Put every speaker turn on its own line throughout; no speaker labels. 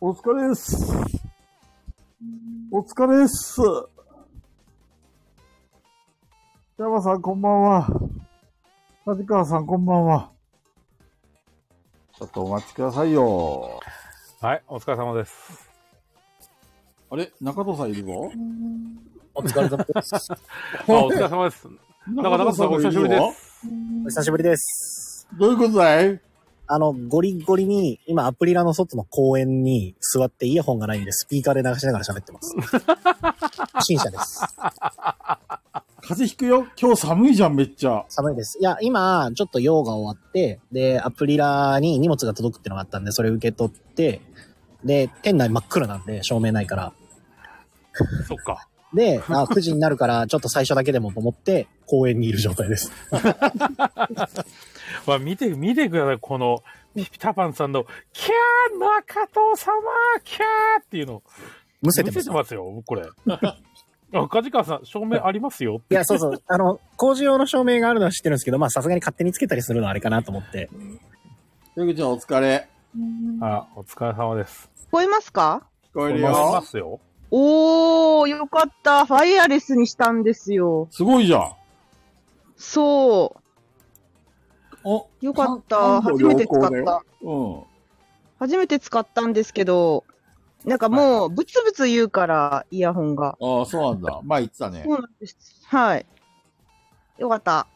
お疲れです。お疲れです。山さん、こんばんは。立川さん、こんばんは。ちょっとお待ちくださいよ。
はい、お疲れ様です。
あれ中藤さんいるぞ。
お疲れ様です。
あ、 お疲れ様です。なん か中藤さんお久しぶり
中藤さんもいる
で
よ。
す。
お久しぶりです。
どういうことだい
あの、ゴリゴリに、今、アプリラの外の公園に座ってイヤホンがないんで、スピーカーで流しながら喋って ます。不審者です。
風邪ひくよ。今日寒いじゃん、めっちゃ。
寒いです。いや、今、ちょっと用が終わって、で、アプリラに荷物が届くってのがあったんで、それ受け取って、で、店内真っ暗なんで、照明ないから。
そっか。
で、あ、9時になるから、ちょっと最初だけでもと思って、公園にいる状態です。
まあ、見て、見てください。この、ピピタパンさんの、キャー中藤様キャーっていうの。
むせ
見
て
せ
ま
てま
す。
すよ、これ。あ、梶川さん、照明ありますよ。
いや、そうそう。あの、工事用の照明があるのは知ってるんですけど、まあ、さすがに勝手につけたりするのはあれかなと思って。
ヨグちゃん、お疲れ。
聞
あ、お疲れ様です。
こえますか
聞こえ
思
る
いま
よ。
すよ。
おー、よかった。ファイアレスにしたんですよ。
すごいじゃん。
そ
お、
う。よかった。
感
初
動
め
良
て使
好
っ
だよ
た。
うん。
初めて使ったんですけど、なんかもう、ブツブツ言うから、イヤホンが。
ああ、そうなん だ。前言ってたね
そ。うなんです。はい。よかった。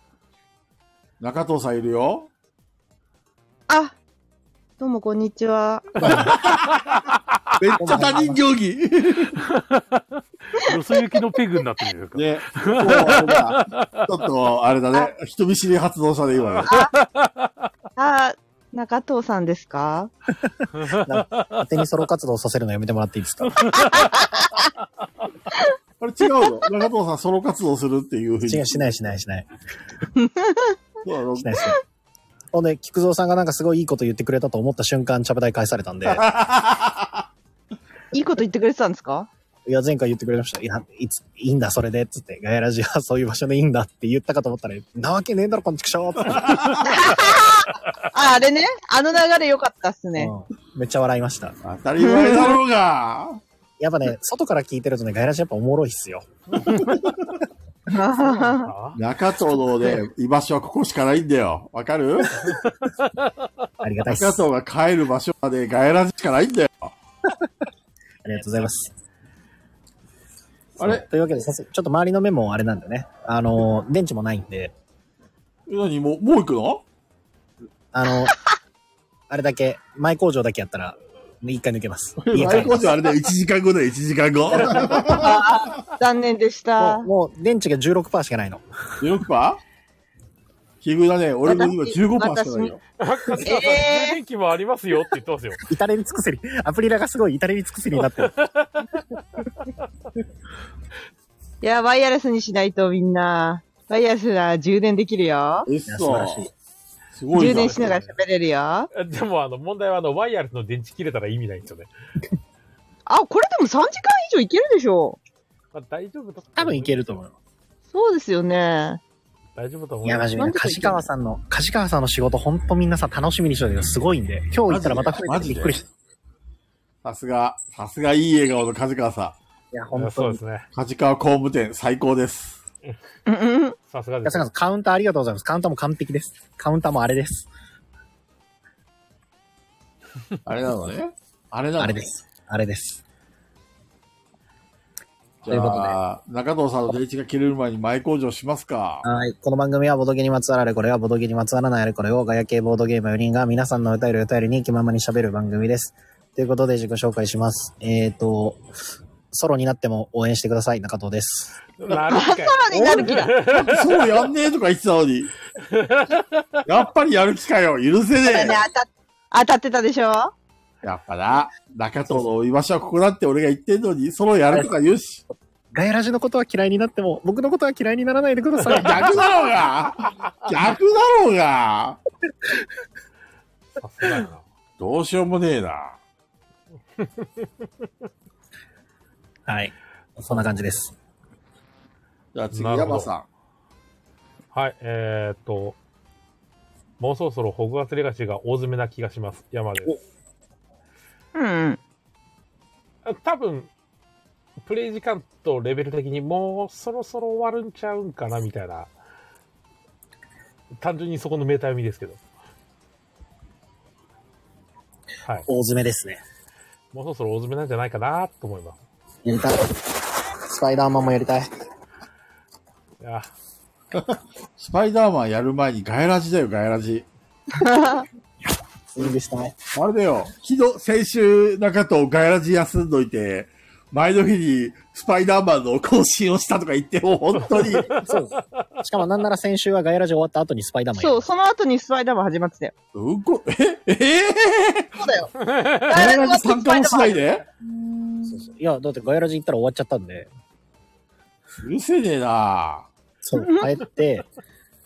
中藤さんいる よ。
あ、どうもこんにちは。
めっちゃ他人行儀。
よそ行きのペグになってるんです
ね。
か。
そうだちょっと、あれだね。人見知り発動したね、今ね。
あ、中藤さんですか
勝手にソロ活動させるのやめてもらっていいですか
あれ違うの中藤さんソロ活動するっていうふうに。
違う、しないしないしない。
そうなの
しないしない。ほんで、菊蔵さんがなんかすごいいいこと言ってくれたと思った瞬間、ちゃぶ台返されたんで、
いいこと言ってくれてたんですか
いや、前回言ってくれました。いや、いつ、いいんだ、それで、つって、ガヤラジはそういう場所でいいんだって言ったかと思ったら、なわけねえだろ、こんちくしょうって、
あ、あれね。あの流れよかったっすね。
うんめっちゃ笑いました。
当たり前だろうが。
やっぱね、外から聞いてるとね、ガヤラジやっぱおもろいっすよ。
あ
中藤のね、居場所はここしかないんだよ。わかる
ありがたいっす。
中
あり
藤が帰る場所までガヤラジしかないんだよ。
がとうございます。
あれ
というわけで、早速ちょっと周りの目もあれなんだよね。あの、電池もないんで、
何もう、もう行くの
あの、あれだけ、前工場だけやったら、一回抜けます。家帰
最
りま
高
す
じゃあれだよ。1時間後だよ、1時間 後。
残念でした
もう。もう電池が16%しかないの。
16パー奇遇だね。俺の今15パーしかないよ。
梶川さん、充電器もありますよって言ってますよ。
至れり尽くせり。 アプリラがすごい至れり尽くせりになってる。
いや、ワイヤレスにしないとみんな。ワイヤレスなら充電できるよ。
えっ
いや素晴らし
そ
い。
すご
充
いじゃん
電。しながら喋れるよ。
でも、あの、問題は、あの、ワイヤレスの電池切れたら意味ないんですよね。
あ、これでも3時間以上いけるでしょ
まあ、大丈夫だと思う
多分いけると思う。
そうですよね。
大丈夫と思う。
いや、マジでね。梶川さんの、梶川さんの仕事、ほんとみんなさ、楽しみにしてるけど、すごいんで。今日行ったらまた増え
マ
て
ジで
びっくりした。い
さすが、さすがいい笑顔の梶川さ
や、
い
本
やそ
当
うで。
に
すね。
ん。梶川工務店、最高です。
うんうん。
さすがで
安
す
川。さん、カウンターありがとうございます。カウンターも完璧です。カウンターもあれです。
あれなのね。 あれなの
あれで。す。あれです。
じゃあ、中藤さんの電池が切れる前に前工場しますか。
はい。この番組はボドゲにまつわるあれこれはボドゲにまつわらないあれこれをガヤ系ボードゲーム4人が皆さんの歌える歌えるに気ままに喋る番組です。ということで自己紹介します。えっ、ー、と、ソロになっても応援してください。中藤です。
なるほど。
空になる気だ。
そうやんねえとか言ってた のに。やっぱりやる気かよ。許せ
だ
ね
ね当た当たってたでしょ
え。やっぱな。中藤の居場所はここだって俺が言ってんのに、ソロやるとか言うし。
ガヤラジのことは嫌いになっても、僕のことは嫌いにならないでくだ さい。
逆だろうが逆だろうが
さすがやな
どうしようもねえな。
はい。そんな感じです。
じゃあ次、
なるほど
山さ
はい、えーっと、もうそろそろホグワーツレガシーが大詰めな気がします。山です。
うん。
あ多分、プレイ時間とレベル的にもうそろそろ終わるんちゃうんかなみたいな。単純にそこのメーター読みですけど。はい。
大詰めですね。
もうそろそろ大詰めなんじゃないかなと思います。
やりたい。スパイダーマンもやりたい。
いや、
スパイダーマンやる前にガヤラジだよ、ガヤラジ。
スイングしたい。
あれだよ、昨日、先週、中とガヤラジ休んどいて、前の日にスパイダーマンの更新をしたとか言って、もう本当に、
そうです。しかもなんなら先週はガヤラジ終わった後にスパイダーマンや
そ
る
う、その後にスパイダーマン始まってたよ。
うんこ、えええ
そうだよ。
ガヤラジ参加もしな いで
そうそういや、だってガヤラジ行ったら終わっちゃったんで、
うるせねえな
そう、帰って、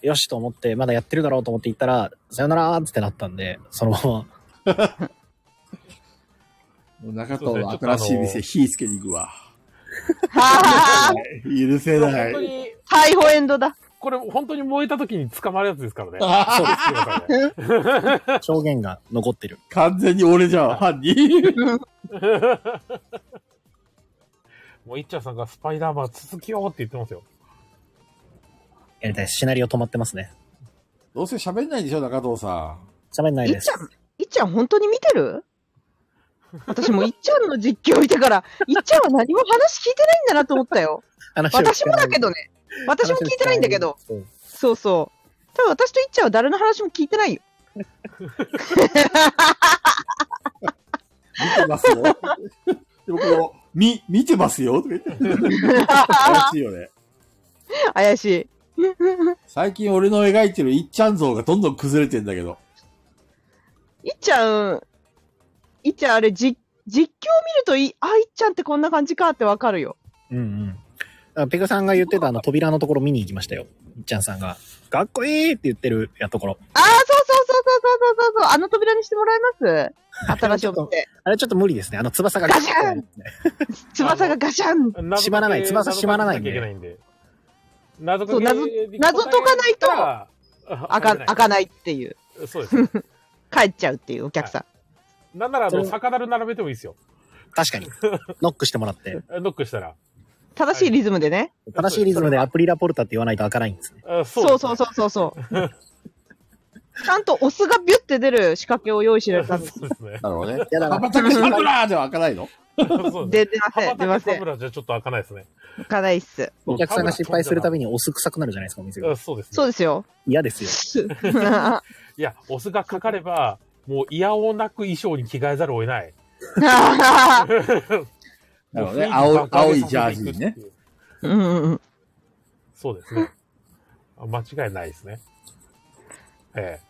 よしと思って、まだやってるだろうと思って行ったら、さよならーってなったんで、そのまま。
中と新しい店火つけに行 くわ。
はぁ
許せな
本当
い。
に、
逮捕エンドだ。
これ本当に燃えた時に捕まるやつですからね。
そうで
すよこれね
す。証言が残ってる。
完全に俺じゃん、犯人。
もういっちゃんさんがスパイダーマン続きようって言ってますよ。
やりたいです。シナリオ止まってますね。
どうせ喋んないんでしょ、中藤さん。
喋んない
いっ
で
ち
す
ゃ。ん、いっちゃん本当に見てる私もういっちゃんの実況見てから、いっちゃんは何も話聞いてないんだなと思ったよ。
話を聞かない
私もだけど。ね。私も聞いてないんだけど。。
そう
そうそう。多分私といっちゃんは誰の話も聞いてないよ。
見てますよ。でもこの、み、見てますよとか言って。怪しいよね。
怪しい。
最近俺の描いてるいっちゃん像がどんどん崩れてんだけど。
いっちゃん、いっちゃんあれ、じ、実況見るといい、あ、いっちゃんってこんな感じかってわかるよ。
うんうん。だからペグさんが言ってたあの扉のところ見に行きましたよ。いっちゃんさんが。かっこいいって言ってるやところ。
ああ、そうそうそうそうそうそうそう、あの扉にしてもらえます新しいお店。
あれちょっと無理ですね。あの翼が
ガシャン翼がガシャン。
謎解き
縛らない翼縛らないん
謎解きゃ
で
いけないんで。謎
そう謎謎解かないと
開
開か、開かないっていう。
い。そ うです。
帰っちゃうっていうお客さん。
なんなら、あ
そ
の、
れ
酒樽並べてもいいですよ。
確かに。ノックしてもらって。
ノックしたら。
正しいリズムでね。
正しいリズムでアプリラポルタって言わないと開かないんですね。
あ
そうそう
そ
そうそうそう。ちゃんとお酢がビュって出る仕掛けを用意し
う
られ
で
た
すね。
んです。
そうですね。
なるほどね。
いや
羽
だから
ばたかしパブラーでは開かないの
そうですね
出てません、出ませ
羽
ん
ば。たき油じゃちょっと開かないですね。
開かないっす。
お客さんが失敗するたびにお酢臭くなるじゃないですか、お店
あ
が。
そうです
そう
ね。
です よ。
嫌ですよ。
いや、お酢がかかれば、もう、いやおなく衣装に着替えざるを得ない。
なるほどね。青い、青いジャージにね。。
うんうん。
そうですね。あ間違いないですね。え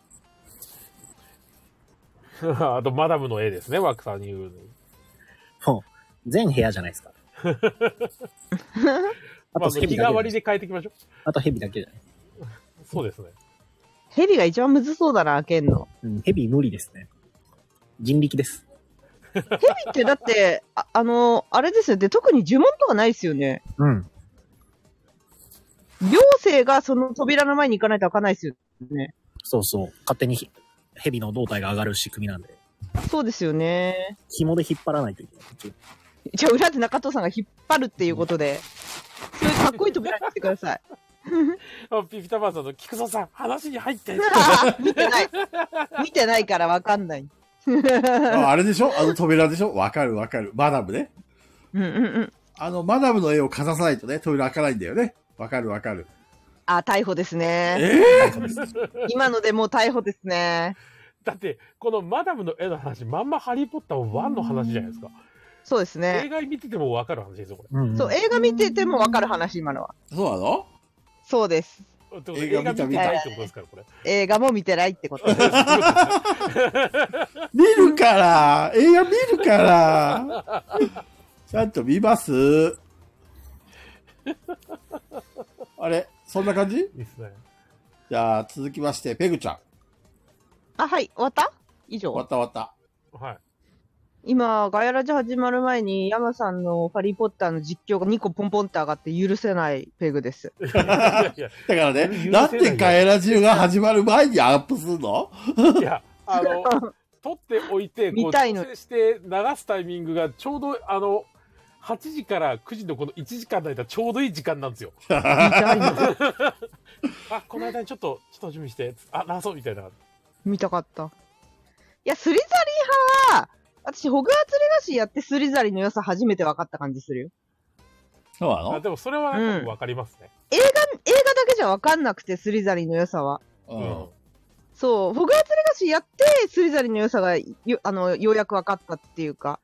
え。 あと、マダムの絵ですね、ワークさんに言うに。
もう、全部屋じゃないですか。 あ
まあ、
と
日
ヘビだ
替わ
け
り
じゃない。
で変えていきましょう。
あとヘビだけじゃない。
そうですね。
ヘビが一番むずそうだな、開けんの。
うん、ヘビ無理ですね。人力です。
ヘビってだって、ああの、あれですよね。特に呪文とかないですよね。
うん。
行政がその扉の前に行かないと開かないですよね。
そうそう。勝手にヘヘビの胴体が上がる仕組みなんで、
そうですよね。
紐で引っ張らないといけない。
じゃあ、裏で中藤さんが引っ張るっていうことで、そういうかっこいい扉にしてください。
あピピタパンさんの菊蔵さん、話に入って。
見てない。見てないからわかんない。
ああれでしょあの扉でしょわかるわかる。マダムね。
うんうんうん。
あの、マダムの絵をかざさないとね、扉開かないんだよね。わかるわかる。
あ、逮捕ですね。
え
今のでもう逮捕ですね。
だって、このマダムの絵の話、まんまハリーポッター1の話じゃないですか。
そうです
映
ね。
画見ててもわかる話ですよ、こ
うんうん
そう、映画見ててもわかる話、今のは。
ー、そうなの
そうです。
れ。ってこと
映画見た
映画見てないってことですから、これ。
映画も見てないってこと。
見るから映画見るからちゃんと見ますあれそんな感じ
いいっすね。
じゃあ続きまして、ペグちゃん。
あ、はい。終わった以上。
終わった終わった。
はい。
今、ガヤラジ始まる前に、ヤマさんのハリーポッターの実況が2個ポンポンって上がって許せないペグです。
いやいや
だから
許せ
ね、
ない
な
よ
んでガエラジオが始まる前にアップするの
いや、あの、取っておいて、こう、
見たいの
調整して流すタイミングがちょうど、あの、8時から9時のこの1時間の間、ちょうどいい時間なんですよ。
見たいの
あ、この間にちょっと、ちょっと準備して、あ、流そうみたいな。
見たかった。いや、スリザリン派は、私、ホグワーツレガシーやってスリザリンの良さ初めて分かった感じするよ。
そうな
あ
の
でも、それはなんかわかりますね。
映画だけじゃ分かんなくて、スリザリンの良さは。
うん。
そう、ホグワーツレガシーやって、スリザリンの良さがよ、あの、ようやく分かったっていうか。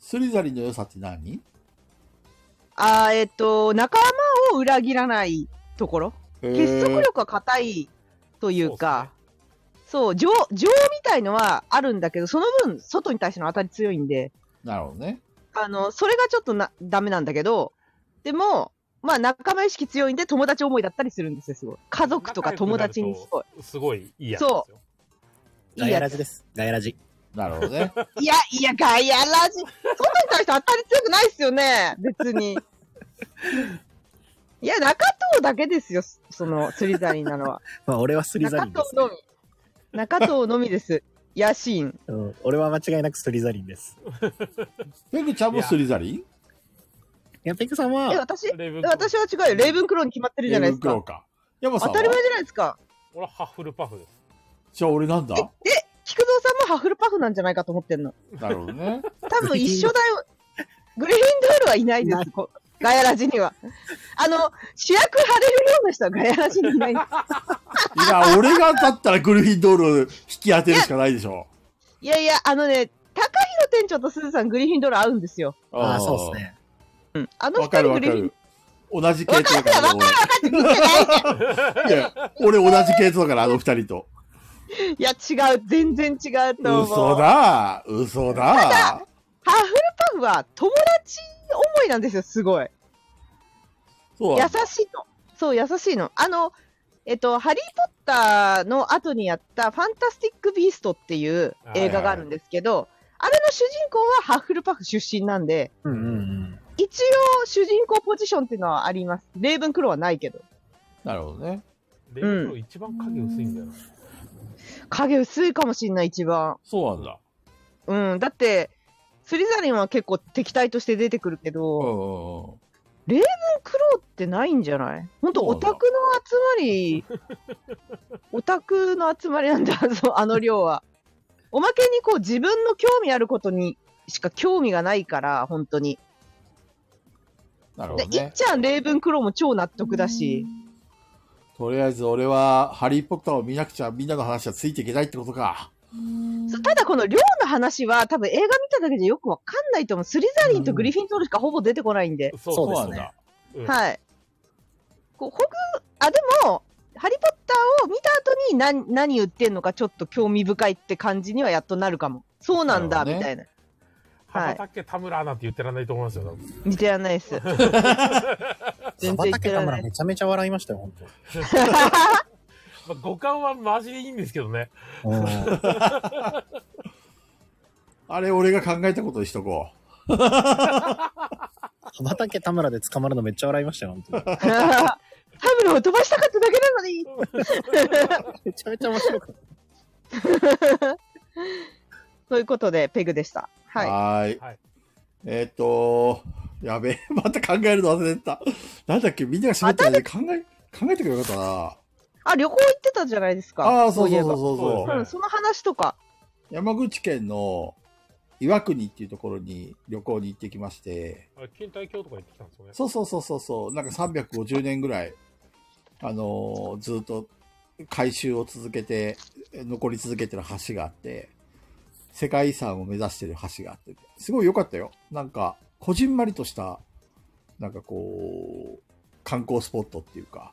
スリザリの良さって何
あー、えっ、と、仲間を裏切らないところ。結束力は硬いというか、そう,、情、情みたいのはあるんだけど、その分、外に対しての当たり強いんで、
なるほどね。
あの、それがちょっとな、ダメなんだけど、でも、まあ、仲間意識強いんで、友達思いだったりするんですよ、すごい。家族とか友達にすごい。
すごいいいやつですよ。
い
ガ
い
ヤ
や
ラ
つ
ジです。ガヤラジ。
なるほど ね。
いや、いや、ガヤラジ。外に対して当たり強くないっすよね、別 に。いや、中藤だけですよ、その、釣りザリンなのは。
まあ、俺はスリザ
中
リンです
藤、のみ。中藤のみです。野心。
うん。俺は間違いなくスリザリンです。
ペグちゃんもスリザリン
いや、ペグさんは
え、、私
レイブンクロー
私は違うよ。レイブンクローに決まってるじゃないです
レイブン
か。
クローか。山さ
当
ん
たり
は
前じゃないですか。
俺はハッフルパフです。
じゃあ俺なんだ
菊蔵さんもハッフルパフなんじゃないかと思ってんの。
なるほどね。
多分一緒だ よ。グリフィンドールはいないで
な
す。こガヤラジには。あの、主役張れるような人はガヤラジにい ない。
いや、俺がだったらグルフィンドールを引き当てるしかないでしょ。
いやいや、あのね、高弘店長とすずさん、グリフィンドール合うんですよ。
ああ、そうですね。
うん。あの
う
二
ん。わかる
人グ
わか
リフィン
る。同じ系統だから、ね、
ドールじゃない
俺。いや、俺同じ系統だから、あの二人と。
いや、違う。全然違うと思う。
嘘だ嘘だ
ハッフルパフは友達思いなんですよ、すごい。
そう
優
だ
しいの。そう、優しいの。あの、えっと、ハリー・ポッターの後にやった、ファンタスティック・ビーストっていう映画があるんですけど、あれの主人公はハッフルパフ出身なんで、
うんうんうん。
一応主人公ポジションっていうのはあります。レイブンクローはないけど。
なるほどね。
レイブンクロー一番影薄いんだよな。
影薄いかもしんない、一番。
そうなんだ。
うん、だって、スリザリンは結構敵対として出てくるけ
うんう
ど、
んうん。
クローってないんじゃないほんと、
そう
オ
なんだ
タクの集ま り、オタクの集まりなんだ、 そうあの量は。おまけにこう自分の興味あることにしか興味がないから、本当に。
なるほ
で
ど
いっ
ね。
ちゃん、レイブンクローも超納得だし、
とりあえず俺は、ハリー・ポッターを見なくちゃみんなの話はついていけないってことか。
そうただこの量の話は多分映画見ただけじゃよくわかんないと思う。スリザリンとグリフィントールしかほぼ出てこないんで。
そう
そうです
なんだ。
うん
はい。こう、ほぐ、あ、でも、ハリーポッターを見た後に何、何言ってんのかちょっと興味深いって感じにはやっとなるかも。そうなんだ、
なるほどね
みたいな。はい
畑田村なんて言ってらんないと思いますよ、多分
似てやんないっ す。 全然言って
畑
ら
田
れな
村
い
めちゃめちゃ笑いましたよ、本当
まあ、五感はマジでいいんですけどね。
うん
あれ、俺が考えたことにしとこ
羽ばたけ田村で捕まるのめっちゃ笑いました よ、本当に。
タブロを飛ばしたかっただけなのに。
めちゃめちゃ面白かった。
ということで、ペグでした。
う。
はい。
はーい
はい。
えーっと、やべえ、 また考えるの忘れてた。なんだっけ、みんなが喋ってないで考え、考えてくれよかったな。
あ、旅行行ってたじゃないですか。
ああー、そう
い
そ
え
うそ
ば
うそう
そう
そう
ですね
うん、その話とか。
山口県の岩国っていうところに旅行に行ってきまして、
あれ錦帯橋とか行ってきたんですよね。
そうそうそうそうそう、なんか350年ぐらい、あのーずっと改修を続けて、残り続けてる橋があって、世界遺産を目指してる橋があって、すごい良かったよ。なんか、こじんまりとした、なんかこう、観光スポットっていうか、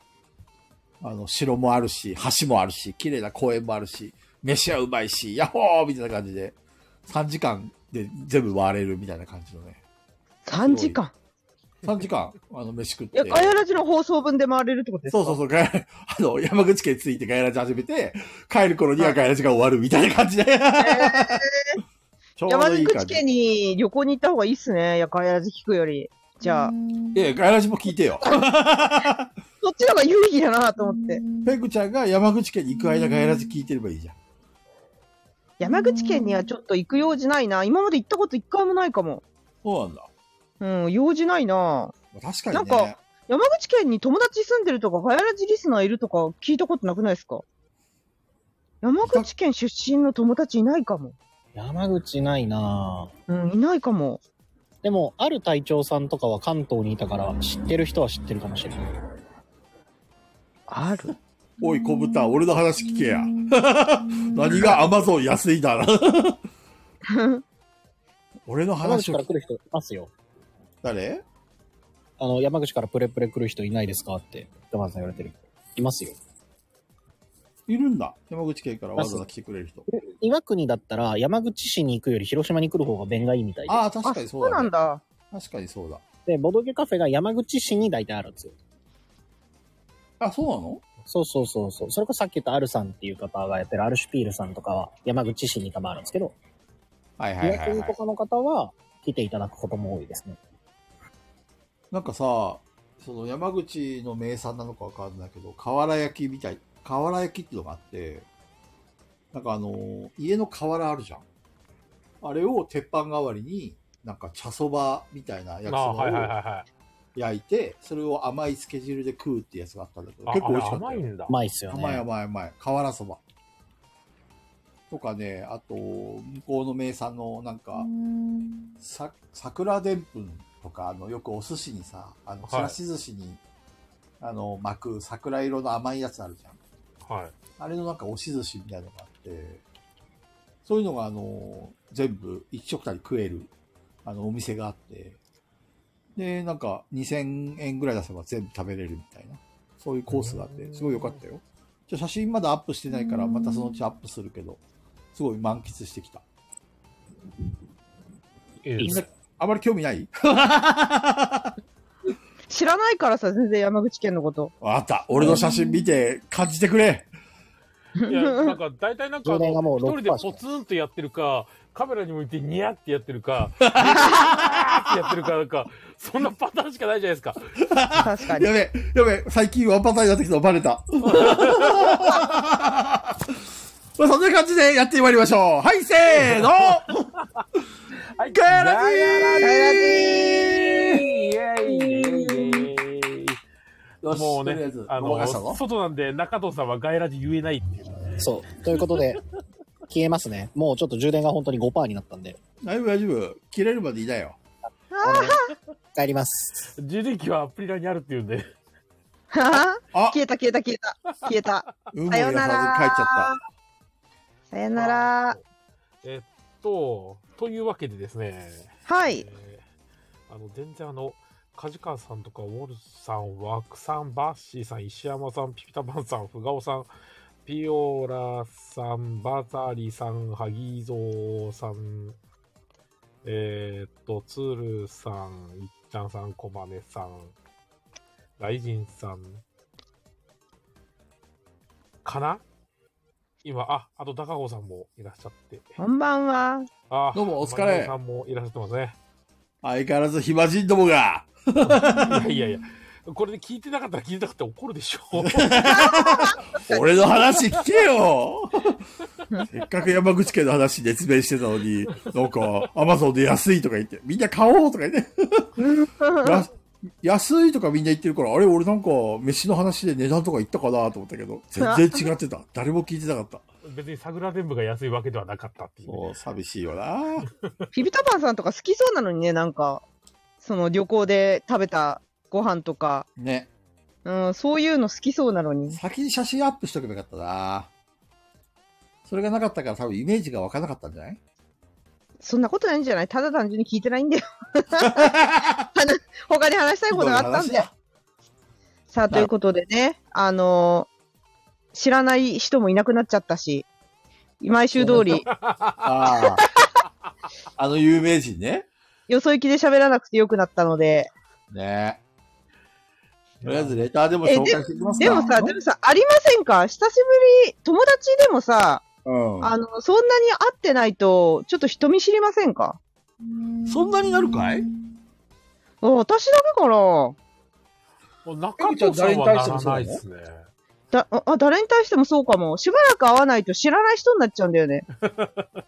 あの、城もあるし、橋もあるし、綺麗な公園もあるし、飯はうまいし、ヤッホーみたいな感じで、3時間で全部回れるみたいな感じのね。
3時間。
3時間、あの、飯食っ
い
て。
や、ガヤラジの放送分で回れるってことですか
そうそうそう、ガ イラあの、山口県ついてガイラジ始めて、帰る頃にはガイラジが終わるみたいな感じで。 ちょう
山
どいい
口
感じ。
県
い
に旅行に行った方がいいっすね。いや、ガヤラジ聞くより。じゃあ、
や、ガヤラジも聞いてよ。
そっちの方が有意義だなと思って。
ペグちゃんが山口県に行く間ガヤラジ聞いてればいいじゃん。
山口県にはちょっと行く用事ないな。今まで行ったこと一回もないかも。
そうなんだ。
うん、用事ないな。
まあ確かにね。
なんか山口県に友達住んでるとか、ガヤラジリスナーいるとか聞いたことなくないですか山口県出身の友達いないかも。
山口ないなぁ
うん、いないかも。
でも、ある隊長さんとかは関東にいたから、知ってる人は知ってるかもしれない。
ある
おい、小豚、俺の話聞けや。 何がアマゾン安いだな。 俺の
山
話
口
を
から
聞
来る人いますよ。
誰
あの、山口からプレプレ来る人いないですかって、山田さん言われてる。いますよ。
いるんだ。山口県からわざわざ来てくれる人。
岩国だったら、山口市に行くより広島に来る方が便がいいみたいで。
ああ、確かにそうだ、
なん
ね。
だ。
確かにそうだ。
で、ボドゲカフェが山口市に大体あるんですよ。
あ、そうなの
そうそうそうそう。それこそさっき言ったアルさんっていう方がやってるアルシュピールさんとかは山口市にたまあるんですけど、
はいはい
岩
はい、
国
は
と
い。
かの方は来ていただくことも多いですね。
なんかさ、その山口の名産なのかわかんないけど、瓦焼きみたい。瓦焼きっていうのがあって、なんかあのー家の瓦あるじゃん。あれを鉄板代わりに、なんか茶そばみたいな焼きそ
ああ
ばを、
はいはいはいはい
焼いて、それを甘いつけ汁で食うってやつがあったんだけど、
あ。
結構美味しか
あ
っ
れ
た
甘い
よ。
んだ。
うまいっすよね。
甘い甘い甘い。瓦そば。とかね、あと、向こうの名産のなんか、さ、桜でんぷんとか、あの、よくお寿司にさ、あの、
はい
ちらし寿司に、あの、巻く桜色の甘いやつあるじゃん。
はい。
あれのなんか押し寿司みたいなのがあって、そういうのがあの、全部一食たり食える、あの、お店があって、で、なんか2000円ぐらい出せば全部食べれるみたいな、そういうコースがあって、すごい良かったよ。ちょ写真まだアップしてないから、またそのうちアップするけど、すごい満喫してきた。
え
いいっすよ。
あまり興味ない
知らないからさ、全然山口県のこと。
あった。俺の写真見て感じてくれ。
いや、なんか、大体なんかあ
充電がも
の、
う
一人で
6%しか
ポツンとやってるか、カメラに向いてニヤってやって るか、ニヤってやってるか、なんか、そんなパターンしかないじゃないですか。
確かに。
やべえ、やべえ、最近ワンパターンになってきたのバレ た。まあそんな感じでやってまいりましょう。はい、せーの
はい、
ガヤラジー
ガヤラジ
ー
ーイエイイエイイエイ
よし
もう
とりあえ
ね
ず、
あ
ごまかした
の、
ぞ
外なんで中藤さんはガイラジ言えないっていう。
そう。ということで、消えますね。もうちょっと充電が本当に5%になったんで、
大丈夫、大丈夫。切れるまでいなよ。
帰ります。
充電器はアプリラにあるっていうんで。
は
あ
ぁ 消えた消えた消えた。消えた。
うん、も
さ
や
よな
ら
ら
ず帰っちゃった。
さよなら。
えっと、というわけでですね、
はい。
えーあの、全然あの、梶川さんとか、ウォルさん、ワクさん、バッシーさん、石山さん、ピピタパンさん、フガオさん、ピオラさん、バザリさん、ハギゾウさん、えーっと、ツールさん、いっちゃんさん、コバネさん、ライジンさん、かな今、あ、あと、ダカゴさんもいらっしゃって。
こんばん は。
あ
どうもお疲れ
マリオさんもいらっしゃってますね。
相変わらず暇人どもが。
いやいやいや、これで聞いてなかったら聞いてなかったら怒るでしょ。
俺の話聞けよせっかく山口県の話熱弁してたのに、なんか、アマゾンで安いとか言って、みんな買おうとか 言って。や安いとかみんな言ってるから、あれ俺なんか飯の話で値段とか言ったかなと思ったけど、全然違って た。誰も聞いてなかった。
別に桜伝部が安いわけではなかったっていうね、
そう、寂しいよな。
ピピタパンさんとか好きそうなのにね、なんか、その旅行で食べたご飯とか、
ね。
うん、そういうの好きそうなのに。
先に写真アップしとけばよかったな。それがなかったから多分イメージがわからなかったんじゃない
そんなことないんじゃないただ単純に聞いてないんだよ。 話他に話したいことがあ ったんだよ。さあ、ということでね、あのー知らない人もいなくなっちゃったし、毎週通 り、
ああ。あの有名人ね。
よそ行きで喋らなくてよくなったの で、
ねとりあえずレターでも紹介していきますか。
でもさ、でもさ、ありませんか久しぶり、友達でもさ、
うん。
あの、そんなに会ってないと、ちょっと人見知りませんか
そんなになるかい
あ私だけかな
中藤さんはならないですね。
だああ誰に対してもそうかも。しばらく会わないと知らない人になっちゃうんだよね。
アップデ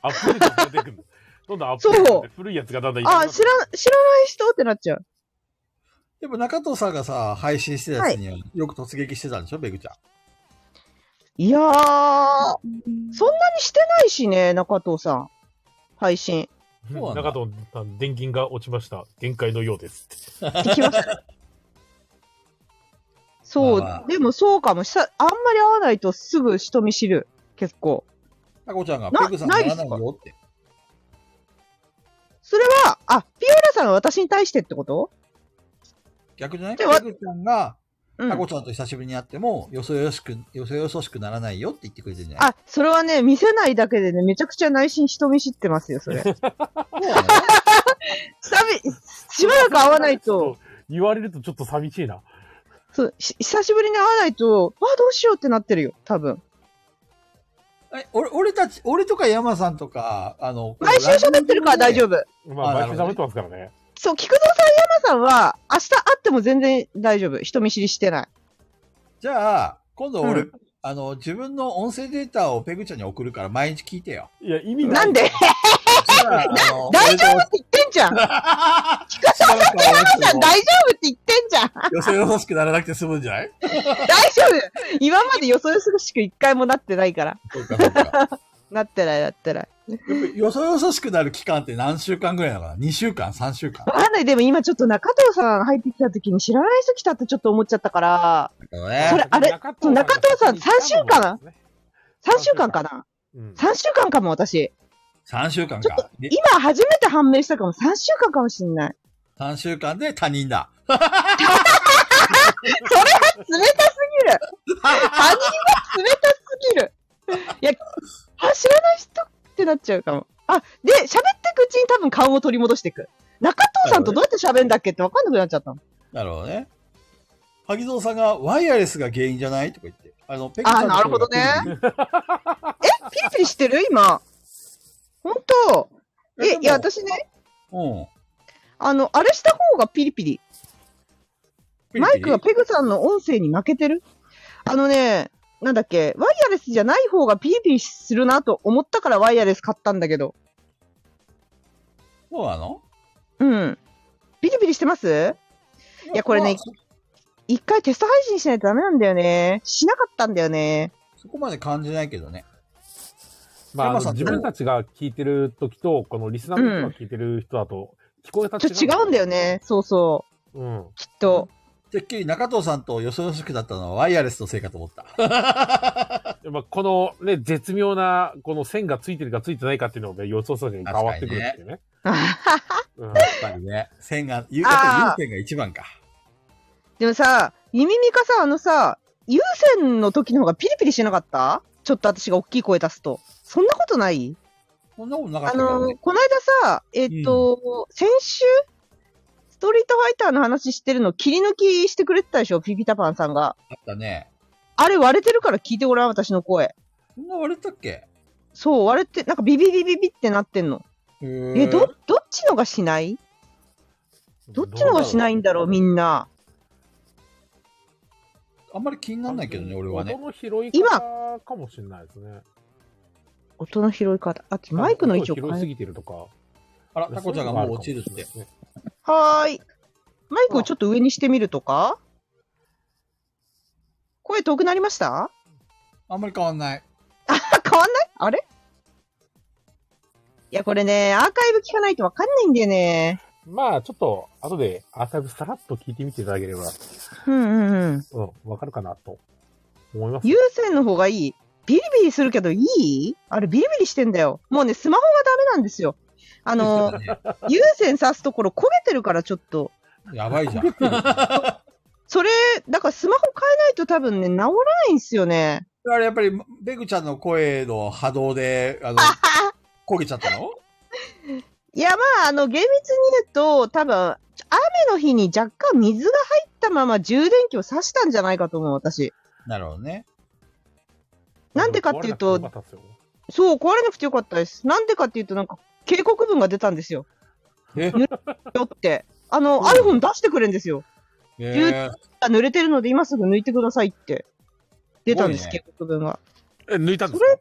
ートが出てくる。どんどんアップデートが出て古いやつがだんだんいなくな
あ
る
知ら、知らない人ってなっちゃう。
でも中藤さんがさ、配信してたやつにはよく突撃してたんでしょ、ベグちゃん。
いやー、そんなにしてないしね、中藤さん。配信。
そうなんだ
中藤さん、電源が落ちました。限界のようですって。
でき ました。そう、
まあまあ
でもそうかも。さあんまり会わないとすぐ人見知る。結構。
タコちゃんが
な
ペグさんならな
ないいですか
よって。
それは、あ、ピオラさんが私に対してってこと
逆じゃない
で
ペ
わ
グちゃんが、
う
タコ
ん。
ちゃんと久しぶりに会っても、よそよしく、よそよそしくならないよって言ってくれてるんじゃない
あ、それはね、見せないだけでね、めちゃくちゃ内心人見知ってますよ、それ。久々しばらく会わないと。
言われるとちょっと寂しいな。
そう、し久しぶりに会わないと、あ、どうしようってなってるよ、多分。
え俺俺たち、俺とか山さんとか、あの、
来週喋ってるから大丈
夫。
夫。
まあ、
あな
毎
る
週
ほど
喋ってますからね。
そう、菊蔵さん、山さんは、明日会っても全然大丈夫。人見知りしてない。
じゃあ、今度俺、
う
あの、自分の音声データをペグちゃんに送るから毎日聞いてよ。
いや、意味
なん
で
で大
大
丈夫って言ってんじゃん菊蔵さんと山 さん大丈夫って言ってんじゃん
よそよそしくならなくて済むんじゃない
大丈夫今までよそよそしく一回もなってないから。
そうかそうかやっ
なってない、なってない。
ぱよそよそしくなる期間って何週間ぐらいなのかな ?2 週間 ?3 週間
わかんない。でも今ちょっと中藤さん入ってきた時に知らない人来たってちょっと思っちゃったから、それあれ
中藤が
中藤さん
先に来たのもですね
3週間かな
うん。
?3 週間かも、私。
?3 週間
ちょっ
か
と。今初めて判明したかも、3週間かもしんない。
3週間で他人だ。
それは冷たすぎる他人は冷たすぎるいや、あ、知らない人ってなっちゃうかも。あ、で、喋ってくうちに多分顔を取り戻していく。中藤さんとどうやって喋るんだっけって分かんなくなっちゃったの。
なるほどね。萩蔵さんがワイヤレスが原因じゃないとか言って。あの、ペグちゃ
あ、
んの
なるほどね。え、ピリピリしてる今。本当
え
え
で、も
いや、私ね、
うん。
あの、あれした方がピリピリ。マイクがペグさんの音声に負けてるあのね、なんだっけ、ワイヤレスじゃない方がピリピリするなと思ったからワイヤレス買ったんだけど。
そうなの
うん。ピリピリしてますいやこれね
そ
一回テスト配信しないとダメなんだよね。しなかったんだよね。
そこまで感じないけどね。
まああ
山
の、
さん
自分たちが聞いてる時と、このリスナーの人が聞いてる人だと、聞こえた
ちょっと違うんだよ。ね。そうそ
うん。
う。きっと。
てっきり中藤さんとよそよそしくだったのはワイヤレスのせいかと思った。
やっぱこのね、絶妙な、この線がついてるかついてないかっていうのが、ね、予想させに変わってくるっていうね。うん
やっぱりね。線が、言うや
あ
っぱり有線が一番か。
でもさ、ゆみみかさ、あのさ、有線の時の方がピリピリしなかったちょっと私が大きい声出すと。そんなことない
そんなことなかっ
あ
たけど
の
ね。
この間さ、えっ、と、先週、ストリートファイターの話してるの切り抜きしてくれてたでしょ、ピピタパンさんが。
あったね。
あれ割れてるから聞いてごらん、私の声。
そんな割れたっけ
そう、割れて、なんかビビビビビってなってんの。え、
え
ど、どっちのがしないどっちのがしないんだろう、みんな。
あんまり気にならないけどね、俺はね。
音の拾い
今
方かもしれないですね。
音の拾い方。あ、マイクの位置を
音拾い
変
す
え
ぎてるとか。
あら、タコちゃんがもう落ちるって。。
はーい。マイクをちょっと上にしてみるとか声遠くなりました
あんまり変わんない。
あ変わんないあれいや、これね、アーカイブ聞かないとわかんないんだよね。
まあ、ちょっと、後でアーカイブさらっと聞いてみていただければ、
うんうんうん。
うん、わかるかなと思います。
有線の方がいい。ビリビリするけどいいあれビリビリしてんだよ。もうね、スマホがダメなんですよ。あ の、有線挿すところ焦げてるからちょっと。
やばいじゃん。
それ、だからスマホ変えないと多分ね、治らないんですよ ね。
あれ、やっぱり、ベグちゃんの声の波動で、あの、焦げちゃったの
いや、まあ、あの、厳密に言うと、多分、雨の日に若干水が入ったまま充電器を挿したんじゃないかと思う、私。
なるほどね。
なんでかっていうと
壊れなくてよかったっすよ
そう、壊れなくてよかったです。なんでかっていうと、なんか、警告文が出たんですよ。
え
よって。あの、アイフォン出してくれんですよ。
え
あ濡れてるので今すぐ抜いてくださいって。出たんです、
すご
警
い
告文が。
え、抜いたんですか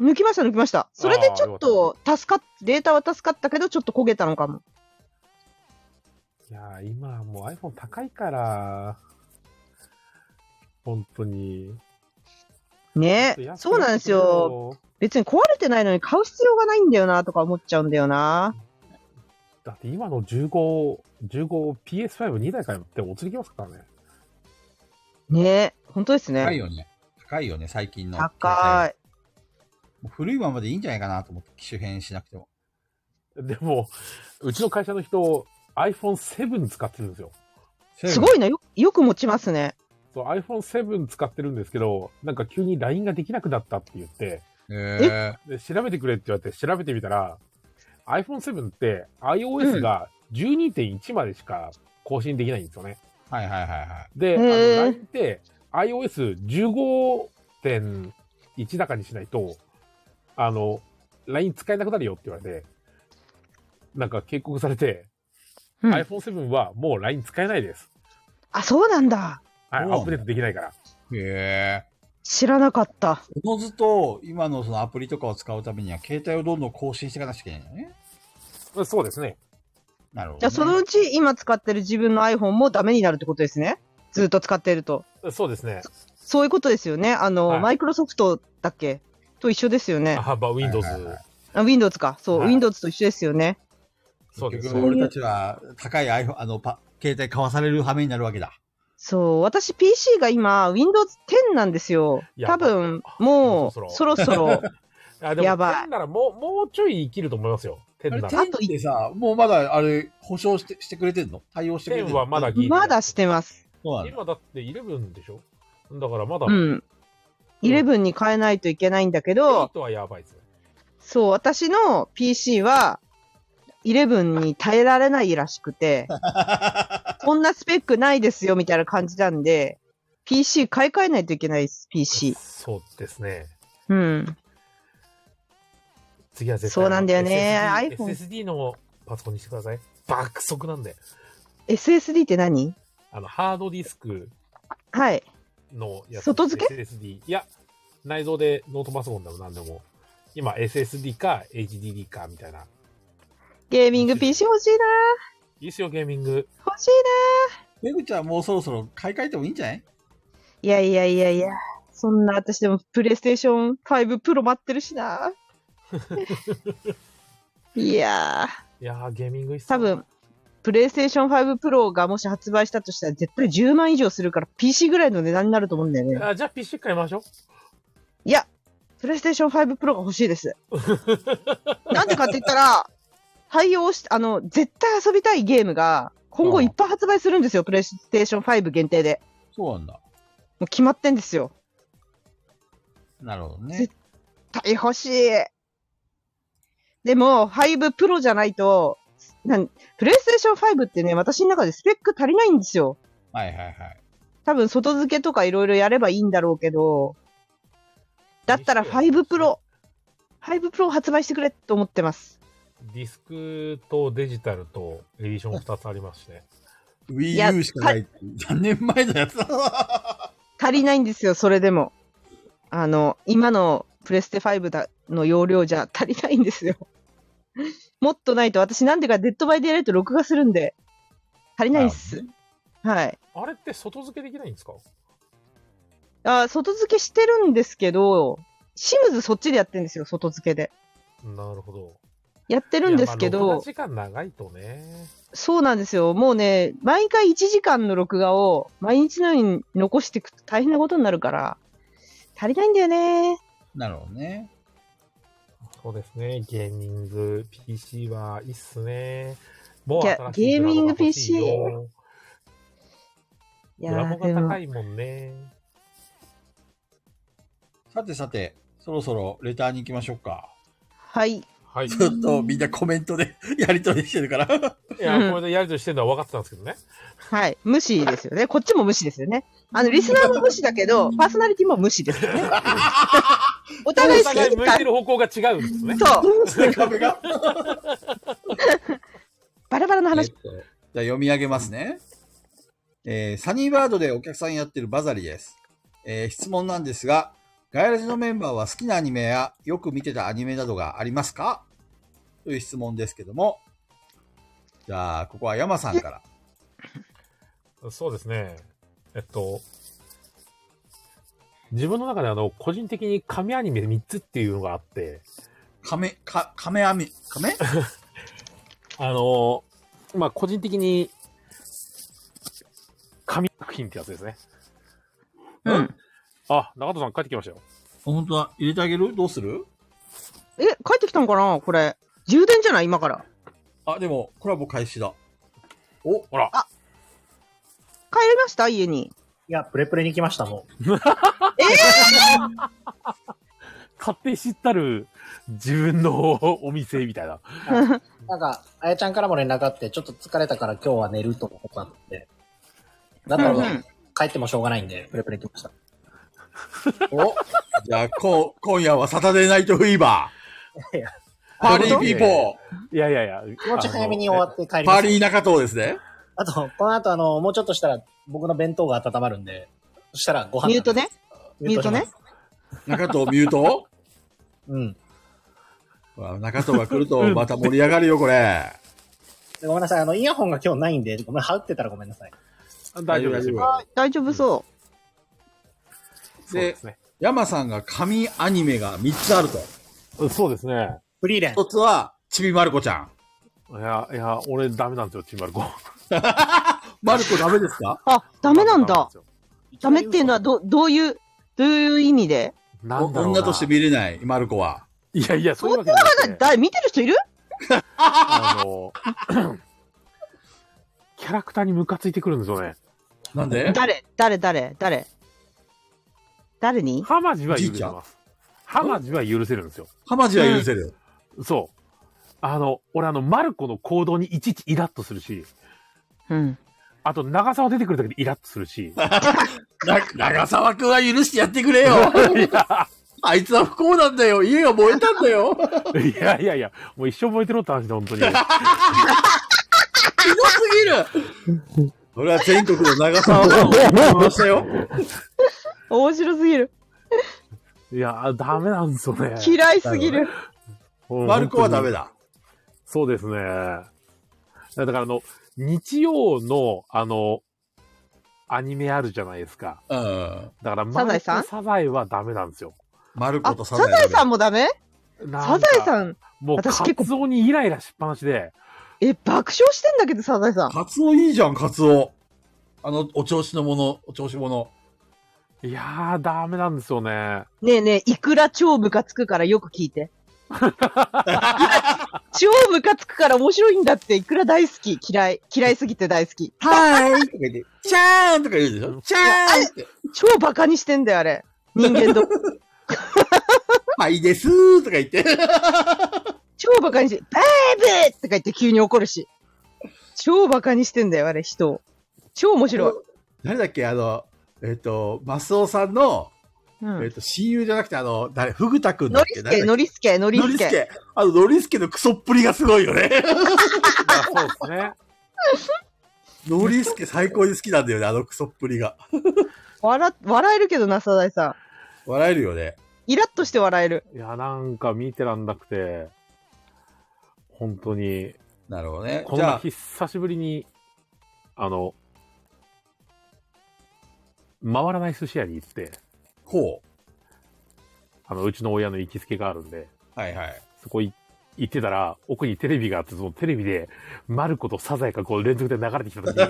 抜きました、抜きました。それでちょっ
あーよ
と、助かっ、データは助かったけど、ちょっと焦げたのかも。
いやー、今はもう iPhone 高いから、本当に。
ね
ちょっと安くなって
そうなんですよ。別に壊れてないのに買う必要がないんだよな、とか思っちゃうんだよな。
くれよ。だって今の15、15PS52 台からってお釣りきますからね。
ね本当です
高い
ね。
よね。高いよね、最近の。
高
い。
い。
古いままでいいんじゃないかなと思って、機種変しなくても。
でも、うちの会社の人、iPhone7 使ってるんですよ。
すごいな、よよく持ちますね。
そう、iPhone7 使ってるんですけど、なんか急に LINE ができなくなったって言って、
え
で調べてくれって言われて調べてみたら、iPhone7 って iOS が12.1までしか更新できないんですよね。
ー、はいはいはいはい。
で、あ
へー
の LINE って iOS15.1 高にしないと、あの、LINE 使えなくなるよって言われて、なんか警告されて、
うん
iPhone7 はもう LINE 使えないです。
あ、そうなんだ。
はい、
そう
ア
なんだ
ップデートできないから。
へえ。
知らなかった。
おのずと、今のそのアプリとかを使うためには、携帯をどんどん更新していかなきゃいけないんだよね。
うんそうですね。
なるほど、ね。
じゃあ、そのうち今使ってる自分の iPhone もダメになるってことですね。ずっと使ってると。
そうですね。
そういうことですよね。あの、
はい
マイクロソフトだっけと一緒ですよね。
あ、まあ、Windows。
はいはいは
あ Windows か。そう、
はい
Windows と一緒ですよね。
そうで
結
す。
局、俺たちは高い iPhone、あの、パ携帯買わされる羽目になるわけだ。
そう、私 PC が今、Windows 10なんですよ。
いや
多分、もう、
そろ
そ
そ
ろそ ろ、
あでも
やばい
10ならもう、もうちょい生きると思いますよ。10なら。
あと
10でさ、もうまだ、あれ、保証してしてくれてんの対応してくれてん
10
の
はまだギリ。
まだしてます。
そうなんだ。
今だって11でしょだからまだ、
うん。11に変えないといけないんだけど、
8はやばいですね。
そう、私の PC は、11に耐えられないらしくて、 こんなスペックないですよ、みたいな感じなんで、PC 買い替えないといけないです、PC。
そうですね。
うん。
次は絶対
そうなんだよね iPhone
SSD, SSD のパソコンにしてください。爆速なんで。
SSD って何
あの、ハードディスク
はい。
のやつ。
外付け
?SSD。いや、内蔵でノートパソコンでも何でも。今、SSD か HDD かみたいな。
ゲーミング PC 欲しいな。
いいですよ、ゲーミング。
欲しいな。
ペグちゃんもうそろそろ買い替えてもいいんじゃない
いやいやいやいや、そんな私でもプレイステーション5プロ待ってるし な。いや
いやー、ゲーミングいいっす
ー、
ね
多分、プレイステーション5プロがもし発売したとしたら絶対10万以上するから PC ぐらいの値段になると思うんだよね。
あじゃあ PC 買いましょう。
いや、プレイステーション5プロが欲しい です。なんでかって言ったら、対応し、あの、絶対遊びたいゲームが今後いっぱい発売するんですよ、プレイステーション5限定で。
そうなんだ。
もう決まってんですよ。
なるほどね
絶。対欲しい。でも、5プロじゃないと、なんプレイステーション5ってね、私の中でスペック足りないんですよ。
はいはいはい。
多分、外付けとかいろいろやればいいんだろうけど、だったら5プロ、5プロ発売してくれと思ってます。
ディスクとデジタルとエディション2つありますしね。
い
Wii
や
U しかない。何年前のやつだ。
足りないんですよ、それでも。あの、今のプレステ5だの容量じゃ足りないんですよ。 もっとないと、私なんでかデッドバイデイライト録画するんで、足りないっす。はい。
あれって外付けできないんですか
あ外付けしてるんですけど、シムズそっちでやってるんですよ、外付けで。
なるほど。
やってるんですけ
いやまあ
ど
録画、時間長いとね。
そうなんですよ。もうね、毎回1時間の録画を毎日のように残していくと大変なことになるから、足りないんだよね。
なるほどね。
そうですね。ゲーミング PC はいいっすね。もう
いや
新しいドラゴンが欲しい
ゲーミン
よ
い
ドラ
や
モ
ーで
が高
も、
いもんね。
さてさて、そろそろレターに行きましょうか。
はい。
はい。い
ずっとみんなコメントで やりとりしてるから。
や、これでやりとりしてるのは分かってたんですけどね。
はい。無視ですよね。 こっちも無視ですよね。あの、リスナーも無視だけど、パーソナリティも無視ですよね。お互い
お
好
互い
き
向
に
い
か
てる方向が違うんですね。
そう
壁が。じゃ
バラバラの
えっ
話
とじゃあ読み上げますね。えーサニーバードでお客さんやってるバザリです。えー質問なんですが、ガイラジのメンバーは好きなアニメやよく見てたアニメなどがありますかという質問ですけども、じゃあ、ここは山さんから。
そうですね。えっと、自分の中であの、個人的に神アニメ3つっていうのがあって、
亀、か、亀網、亀
あの、まあ、個人的に、神作品ってやつですね。
うん。
あ、中戸さん帰ってきましたよ。
本当だ。入れてあげるどうする
え帰ってきたのかなこれ充電じゃない今から
あ、でも、コラボ開始だ。お、
ほら、
帰りました家に
いや、プレプレに来ました、もう。
勝手知ったる自分のお店みたいな。
なんか、あやちゃんからも連絡あって、ちょっと疲れたから今日は寝るとのことなんで。だった
うんう
ら
ん、
帰ってもしょうがないんで、プレプレ来ました。
お、じゃあ、こう、今夜はサタデーナイトフィーバ
いや
ー。パーリーピーポー。
いやいやいや。
もうちょっと早めに終わって帰り
パ
ま
ー
す。
リー中藤ですね。
あと、この後あの、もうちょっとしたら僕の弁当が温まるんで、そしたらご飯。
ミュートね。
ミュートします
ミュー。
中藤ミュート
うん。
ほら中藤が来るとまた盛り上がるよ、これ。
でごめんなさい。あの、イヤホンが今日ないんで、ごめん、羽打ってたらごめんなさい。
あの 大丈夫ですよ。
大丈夫そう
そうですね。
山さんが神アニメが3つあると。
そうですね。
フリーレン。
1つは、ちびまる子ちゃん。
いや、いや、俺ダメなんですよ、ちんまる子。
まる子ダメですか
あダメなんだダメっていうのは
ど
どどういうどういう意味で
なんだろうな
女として見れない、まる子は。
いやいや、そういう
相
わ
当
けじゃなくて
だ見てる人いる
あの、キャラクターにムカついてくるんですよね。
なんで
誰誰誰誰誰に
ハマジは許せます。ハマジは許せるんですよ。
浜地は許せる。
そう。あの、俺あの、マルコの行動にいちいちイラッとするし、
うん
あと長沢出てくるだけでイラッとする し、
な長沢くんは許してやってくれよ。 あいつは不幸なんだよ。家が燃えたんだよ。ひど
いやいやいや、もう一生燃えてろって話で、本 当に。
すぎる。それは全国の長沢く んを思いましたよ。
面白すぎる
いや、ダメなんですよね。
嫌いすぎる
まる子はダメ
だ。
だ。
そうですね。だからあの、日曜の、あの、アニメあるじゃないですか。
うん。
だから、
サザエさん
マルコサザエはダメなんですよ。
まる子
あ
とサ
サ
ザエ
ザエさ
ん。
んもダメ
な
サ
ん
ザ
か
エさん
もう、
私
カ
結構
ツオにイライラしっぱなしで、
え爆笑してんだけどサザエさん
カツオいいじゃん、カツオ。あの、お調子のもの、お調子者。
いやー、ダメなんですよね。
ねえねえいくら超ムカつくからよく聞い ていや超ムカつくから面白いんだっていくら大好き嫌い嫌いすぎて大好き
はーいとか言って、チャーンとか言うでしょチャーンって。
超バカにしてんだよあれ人間と
はいですーとか言って。
超バカにして「バーブ!」とか言って急に怒るし超バカにしてんだよあれ人を超面白い、
誰だっけあの、えっ、と、マスオさんの、
う
えっ、
ん、
と、親友じゃなくて、あの、誰フグタくんだ
ノ
っ
リ
け
スケノリスケノリ
ノ
ス
リス
ケ
ケ。あの、ノリスケのクソっぷりがすごいよね。
あそうですね。
ノリスケ最高に好きなんだよね、あのクソっぷりが。
笑笑えるけどなサザエさ
笑えるよね。
んイラッとして笑える
いや、なんか見てらんなくて、本当に、
なるほどね。
こん
じゃ
な
あ、
久しぶりに、あの、回らない寿司屋に行って、
こ
あの、うちの親の行きつけがあるんで、
う。はいはい。
そこい行ってたら、奥にテレビがあって、そのテレビで、マルコとサザエがこう連続で流れてき た時に、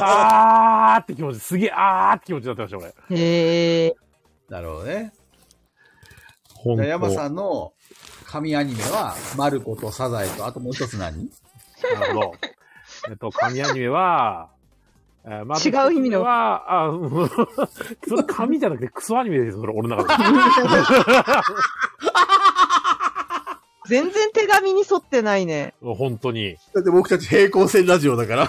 あーって気持ち、すげえあーって気持ちになってました、俺。
へえ
なるほどね。
ほ
じゃあ山さんの神アニメは、マルコとサザエと、あともう一つ何
なるほど。えっと、神アニメは、えーま
違う意味の
は、あ、うん それ神じゃなくてクソアニメですよ、それ俺の中で。
全然手紙に沿ってないね
本当に。
だって僕たち平行線ラジオだから。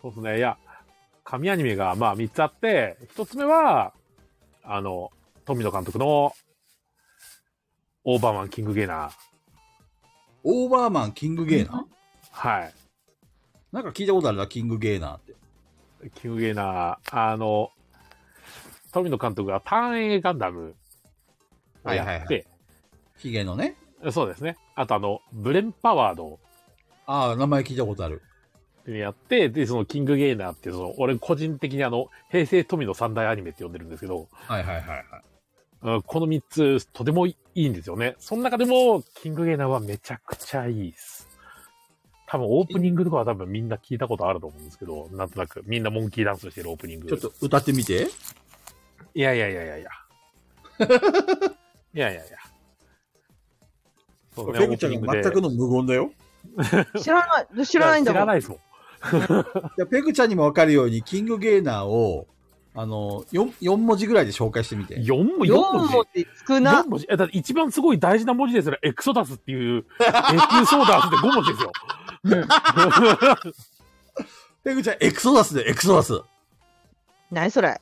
そうですね。いや、神アニメがまあ3つあって、1つ目は、あの、富野監督の、オーバーマンキングゲーナー。
オーバーマン、キングゲーナー
はい。
なんか聞いたことあるな、キングゲーナーって。
キングゲーナー、あの、富野監督が単影ガンダムをやって、
はいはいはヒゲのね。
そうですね。あとあの、ブレンパワード
ああ、名前聞いたことある。
でやって、で、そのキングゲーナーっていう、その、俺個人的にあの、平成富野三大アニメって呼んでるんですけど、
はいはいはいはい。
うんこの三つ、とてもいいんですよね。その中でも、キングゲーナーはめちゃくちゃいいです。多分オープニングとかは多分みんな聞いたことあると思うんですけど、なんとなくみんなモンキーダンスしてるオープニング。
ちょっと歌ってみて。
いやいやいや いやいや。いやいやいや。そうね、
ペグちゃんが全くの無言だよ。
知らない、知らないんだ
知ら
も。
なんいですもん。
いやペグちゃんにもわかるように、キングゲーナーを、あの、4, 四文字ぐらいで紹介してみて。
4も4
4
文字
文字少な
四。文字え、だって一番すごい大事な文字ですら、エクソダスっていう、エクソダスって5文字ですよ。
ペグちゃん、エクソダスで、エクソダス。
何それ。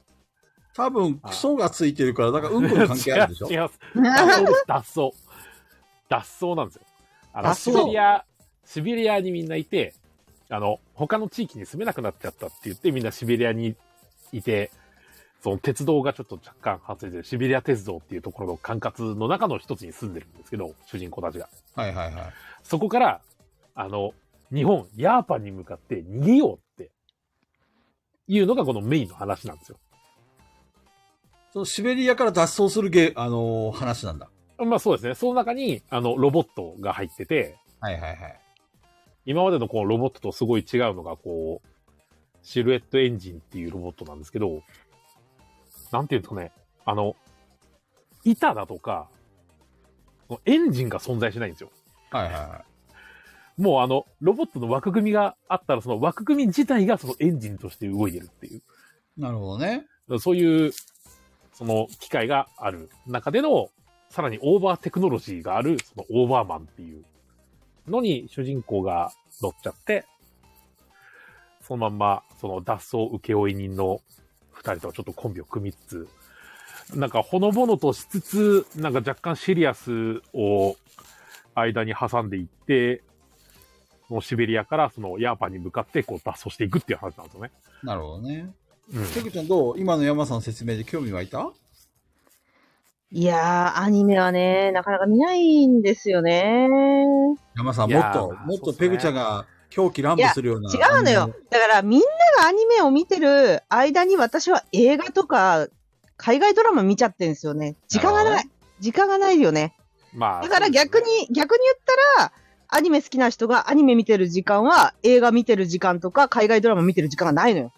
多分、
あ
クソがついてるから、なんかうんこの関係あるでしょ
違います。脱走です脱走。脱走なんですよ。あの、
脱走
シベリア、シベリアにみんないて、あの、他の地域に住めなくなっちゃったって言って、みんなシベリアにいて、その鉄道がちょっと若干発生してる、シベリア鉄道っていうところの管轄の中の一つに住んでるんですけど、主人公たちが。
はいはいはい。
そこから、あの、日本、ヤーパンに向かって逃げようって、いうのがこのメインの話なんですよ。
そのシベリアから脱走するゲー、あのー話なんだ。
まあそうですね。その中に、あの、ロボットが入ってて、
はいはいはい。
今までのこのロボットとすごい違うのが、こう、シルエットエンジンっていうロボットなんですけど、なんていうんですかね、あの、板だとか、このエンジンが存在しないんですよ。
はいはいは
もうあの、ロボットの枠組みがあったら、その枠組み自体がそのエンジンとして動いてるっていう。
い。なるほどね。
そういう、その機械がある中での、さらにオーバーテクノロジーがある、そのオーバーマンっていうのに主人公が乗っちゃって、そのまんま、その脱走請負人の二人とちょっとコンビを組みつつ、なんかほのぼのとしつつ、なんか若干シリアスを間に挟んでいって、そのシベリアからそのヤーパンに向かってこう脱走していくっていう話なんですよね。
なるほどね。
うん
ペグちゃんどう今の山さんの説明で興味湧いた
いやー、アニメはね、なかなか見ないんですよね。
山さん、
い
もっ
やー
と、
まあ
もっ
そう
と
っす
ペ
ね
グちゃんが狂気乱舞するような。
違うの
あ
よ。だからみんながアニメを見てる間に私は映画とか海外ドラマ見ちゃってるんですよね。時間が
な
な
る
い。時間がないよね。
まあ、
だから逆に、逆に言ったら、アニメ好きな人がアニメ見てる時間は映画見てる時間とか海外ドラマ見てる時間がないのよ。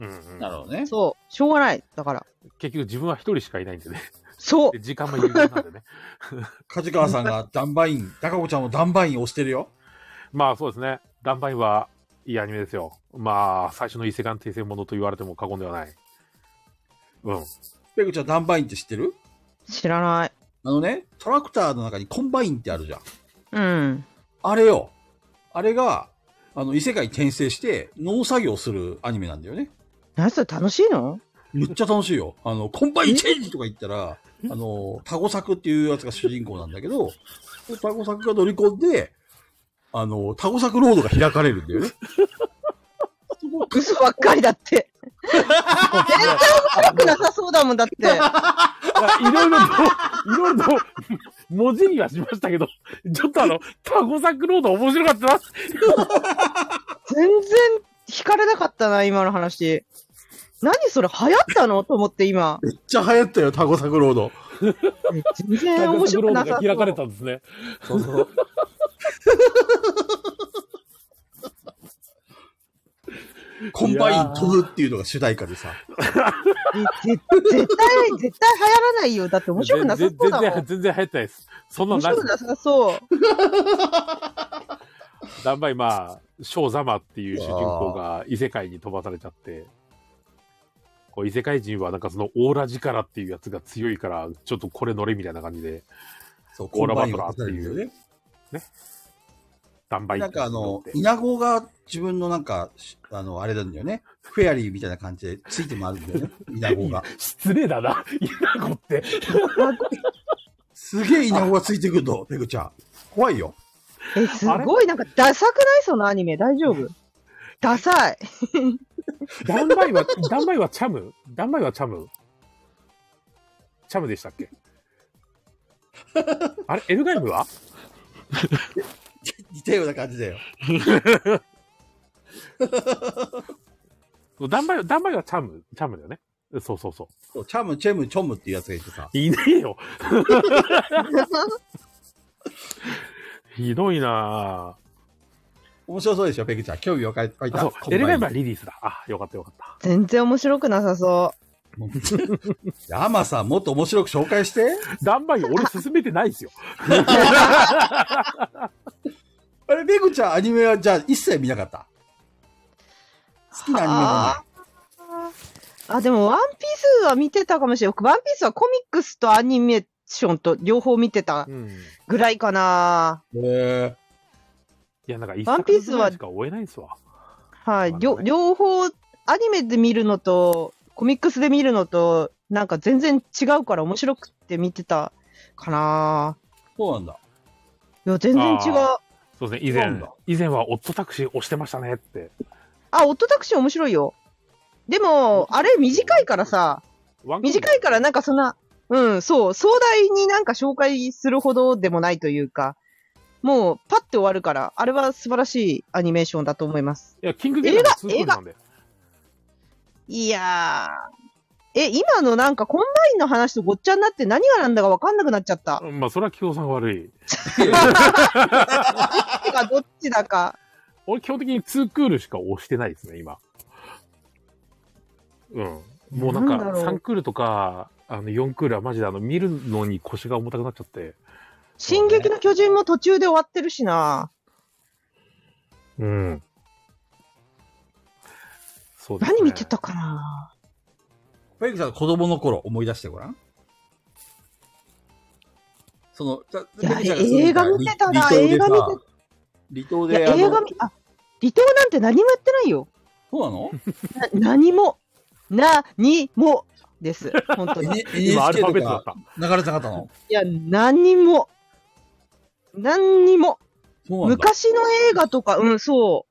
うんうん
のなるほどね。
そう。しょうがない。だから。
結局自分は一人しかいないんでね。
そう
で。時間も有限なんで ね。
梶川さんがダンバイン、高子ちゃんもダンバイン押してるよ。
まあそうですね。ダンバインはいいアニメですよ。まあ、最初の異世界転生ものと言われても過言ではない。うん。
ペグちゃん、ダンバインって知ってる
知らない。
あのね、トラクターの中にコンバインってあるじゃん。
うん。
あれよ。あれが、あの、異世界に転生して、農作業するアニメなんだよね。
何それ楽しいの
むっちゃ楽しいよ。あの、コンバインチェンジとか言ったら、あの、タゴ作っていうやつが主人公なんだけど、タゴ作が乗り込んで、あの、タゴ作ロードが開かれるんだよね。
嘘ばっかりだって。全然面白くなさそうだもんだって。
いやいろいろと、 いろいろと、文字にはしましたけど、ちょっとあの、タゴサクロード面白かったな。
全然惹かれなかったな、今の話。何それ流行ったのと思って今。
めっちゃ流行ったよ、タゴ作ロード。
え全
タ
然面
ゴサク
白
ロ
く
ー
なさ
ドが
そう。
開かれたんですね。
そうそう。コンバイン飛ぶっていうのが主題歌でさ。
えぜ絶対、絶対流行らないよ。だって面白くなさそうだも
全然、
ん。
全然流行ってないです。そんな
面
のない
白
で
く
す
なさそう。
だんばいまあ、ショーザマっていう主人公が異世界に飛ばされちゃって、こう異世界人はなんかそのオーラ力っていうやつが強いから、ちょっとこれ乗れみたいな感じで、
そう、
コ
コ
ー
ン
ラ
バ
バ
イン
ト
が
ラー
出
って
てるんだ
い
よ
う
ね。
ね断売
なんかあの
って、
稲子が自分のなんか、しあの、あれなんだよね。フェアリーみたいな感じでついて回るんだよね。稲子が。
失礼だな。 稲子って。
すげえ稲子がついてくると、ペグちゃん。怖いよ。
え、すごい、なんか、ダサくないそのアニメ。大丈夫ダサい。
断売は、断売はチャム断売はチャムチャムでしたっけあれエルガイムは
似たような感じだよ。
断売、断売はチャム、チャムだよね。そうそうそう。
そうチャム、チェム、チョムっていうやつがいてさ。
いね えよ。ひどいな
面白そうでしょ、ペグちゃん。興味をかいかい
ぁ。あ
た。
そう
こ、んばん
エルガイム
は
はリリースだ。あ、よかったよかった。
全然面白くなさそ
ヤマさん、もっと面白く紹介して。
断売 俺進めてないですよ。
あれ、ペグちゃん、アニメはじゃあ一切見なかった。好きなアニメは
はう。あ、でも、ワンピースは見てたかもしれない。ワンピースはコミックスとアニメーションと両方見てた
うん。
ぐらいかな。
ない。へ
いや、なんか一
ワンピー
作
ス
ぐ
は
らいしか追えないんすわ。
はい、
まあ
両
ね
両方、アニメで見るのと、コミックスで見るのと、なんか全然違うから面白くって見てたかな
そうなんだ。
いや、全然違う。
あ
あ
そうですね、以
なん
前
だ、
以前はオットタクシー押してましたねって。
オットタクシー面白いよ。でも、あれ短いからさ、
ワンコイン
短いからなんかそんな、うん、そう、壮大になんか紹介するほどでもないというか、もうパッて終わるから、あれは素晴らしいアニメーションだと思います。
いや、キングギドラも数分なんで。
いやー。え、今のなんかコンバインの話とごっちゃになって何がなんだかわかんなくなっちゃった。
うんまあ、それは企業さんが悪い。
手がどっちだか。
俺、基本的にツークールしか押してないですね、今。うん。もうなん
なんだ
か、
ろう
3クールとか、あの、4クールはマジで、あの、見るのに腰が重たくなっちゃって。
進撃の巨人も途中で終わってるしな。
うん。そうですね
何見てたかな。
ペグちゃん、子供の頃思い出してごらん。その、じゃ
いや
ペグちゃんが住んで
映画見てたな
離島でさ
映画見いや
離島で、あの
映画見、あ、離島なんて何もやってないよ。
そうなの
な何も。な、に、も。です。本当 に。
今、アル
?NHK
ファベ
と
ットだっ
か
た。
流れてなかったの
いや、何も。何にも。
そうなんだ。
昔の映画とか、うん、そう。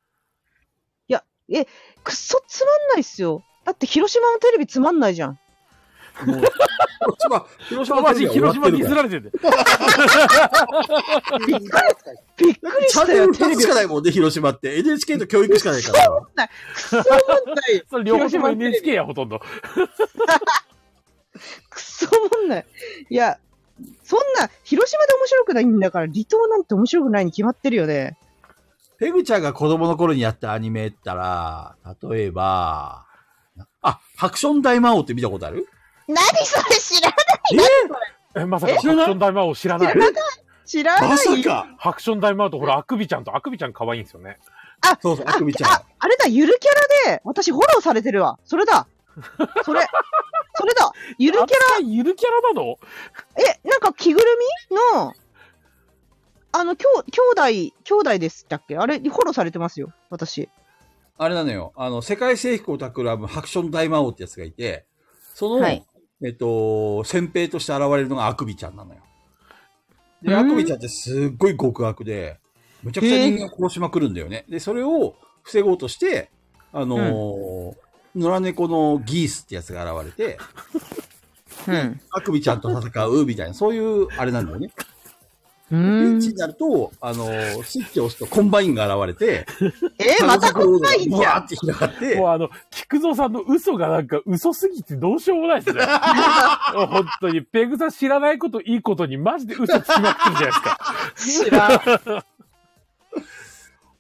いや、え、くっそつまんないっすよ。だって広島のテレビつまんないじゃん。
もう広島、広島
マジ、広島に
ず
譲られてる。
びっくりびっくり
チ
し
ャン
た
ネ
よ、
ル
テレ
2つ
ビ
し。かないもんね、広島って。NHK と教育しかないから。
くっそおもんない。
それ、両方
広
とも
島のテレビ
NHK や、ほとんど。
くそおもんない。いや、そんな、広島で面白くないんだから、離島なんて面白くないに決まってるよね。
ペグちゃんが子供の頃にやったアニメったら、例えば、あ、ハクション大魔王って見たことある
何それ知ら
え、まさか、ハ
え
クション大魔王知らない。
知らない。
まさか
ハクション大魔王と、ほら、アクビちゃんと、アクビちゃん可愛いんですよね。
そうそう、あ
あ
くびちゃん。
あ、あれだ、ゆるキャラで、私フォローされてるわ。それだ。それ、それだ。ゆるキャ
ラゆるキャラなの
ラ、え、なんか着ぐるみの、あの、きょう兄弟、兄弟でしたっけあれ、フォローされてますよ、私。
あれなのよ。あの、世界征服を企むハクション大魔王ってやつがいて、その、
はい
えっと、先兵として現れるのがアクビちゃんなのよ。で、
うん
アクビちゃんってすっごい極悪で、むちゃくちゃ人間を殺しまくるんだよね。で、それを防ごうとして、あのー野良猫のギースってやつが現れて、
うん。
アクビちゃんと戦うみたいな、そういうあれなんだよね。
う
ピ
ー
ン
ん
チになると、あのースイッチを押すとコンバインが現れて、
え、また
こ
こ
うん
ないんじ
ブワー
ゃん。
って広がって
もう、あの、菊蔵さんの嘘がなんか嘘すぎてどうしようもないで すね。本当に、ペグさん知らないこといいことにマジで嘘つきまくってるじゃないですか。
知らん。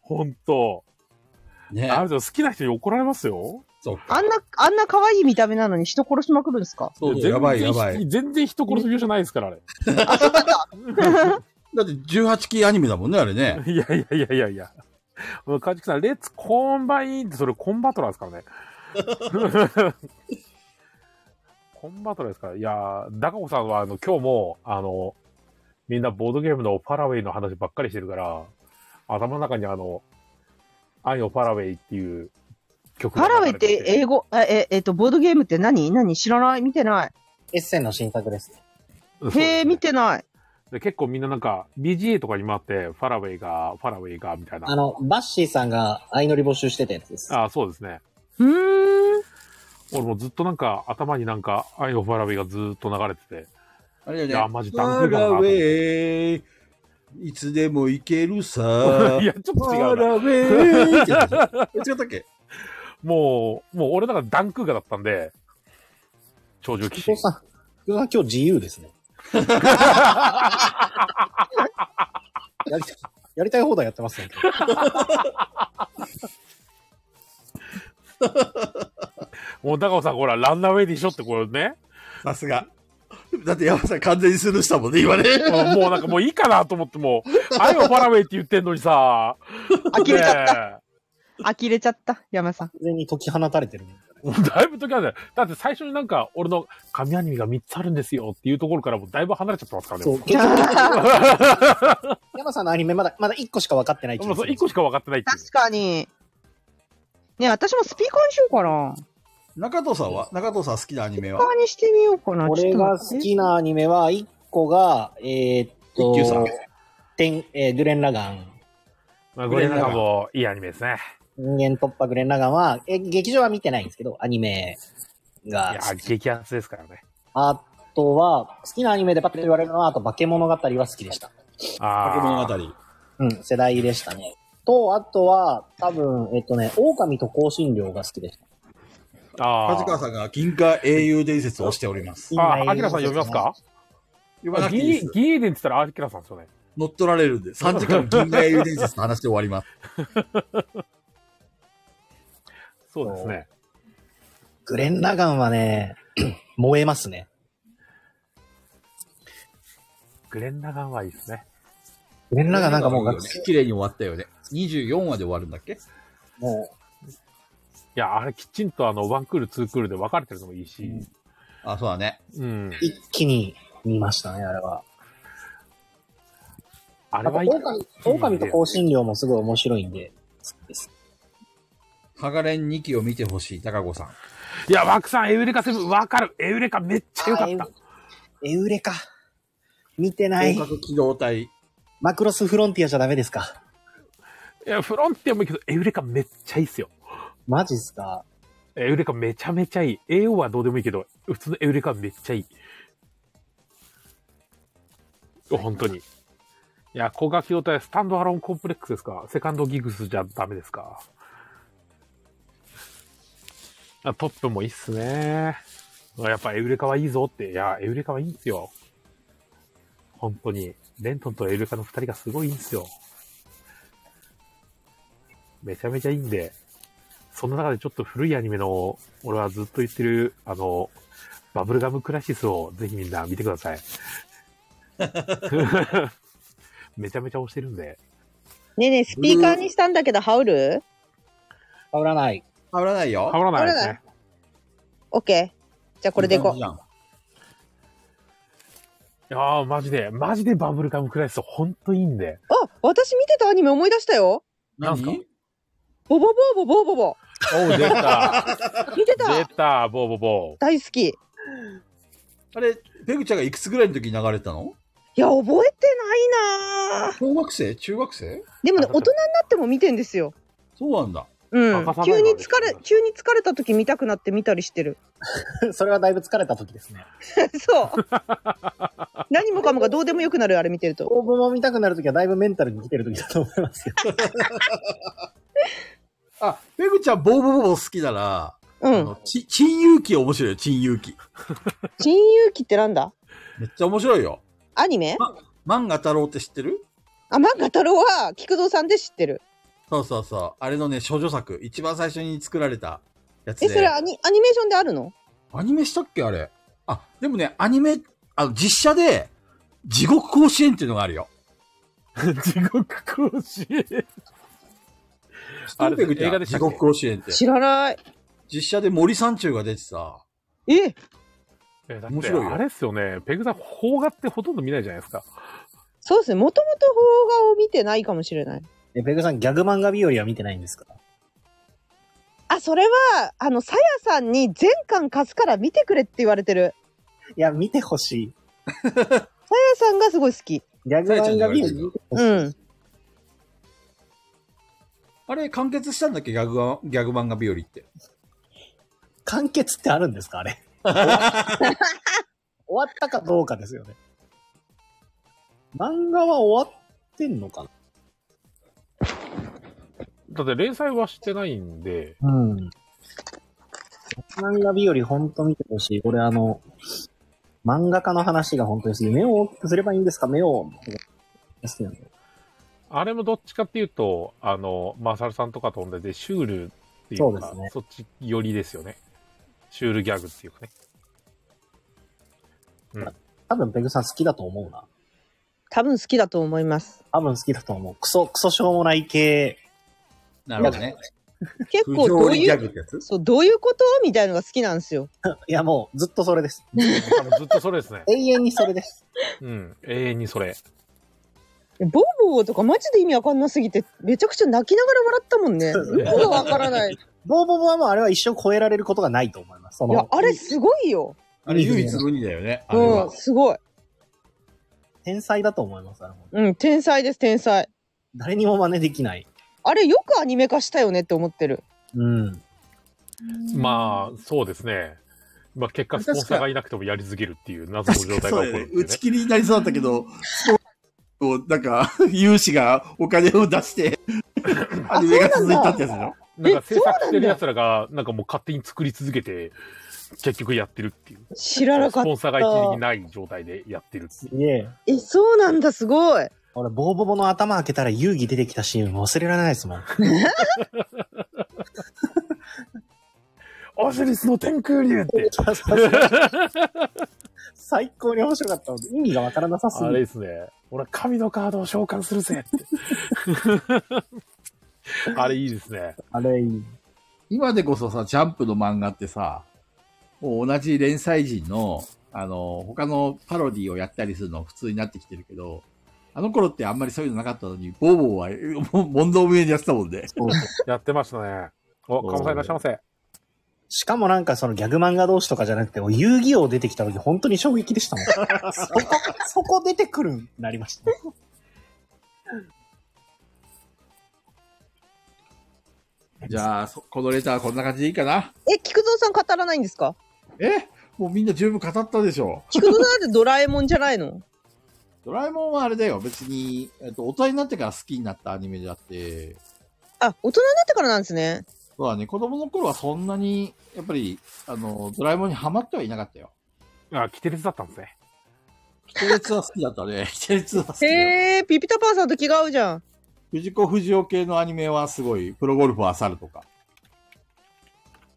本当。
ね
あ、るでも好きな人に怒られますよ。
そう
あんな、あんな可愛い見た目なのに人殺しまくるんですか
そうそう、
全然
やばいやばい。
全然人殺す病じゃないですから、あれ。
あ、そうなんだ。
だって18期アニメだもんね、あれね。
いやいやいやいやいや。もう、かじきさん、レッツコンバインって、それコンバトラーですからね。 コンバトラーですから。いやー、ダカコさんは、あの、今日も、あの、みんなボードゲームのファラウェイの話ばっかりしてるから、頭の中にあの、アンよパラウェイっていう曲
パラウェイって英語、あえ、えっと、ボードゲームって何何知らない見てない。
エッセンの新作です。
へえ、見てない。
で結構みんななんか BGA とかにもあって、ファラウェイが、ファラウェイが、みたいな。
あの、バッシーさんが相乗り募集してたやつです。
ああ、そうですね。
うーん。
俺もずっとなんか頭になんか、アイオファラウェイがずーっと流れてて。
あれ
い
だよ
や、
ね。
マジ
フ
ダン
ァ
クだな
ラ
と
ウ
思っ
ェ
て。。
イ、いつでも行けるさ
いや、ちょ
フ
っと違
ァ
うな。
ラウェイってやつでしょ違ったっけ
もう、もう俺なんかダンクーガだったんで、超重騎
菊
士
蔵。さん、菊蔵さん今日自由 ですね。やりたい、やりたい放題やってますね。
もう高尾さん、ほら、ランナーウェイでしょってこれね。
さすが。だって山さん完全にスルーしたもんね、今ね。
もうもうなんかもういいかなと思ってもう、アイオファラウェイって言ってんのにさ。
呆れちゃった。
た。
呆れちゃった、山さん。
完全に解き放たれてるね。
だいぶ時あるね。だって最初になんか、俺の神アニメが3つあるんですよっていうところからもうだいぶ離れちゃってますから
そ
ね
う、。結局、山さんのアニメまだ、まだ1個しか分かってない気
も
が
う
す
そ
る
う、1個しか分かってないっていう
確かに。ね私もスピーカーにしようかな。
中藤さんは中藤さん好きなアニメ
スピー
は
カーにしてみようかな。
俺が好きなアニメは、1個が、えーっと
一休さん、
てんえーグレン・ラガン。
まあ、これなんかもういいアニメですね。
人間突破グレン・ラガンは、え劇場は見てないんですけど、アニメ
いや
が。、
激アツですからね。
あとは、好きなアニメでパッと言われるのは、あと、化け物語は好きでした。
あ
化け物語。
うん、世代でしたね。と、あとは、多分、えっとね、狼と香辛料が好きでした。
あ
梶川さんが銀河英雄伝説をしております。
あ。あ、アキラさん読みますか
読まなく
ギ
ていいで
ー
す、
ギーデンって言ったらアキラさんですよね。
乗っ取られるんで、3時間銀河英雄伝説の話で終わり ます。
そうですね。
グレン・ラガンはね、 燃えますね。
グレンラガンはいいですね。
グレン・ラガンなんか もう
ね
学生、
綺麗に終わったよね。24話で終わるんだっけ
も
いや、あれきちんとあの、ワンクール、ツークールで分かれてるのもいいし。
あ、そうだね。
うん。
う、一気に見ましたね、あれは。
あれ
あと、
はいい。
狼狼と香辛料もすごい面白いんで、好きです。
ハガレン2期を見てほしい、高子さん。
いや、ワークさん、エウレカセブン、わかる。エウレカめっちゃ良かった。
エウレカ。見てない
広。角機動隊。
マクロスフロンティアじゃダメですか。
いや、フロンティアもいいけど、エウレカめっちゃいいっすよ。
マジっすか。
エウレカめちゃめちゃいい。AO はどうでもいいけど、普通のエウレカめっちゃいい。本当に。いや、小垣用隊スタンドアローンコンプレックスですかセカンドギグスじゃダメですかあトップもいいっすね。やっぱエウレカはいいぞって。いや、エウレカはいいんですよ。本当に。レントンとエウレカの二人がすごいいいんですよ。めちゃめちゃいいんで。その中でちょっと古いアニメの、俺はずっと言ってる、あの、バブルガムクラシスをぜひみんな見てくだ さい。めちゃめちゃ推してるんで。
ねえねえ、スピーカーにしたんだけど、ハウル
変わらない。
はぶらないよ。
変わらないです
変わら
ね。
オッケー。じゃあこれでいこ。
いいう感じ
いやー、マジで、マジでバブルガムクラシスほんといいんで。
あ、私見てたアニメ思い出したよ。
じゃん。
なんすか
何
ボボボボボボボ
おう、出た。
ボ。見て
出
た
た、ボーボーボ
大好き。い
あれ、ペグちゃんがいくつぐらいの時に流れてたの
や、覚えてないなぁ
小学生中学生
でもね、大人になっても見てんですよ。
そうなんだ。
う
欠
ん
かさ。ないわ
急に疲
です
れ
ね、
急に疲れた時見たくなって見たりしてる。
それはだいぶ疲れた時ですね。
そう。何もかもがどうでもよくなる、あれ見てると。
応募も見たくなるときはだいぶメンタルに来てるときだと思いますよ。
あ、ペグちゃん、ボーボーボーボー好きなら、
う
あ
ん。
のち、珍遊記面白いよ、珍遊記。
珍遊記ってなんだ
めっちゃ面白いよ。
アニメ
漫画太郎って知ってる
あ、漫画太郎は、菊蔵さんで知ってる。
そうそうそう。あれのね、少女作。一番最初に作られたやつ
え、それ
で。
アニアニメーションであるの
アニメしたっけあれ。あ、でもね、アニメ、あの、実写で、地獄甲子園っていうのがあるよ。
ー。 地獄講師。
ストンペグちゃ
あれ
ん、
映画でした
地
っけ
獄甲子園って。
知らない。
実写で森三中が出てさ、
え、
えだっ
面
て、
白いよ
あれっすよね。ペグさん、邦画ってほとんど見ないじゃないですか。
そうですね。もともと邦画を見てないかもしれない。
え、ペグさん、ギャグ漫画日和は見てないんですか
あ、それは、あの、さやさんに全巻貸すから見てくれって言われてる。
いや、見てほしい。
さやさんがすごい好き。
ギャグ
さやち
漫
ゃんに言
画
われ
日和
てるよ
見てほし
う
い。
ん。
あれ、完結したんだっけギャグは、ギャグ漫画日和って。
完結ってあるんですか あれ。終わったかどうかですよね。漫画は終わってんのか
だって連載はしてないんで、
なうん。漫画日和ほんと見てほしい。これあの、漫画家の話が本当に好き。目を大きくすればいいんですか目を。好きなんで。
あれもどっちかっていうと、あの、マサルさんとかと同じで、シュールってい
そううで
か、
すね
そっち寄りですよね。シュールギャグっていうかね。
多分ペグさん好きだと思うな。
多分好きだと思います。
多分好きだと思う。クソ、クソしょうもない系。
なるほどね。
結
不
構ど
条
う
理
い
ギャ
う、
グってやつ
そう、どういうことみたいのが好きなんですよ。
いやもうずっとそれです。。
多分ずっとそれですね
永遠にそれです。
うん。永遠にそれ。
ボーボーとかマジで意味わかんなすぎて、めちゃくちゃ泣きながら笑ったもんね。意味がわから ない。い
ボーボーボーはもうあれは一生超えられることがないと思います。そ
や
の、、
あれすごいよ。
あれ唯一無二だよね。あれ
うん、
は。
すごい。
天才だと思います。あれも
うん、天才です、天才。
誰にも真似できない。
あれよくアニメ化したよねって思ってる。
うん。
まあ、そうですね。まあ、結果、スポンサーがいなくてもやりすぎるっていう謎の状態
そ
が
う
起
や
こる
ね
っ。て
打
いうね
ち。切りになりそうだったけど、 そうなんか、有志がお金を出して、アニメが続いたってやつだろ
なんか制作してる奴らが、なんかもう勝手に作り続けて、結局やってるっていう。
知らな
ス
かっ
ポ
た。
ンサーが一時的にない状態でやってるっていう。
いえ。
え、そうなんだ、すごい。
俺、ボーボボの頭開けたら遊戯出てきたシーン忘れられないですもん。
オシリスの天空竜って。
最高に面白かったので、意味がわからなさす
あ
ぎ
れ
る。
ですね。俺、神のカードを召喚するぜ って。あれいいですね。
あれいい。
今でこそさ、ジャンプの漫画ってさ、もう同じ連載人の、あの、他のパロディをやったりするの普通になってきてるけど、あの頃ってあんまりそういうのなかったのに、ボーボーは、もう問答無用にやってたもんね。
やってましたね。お、カモさんいらっしゃいませ。
しかもなんかそのギャグ漫画同士とかじゃなくて、遊戯王出てきた時本当に衝撃でしたもん。そこ、そこ出てくるんなりました。
じゃあ、そこのレターはこんな感じでいいかな
え、菊蔵さん語らないんですか
えもうみんな十分語ったでしょ
菊蔵さんってドラえもんじゃないの
ドラえもんはあれだよ、別に、えっと、大人になってから好きになったアニメであって、
あ、大人になってからなんです ね。
そうだね、子供の頃はそんなに、やっぱり、あの、ドラえもんにハマってはいなかったよ。
あ、キテレツだったんですね。
キテレツは好きだったね。キテレツは好きだよ。
へえ、ピピタパンさんと気が合うじゃん。
藤子不二雄系のアニメはすごい、プロゴルファー猿とか。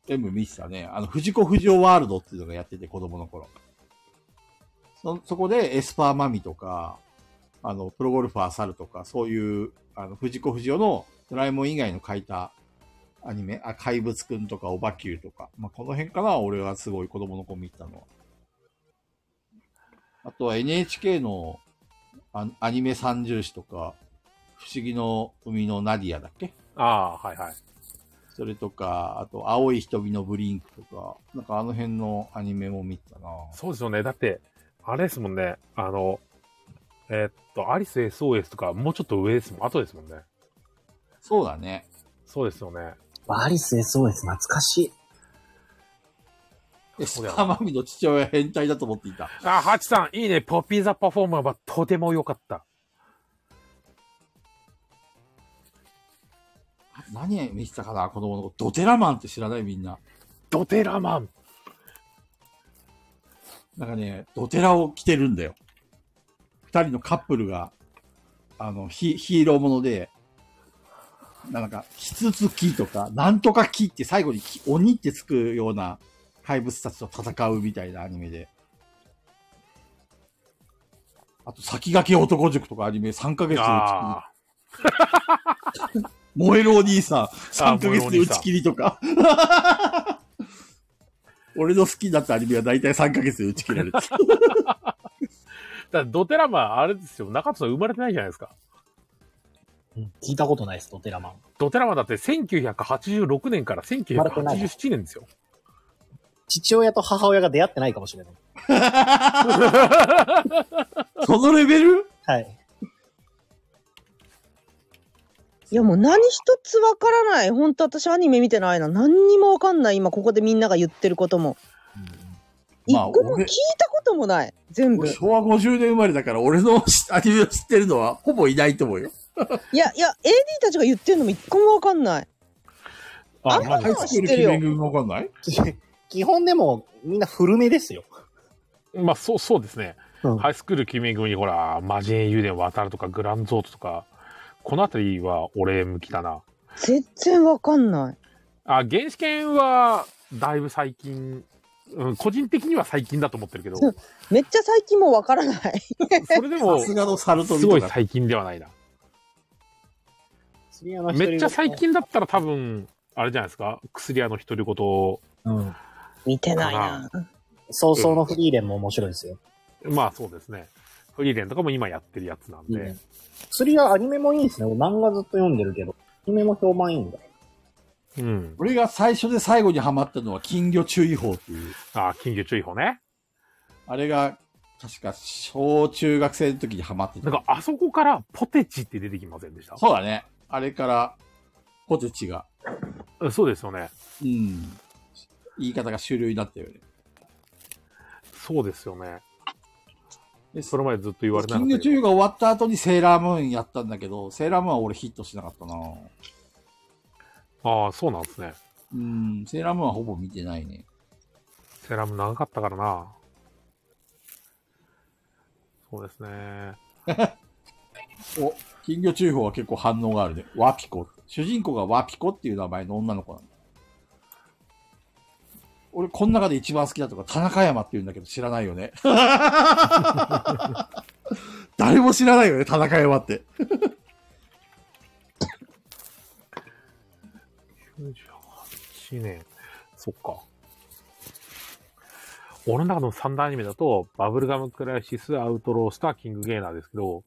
全部見てたね。あの、藤子不二雄ワールドっていうのがやってて、子供の頃。そ、そこでエスパーマミとか、あの、プロゴルファー猿とか、そういう、あの、藤子不二雄のドラえもん以外の書いたアニメ、あ、怪物くんとか、オバキューとか、まあ、この辺かな、俺はすごい子供の子見てたのは。あとは NHK のアアニメ三重視とか、不思議の海のナディアだっけ
ああ、はいはい。
それとか、あと、青い瞳のブリンクとか、なんかあの辺のアニメも見てたな。
そうですよね。だって、あれですもんね。あの、えーっと、アリス SOS とか、もうちょっと上ですもん。後ですもんね。
そうだね。
そうですよね。
アリス SOS 懐かしい。
エス
そう
パ
だよ
ーマミの父親変態だと思っていた。
あ、ハチさん、いいね。ポピーザパフォーマーはとても良かった。
何見てたかな子供の子。ドテラマンって知らないみんな。
ドテラマン。
なんかね、ドテラを着てるんだよ。二人のカップルが、あの、ヒヒーローもので、なんか、キツツキとか、なんとかキって最後にキ鬼ってつくような怪物たちと戦うみたいなアニメで。あと、先駆け男塾とかアニメ3ヶ月で打ち
あ
切り。燃えるお兄さん3
あー
ヶ月で打ち切りとか。 俺の好きだったアニメは大体3ヶ月で打ち切られて た。
あ。だからドテラマン、あれですよ。中田さん生まれてないじゃないですか。
聞いたことないです、ドテラマン。
ドテラマだって1986年から1987年ですよ。
父親と母親が出会ってないかもしれない。
そのレベル
はい。
いやもう何一つわからない。ほんと私アニメ見てないな。何にもわかんない。今ここでみんなが言ってることも。一
まあ
個も聞
俺
いたこともない。全部。い
昭和50年生まれだから、俺の知アニメを知ってるのはほぼいないと思うよ。
やいや、AD たちが言ってるのも一個もわかんない。
あ、
あ
マジ
ハイスクール記念組もわかんない
基本でもみんな古めですよ。
まあ、そう、そうですね。
うん
ハイスクール君め組に、ほら、マジン・ユーデン・ワタルとか、グランゾートとか、このあたりは俺向きだな。
全然わかんない。
あ、原始犬は、だいぶ最近、うん、個人的には最近だと思ってるけど、
そうめっちゃ最近もわからない。
それでも、
さす
す
がのサルトビ
ご
と
い
か。
最近ではないな。
釣り屋の一人ごと
めっちゃ最。近だったら多分、あれじゃないですか、薬屋の独り言を、
うん。
見てないな。
早々のフリーレンも面白いですよ。
まあそうですね。フリーレンとかも今やってるやつなんで、
うん釣り屋アニメもいいですね。俺漫画ずっと読んでるけど。アニメも評判いいんだ。
うん。
俺が最初で最後にハマったのは金魚注意報っていう。
あ、緊急注意報ね。
あれが、確か小中学生の時にハマって
なん
た。
かあそこからポテチって出てきませんでした。
そうだね。あれから、ポテチが、
うんそうですよね。
うん。言い方が主流になったよね。
そうですよね。
で
それまでずっと言われなか
金
っ
魚
たけ
注意
ど。
が終わった後にセーラームーンやったんだけど、セーラームーンは俺ヒットしなかったな
ああ、そうなんですね。
うん、セーラームーンはほぼ見てないね。
セラム長かったからな。そうですね。
お、金魚注意報は結構反応があるね。ワピコ。主人公がワピコっていう名前の女の子なんだ。俺、この中で一番好きだとか、田中山って言うんだけど知らないよね。 誰も知らないよね、田中山って。
98年。そっか。俺の中の三大アニメだと、バブルガムクライシス、アウトロー、スター、キングゲーナーですけど、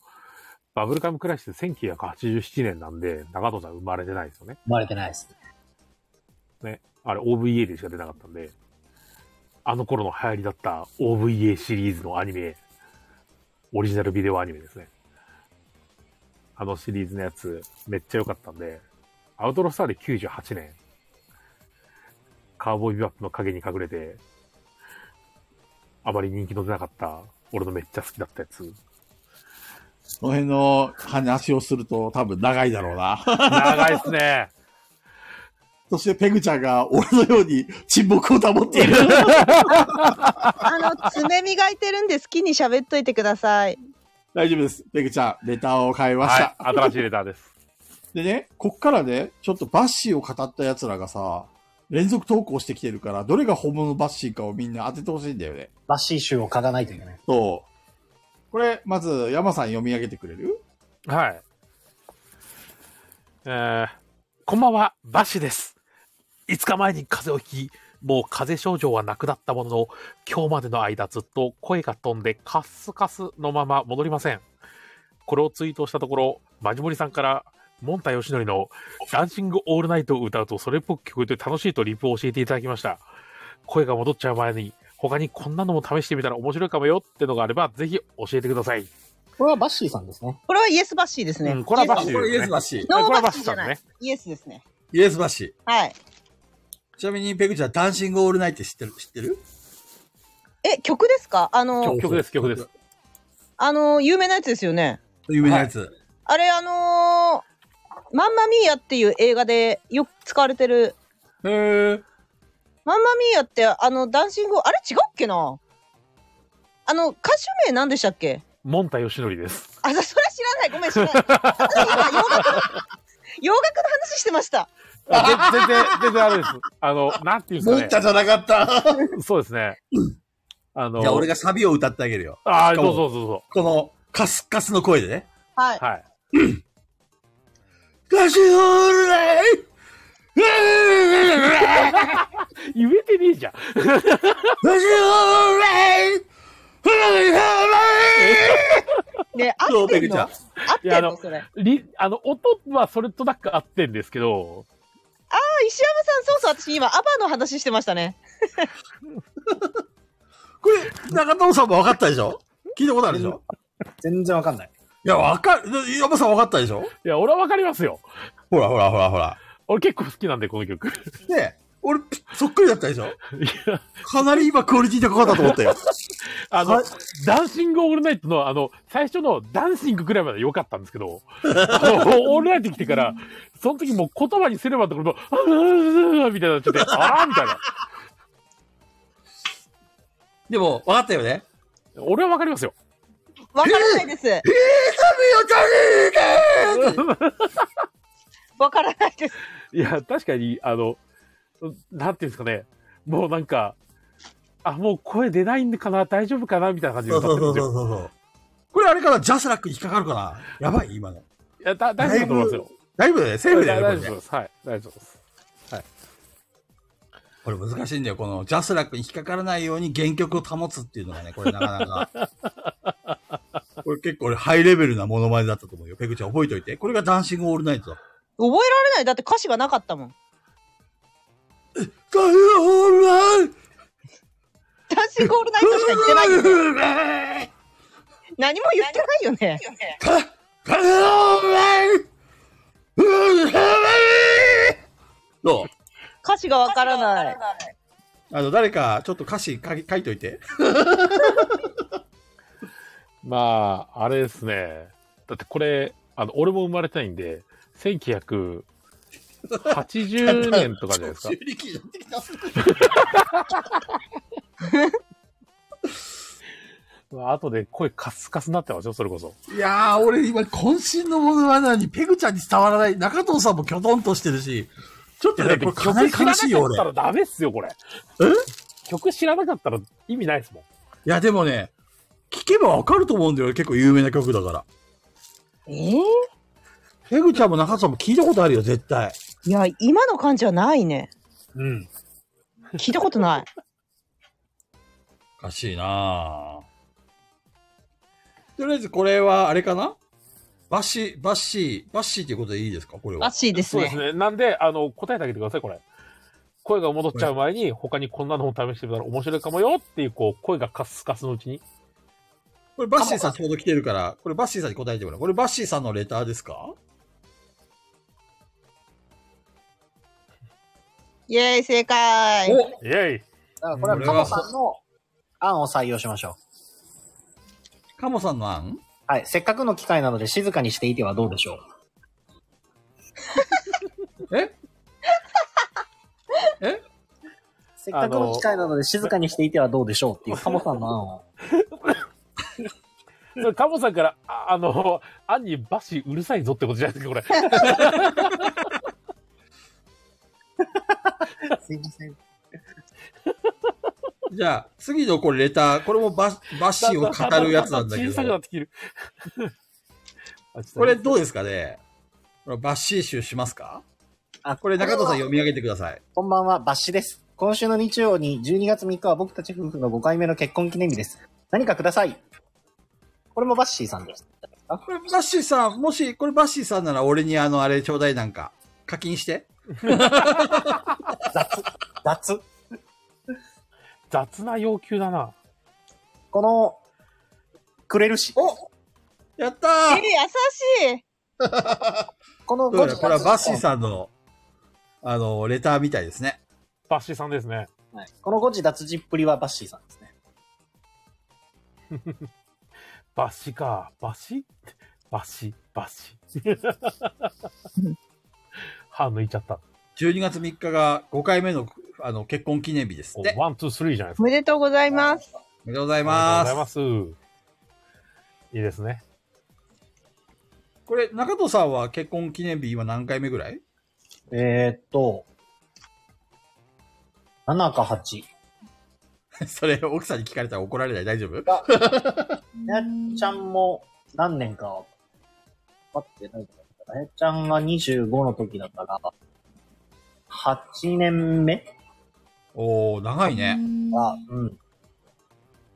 バブルガムクライシス1987年なんで、長藤さん生まれてないですよね。
生まれてないです。
ね。あれ OVA でしか出なかったんで、あの頃の流行りだった OVA シリーズのアニメ、オリジナルビデオアニメですね。あのシリーズのやつ、めっちゃ良かったんで、アウトロスターで98年、カウボーイビバップの影に隠れて、あまり人気の出なかった、俺のめっちゃ好きだったや つ。
その辺の話をすると多分長いだろうな。
長いっすね。
そしてペグちゃんが俺のように沈黙を保 っている。
あの、爪磨いてるんで好きに喋っといてください。
大丈夫です。ペグちゃん、ネタを変えまし
は
た。
い。新しいレターです。
でね、こっからね、ちょっとバッシーを語った奴らがさ、連続投稿してきてるから、どれが本物のバッシーかをみんな当ててほしいんだよね。
バッシー集を書かないといけない。
そう。これ、まず、山さん読み上げてくれる
はい。えー、こんばんは、バッシュです。5日前に風邪をひき、もう風邪症状はなくなったものの、今日までの間ずっと声が飛んでカッスカスのまま戻りません。これをツイートしたところ、マジモリさんから、モンタヨシノリのダンシングオールナイトを歌うとそれっぽく聞こえて楽しいとリプを教えていただきました。声が戻っちゃう前に、他にこんなのも試してみたら面白いかもよってのがあれば、ぜひ教えてください。
これはバッシーさんですね。
これはイエスバッシーですね。
うん、これはバッシュ、ね。
これイエスバッシー。
ノ
これ
ー
はバ
バ
ッ
ッ
シ
シ
ー
ー
さ
じ
ん
ゃ
ね
ない。イエスですね。
イエスバッシー。
はい。
ちなみにペグちゃん、ダンシングオールナイト知ってる知ってる
え、曲ですかあの、
曲です、曲です。
あの、有名なやつですよね。
有名なやつ。
あれ、あのーマンマミーヤっていう映画でよく使われてる。
へえ。
マンマミーヤって、あの、ダンシング、あれ違うっけなあの、歌手名何でしたっけ
モンタヨシノリです。
あ、そそれ知らない。ごめん、知らない。私今、洋楽の、洋楽の話してました。
あ全全然、全然あれです。あの、なんていうん
モン
ですか
タ
ね。
じゃなかった。
そうですね。あの、
じゃあ俺がサビを歌ってあげるよ。
ああ、
しか
そ
も
うそうそうそ。。
この、カスカスの声でね。
はいう
はい。
ダンシングオールナイト
言えてねえじゃん。
ダンシングオールナイトダンシングオールナイト
ね、合
どう
って
ペ
んの
グちゃ
合
ん
っ
合ってん
いやあの
のそれ。あ
りあの、音はそれとなく合ってんですけど、
あ、石山さん、そうそう、私今、アバの話してましたね。
これ、中藤さんも分かったでしょ聞いたことあるでしょ
全然わかんない。
いや、分かる、山本さん分かったでしょ
いや、俺はわかりますよ。
ほらほらほらほら。
俺結構好きなんで、この曲。 い
ねえ俺、そっくりだったでしょ
や、
かなり今クオリティ高かったと思ったよ。
あの
はい、
ダンシングオールナイトの、あの、最初のダンシングくらいまで良かったんですけど、あのオールナイト来てから、その時もう言葉にすればのとこ ろも、あーあーあーみたいになっちゃって、あーみたいな。
でも、分かったよね。
俺はわかりますよ。
わからないです。わからないです。
いや、確かに、あの、なんていうんですかね、もうなんか、あ、もう声出ないんかな、大丈夫かな、みたいな感じで
そう
歌
そ
っ
う
てる
そ
ん
う
です
そう
よ。
そう。これあれからジャスラックに引っかかるかなやばい今の。
いや、だ大丈夫だと思いますよ。
大丈夫だよねセーフだ
大
よねこ
丈夫
れね
です。はい、大丈夫です。
これ難しいんだよ。このジャスラックに引っかからないように原曲を保つっていうのがね、これなか なか。これ結構俺ハイレベルなモノマネだったと思うよ。ペグちゃん覚えておいて。これがダンシングオールナイトだ。
覚えられない。だって歌詞がなかったもん。
ダンシングオールナイト
ダンシングオールナイトしか言ってないよね。何も言ってないよね。
どう
歌詞がわからない。
あの、誰か、ちょっと歌詞書き書いといて。
まあ、あれですね。だってこれ、あの、俺も生まれてないんで、1980年とかじゃないです
。
か
修理機乗ってきた
まあ後で声カスカスになってますよ、それこそ。
いやー、俺今、渾身のものはなのに、ペグちゃんに伝わらない。中藤さんもきょとんとしてるし、ちょっとね、これかなり悲しいよ、
曲知らなか
俺。い
ったらダメっすよ、これ。曲知らなかったら意味ないですもん。
や、でもね、聞けばわかると思うんだよ、結構有名な曲だから。
えー
ペグちゃんも中藤さんも聞いたことあるよ、絶対。
いや、今の感じはないね。
うん。
聞いたことない。
おかしいなぁ。とりあえず、これは、あれかなバッシー、バッシー、バッシーっていうことでいいですかこれ
ら
は。
しいです
そうです
ね。
ね。なんで、あの、答えてあげてください、これ。声が戻っちゃう前に、他にこんなのを試してみたら面白いかもよっていう、こう、声がカスカスのうちに。
これ、バッシーさんちょうど来てるから、これ、バッシーさんに答えてもらう。これ、バッシーさんのレターですか
イェーイ、正解。
お
イェイ
だからこれはカモさんの案を採用しましょう。
カモさんの案
はい。せっかくの機会なので静かにしていてはどうでしょう。
ええ
せっかくの機会なので静かにしていてはどうでしょうっていうカモさんの案を。
それ、カモさんから、ああの、アンにバシうるさいぞってことじゃないですか、これ。
すいません。
じゃあ、次のこれレター、これもバッバッシーを語るやつなんだけ
小さくな
ど
っ、てきてる。あ
これ、どうですかねこれバッシー集しますか
あ
これ中藤さん読み上げてください。
こんばんは、バッシです。今週の日曜に12月3日は僕たち夫婦の5回目の結婚記念日です。何かください。これもバッシーさんです。
これバッシーさん、もし、これバッシーさんなら俺にあの、あれちょうだいなんか、課金して。
雑。
雑な要求だな。
この、くれるし。
おやった
えー、
ー
優しい。
この
ど
後
うや
日
らこれはバッシーさんの、あの、レターみたいですね。
バッシーさんですね。
はいこの5時脱字っぷりはバッシーさんですね。
バッシか。バッシバッシ、バッ シ。歯抜いちゃった。
12月3日が5回目の、あの、結婚記念日ですって。
ワン、ツー、スリーじゃないです
お
か。
めでとうございます。
おめでとうござい
あ
ま
りがとうご
す。
ざいます。いいですね。
これ、中藤さんは結婚記念日今何回目ぐらい
えー、っと、7か8。ち
それ、奥さんに聞かれたら怒られない。大丈夫
やっちゃんも何年か分かってないと思うから、やっちゃんが25の時だから、8年目
おー、長いね。
は、うん。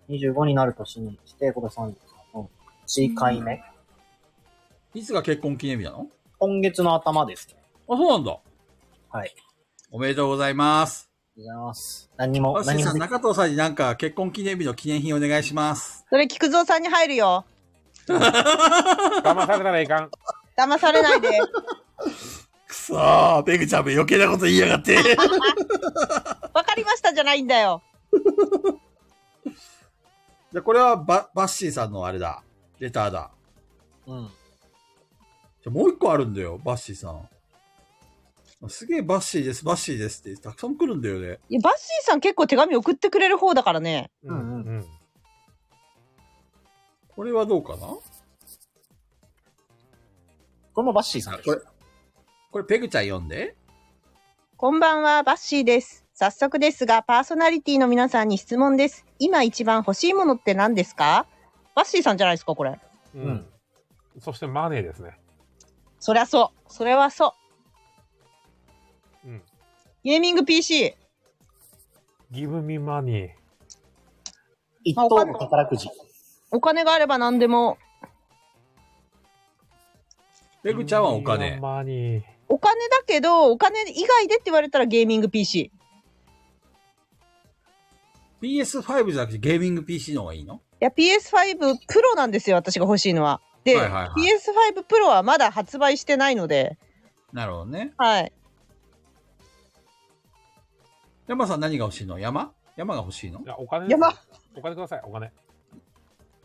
25になる年にして、これ33の1回目
いつが結婚記念日なの
今月の頭ですね。
あ、そうなんだ。
はい。
おめでとうございます。
ありがとうございます。何にも
バ、ッシー
何
さ
も
ん、。中藤さんになんか結婚記念日の記念品お願いします。
それ菊蔵さんに入るよ
騙されたらいかん。
騙されない で
くそー、ペグちゃんも余計なこと言いやが って。
わかりましたじゃないんだよ
じゃあこれはババッシーさんのあれだ。レターだ。
うん。
じゃあもう一個あるんだよ、バッシーさん。すげえバッシーです、バッシーですってたくさん来るんだよね。
いやバッシーさん結構手紙送ってくれる方だからね
う
うん
んうん。
これはどうかな
これもバッシーさんです。
これこれペグちゃん読んで。
こんばんは、バッシーです。早速ですが、パーソナリティの皆さんに質問です。今一番欲しいものって何ですかバッシーさんじゃないですか、これ。
うん。そしてマネーですね。
そりゃそう。それはそ
うん。
う。ゲーミング PC。
Give me money.
一等の宝くじ。
お金があれば何でも。
ペグちゃんはお金。
マニー。
お金だけど、お金以外でって言われたらゲーミング PC。
PS5 じゃなくてゲーミング PC の方がいいの
いや、PS5 プロなんですよ、私が欲しいのは。で、
はいはいはい
PS5 プロはまだ発売してないので、
なるほどね。
はい。
山さん何が欲しいの山山が欲しいの
いや、お金です。
山
お金ください、お金。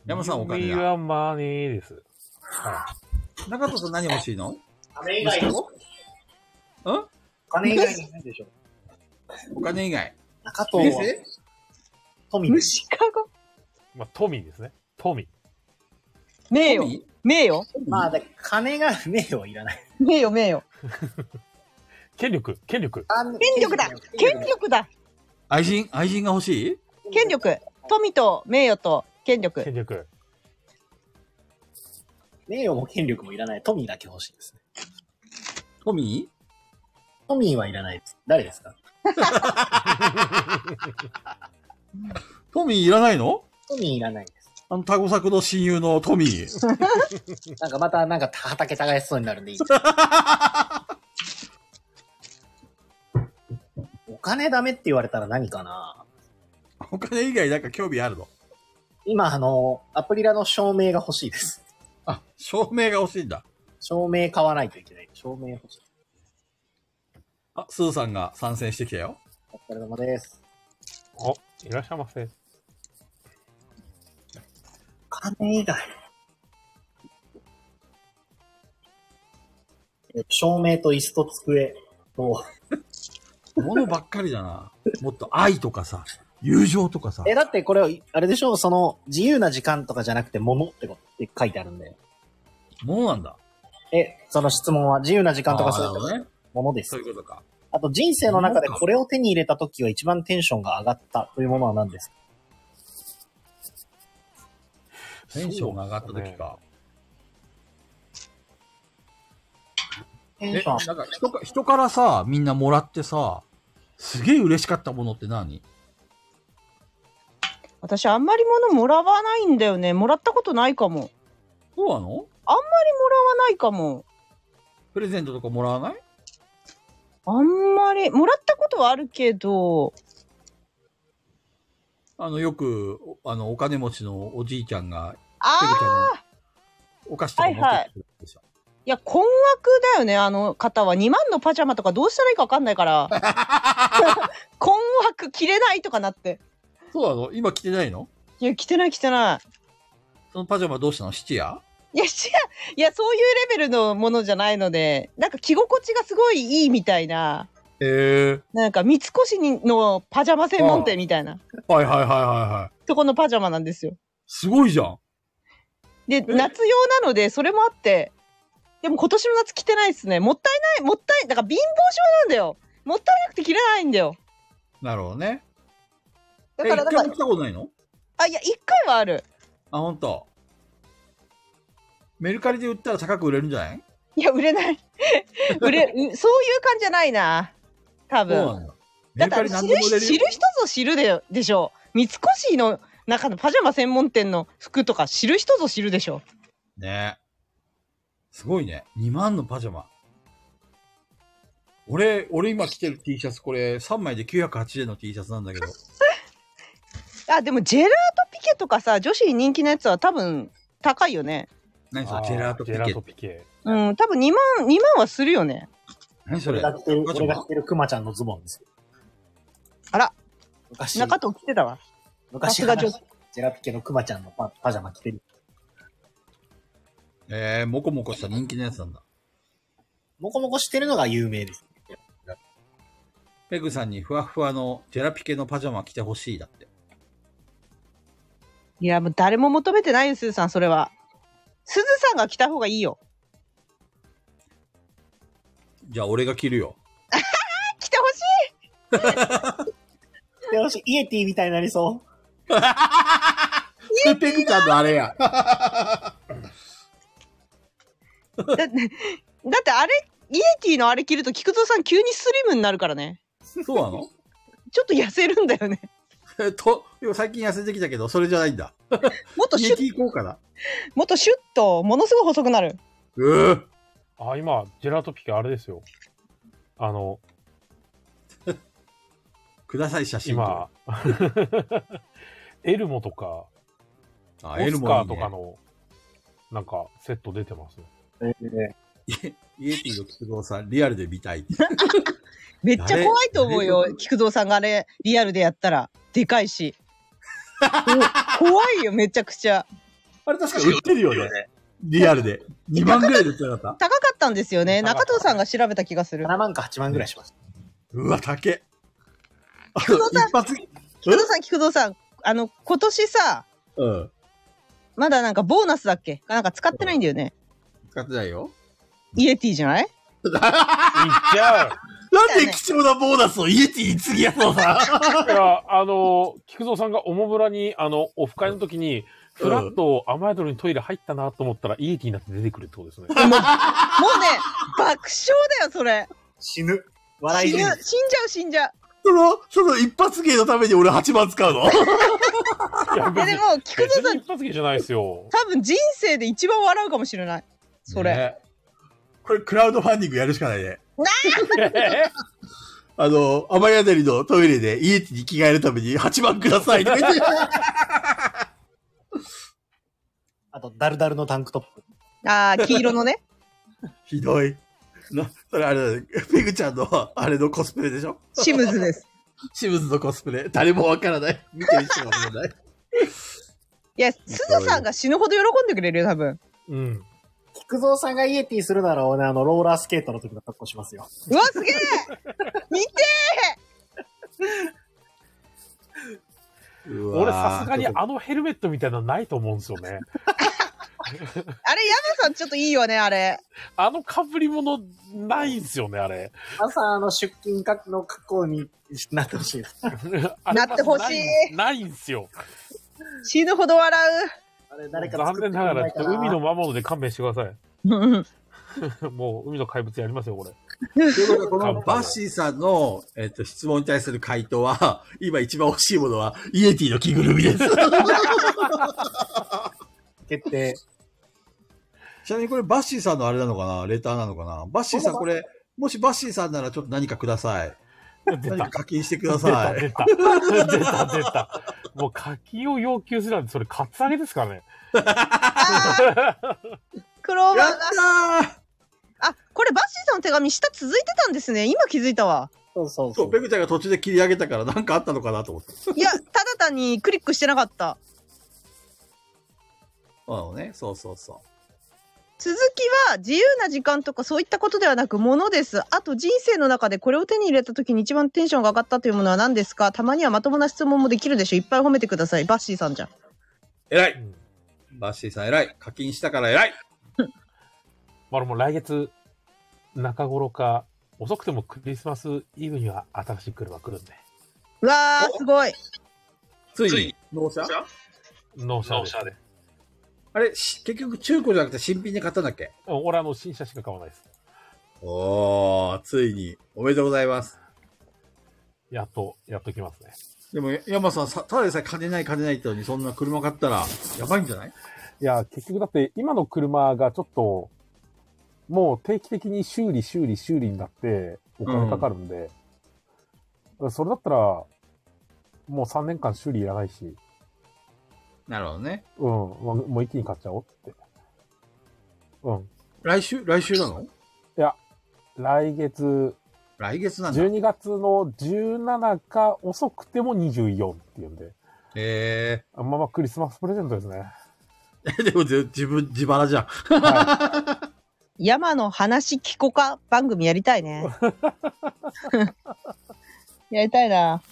山さんお金
Give
だ。
me your money です。は
中藤さん何欲しいの
金以
外に
ん金以外にないでしょ。
お金以外。
中藤
平
は
成
富です。
虫かご。
い。まあ、富ですね。富。
名誉。
富
名誉。
まあ、だから金が名誉はいらない。
名誉、名誉。
権力、権力。
権力だ権力だ
愛人愛人が欲しい
権力富と名誉と権力
権力。
名誉も権力もいらない。富だけ欲しいですね。
富
富はいらないです。誰ですか
富いらないの
富いらないです。
あの、タゴ作の親友のト ミー。
なんかまた、なんか畑耕しそうになるん でいい。お金ダメって言われたら何かな
お金以外なんか興味あるの
今、あの、アプリラの照明が欲しいです。
あ、照明が欲しいんだ。
照明買わないといけない。照明欲しい。
あ、スーさんが参戦してきたよ。
お疲れ様です。
お、いらっしゃいませ。
金以外。え照明と椅子と机と、
物ばっかりだな。もっと愛とかさ、友情とかさ。
え、だってこれ、あれでしょその、自由な時間とかじゃなくて、物ってことって書いてあるんで。
物なんだ。
え、その質問は、自由な時間とか
あー
そう
なるほど
いう
ね。
ものです
そう。いうことか。
あと、人生の中でこれを手に入れた時は一番テンションが上がったというものは何ですか
テンションが上がった時か。
テン
え、
ショ
な
ン
ん。か人か人からさ、みんなもらってさ、すげえ嬉しかったものって何
私あんまり物もらわないんだよねもらったことないかも
そうなの
もらわないかも
プレゼントとかもらわない
あんまりもらったことはあるけど
あの、よく、おあの、お金持ちのおじいちゃんが、ペグ
あ
ちゃんにお菓子とか持ってきてくれてさ。
いや困惑だよねあの方は2万のパジャマとかどうしたらいいか分かんないから困惑着れないとかなって
そうなの今着てないの
いや着てない着てない
そのパジャマどうしたの七夜
いや、違う。いや、そういうレベルのものじゃないので、なんか着心地がすごいいいみたいな、
え
なんか三越にのパジャマ専門店みたいな、
えはいはいはいはいはい。
とこのパジャマなんですよ。
すごいじゃん。
で、夏用なので、それもあって、でも今年の夏着てないですね。もったいない、もったい、だから貧乏症なんだよ。もったいなくて着れないんだよ。
なるほどね。
だ
え、
から、だ
一
か
回
ら
も、着たことないの
あ、いや、一回はある。
あ、ほんと。メルカリで売ったら高く売れるんじゃない
いや、売れ ない。売れ、うそういう感じじゃないな。多
そう
分。
なんだ。メ
だっ
ル
て
カ
あ
リ
れ
何
知る
でも売れるよ
知る人ぞ知るででしょう三越の中のパジャマ専門店の服とか知る人ぞ知るでしょ
ねすごいね。2万のパジャマ。俺、俺今着てる T シャツ、これ3枚で908円の T シャツなんだけど。
あ、でもジェラートピケとかさ、女子に人気のやつは多分高いよね。
何そ
あ
れ
ー
ジェラートピ
ジェラ
ケ
ート。ピケ。
うん、多分2万、2万はするよね。
何そ
俺
れ
が着てる、
パジ
俺
ャ
が
マ
着てるクマちゃんのズボンです。
あら、
昔、
中藤着てたわ。
昔
さすが
話
女
した、ジェラピケのクマちゃんのパパジャマ着てる。
えー、もこもこした人気のやつなんだ。
もこもこしてるのが有名です。
ペグさんにふわふわのジェラピケのパジャマ着てほしいだって。
いや、もう誰も求めてないよ、すずさん、それは。すずさんが着た方がいい よ。
じゃあ俺が着るよ。
着てほしい
よし、イエティみたいになりそう。
ペグちゃんのあれや。
だって、だってあれ、イエティのあれ着ると、菊蔵さん急にスリムになるからね。
そうなの
ちょっと痩せるんだよね。
えっと、最近痩せてきたけど、それじゃないんだ。
もっとシ
家
ュッ、
着行こうかな。
もっとシュッと、ものすごい細くなる。
うぅ。
あ、今、ジェラートピケあれですよ。あの、
ください、写真。
今、 エルモとか、オ
あ、エル
ス
モ
カ
い
ー
い
と
ね
か。の、なんか、セット出てますよ。
イエティの菊蔵さん、リアルで見たい。
めっちゃ怖いと思う
あれ
よ。菊蔵さんがあれ、リアルでやったら。でかい し。お怖いよ、めちゃくちゃ。
あれ確か売ってるよね。リアルで。2万ぐらいで売ってなかった
高かったんですよね。
高か
中
った
藤さんが調べた気がする。
7万か8万ぐらいします。
うわ、高え。あと、
蔵
一発、
菊蔵さん、菊蔵さん、あの、今年さ、
うん。
まだなんかボーナスだっけなんか使ってないんだよね。
使ってないよ。
イエティじゃない
いっちゃう
なんで貴重なボーナスをイエティに次やろう な。
だから、あの、菊蔵さんがおもむらに、あの、オフ会の時に、フラッと雨宿りのトイレ入ったなと思ったら、イエティになって出てくるってこと ですね。
もうね、爆笑だよ、それ。
死ぬ。笑い
死ぬ
死ぬ。
死んじゃう、死んじゃう。
その、その一発芸のために俺8万使うの
いや、
いや、でも、菊
別
蔵さ
に
ん、
一発芸じゃないですよ。
多分人生で一番笑うかもしれない。それ。
ね これクラウドファンディングやるしかないね。
え
あの、雨宿りのトイレでイエティに着替えるために8万くださいと か言って。
あと、ダルダルのタンクトップ。
ああ、黄色のね。
ひどい。な、それあれだね。ペグちゃんの、あれのコスプレでしょ
シムズです。
シムズのコスプレ。誰もわからない。見てる人もわから ない。
いや、すずさんが死ぬほど喜んでくれるよ、多分。
うん。
菊蔵さんがイエティするなら、俺、あの、ローラースケートの時の格好しますよ。
うわ、すげえ見て
俺、さすがにあのヘルメットみたいなのないと思うんですよね。
あれ、山さんちょっといいよね、あれ。
あの被り物、ないんですよね、あれ。
朝、あの、出勤かの格好になってほしいです。
あれ
なってほしい
ないんですよ。
死ぬほど笑
あれ、誰か
残
作って
念
く
な
れ
が
な
ら、
い
ち
か
ょっ
な
と海の魔物で勘弁してください。
う。うん
もう、海の怪物やりますよ、これ。
ということ でこのバッシーさんの、えっと質問に対する回答は、今一番欲しいものは、イエティの着ぐるみです。
決定。
ちなみにこれバッシーさんのあれなのかなレターなのかなバッシーさんこれ、もしバッシーさんならちょっと何かください。
出
何
た
か。課金してください。
出た、出た。出た、出た。もう課金を要求するなんて、それ、カツアゲですからね。
クロー
や
バ
っ
ーが。
たー
あ、これ、バッシーさんの手紙下続いてたんですね。今気づいたわ。
そうそう
そ、
そうう
ペ。グちゃんが途中で切り上げたから何かあったのかなと思って。
いや、ただ単にクリックしてなかった。
うんね、そうそうそ
続きは自由な時間とかそういったことではなくものです。あと人生の中でこれを手に入れた時に一番テンションが上がったというものは何ですかたまにはまともな質問もできるでしょいっぱい褒めてください。バッシーさんじゃん。
う。偉
う
い
ん
バッシーさん偉い課金したから偉い
まあ、もう来月、中頃か、遅くてもクリスマスイブには新しい車来るんで。
うわー、すごい。
ついに、納車
納車です。で。
あれ、し結局中古じゃなくて新品で買ったんだっけ
俺、あの、新車しか買わないです。
おー、ついに。おめでとうございます。
やっと、やっときますね。
でも、山さん、さただでさえ金ない金ないってのに、そんな車買ったら、やばいんじゃない
いや、結局だって、今の車がちょっと、もう定期的に修理、修理、修理になって、お金かかるんで、だからそれだったら、もう3年間修理いらないし、
なるほどね。
うん、もうもう一気に買っちゃおうって。うん。
来週、来週なの
来月、
来月なんだ。
12月の17か遅くても24っていうんで、
え
あまあまあクリスマスプレゼントですね。
ー、 でもぜ自分、自腹じゃん。
は
山の話聞こか番組やりたいね。やりたいな。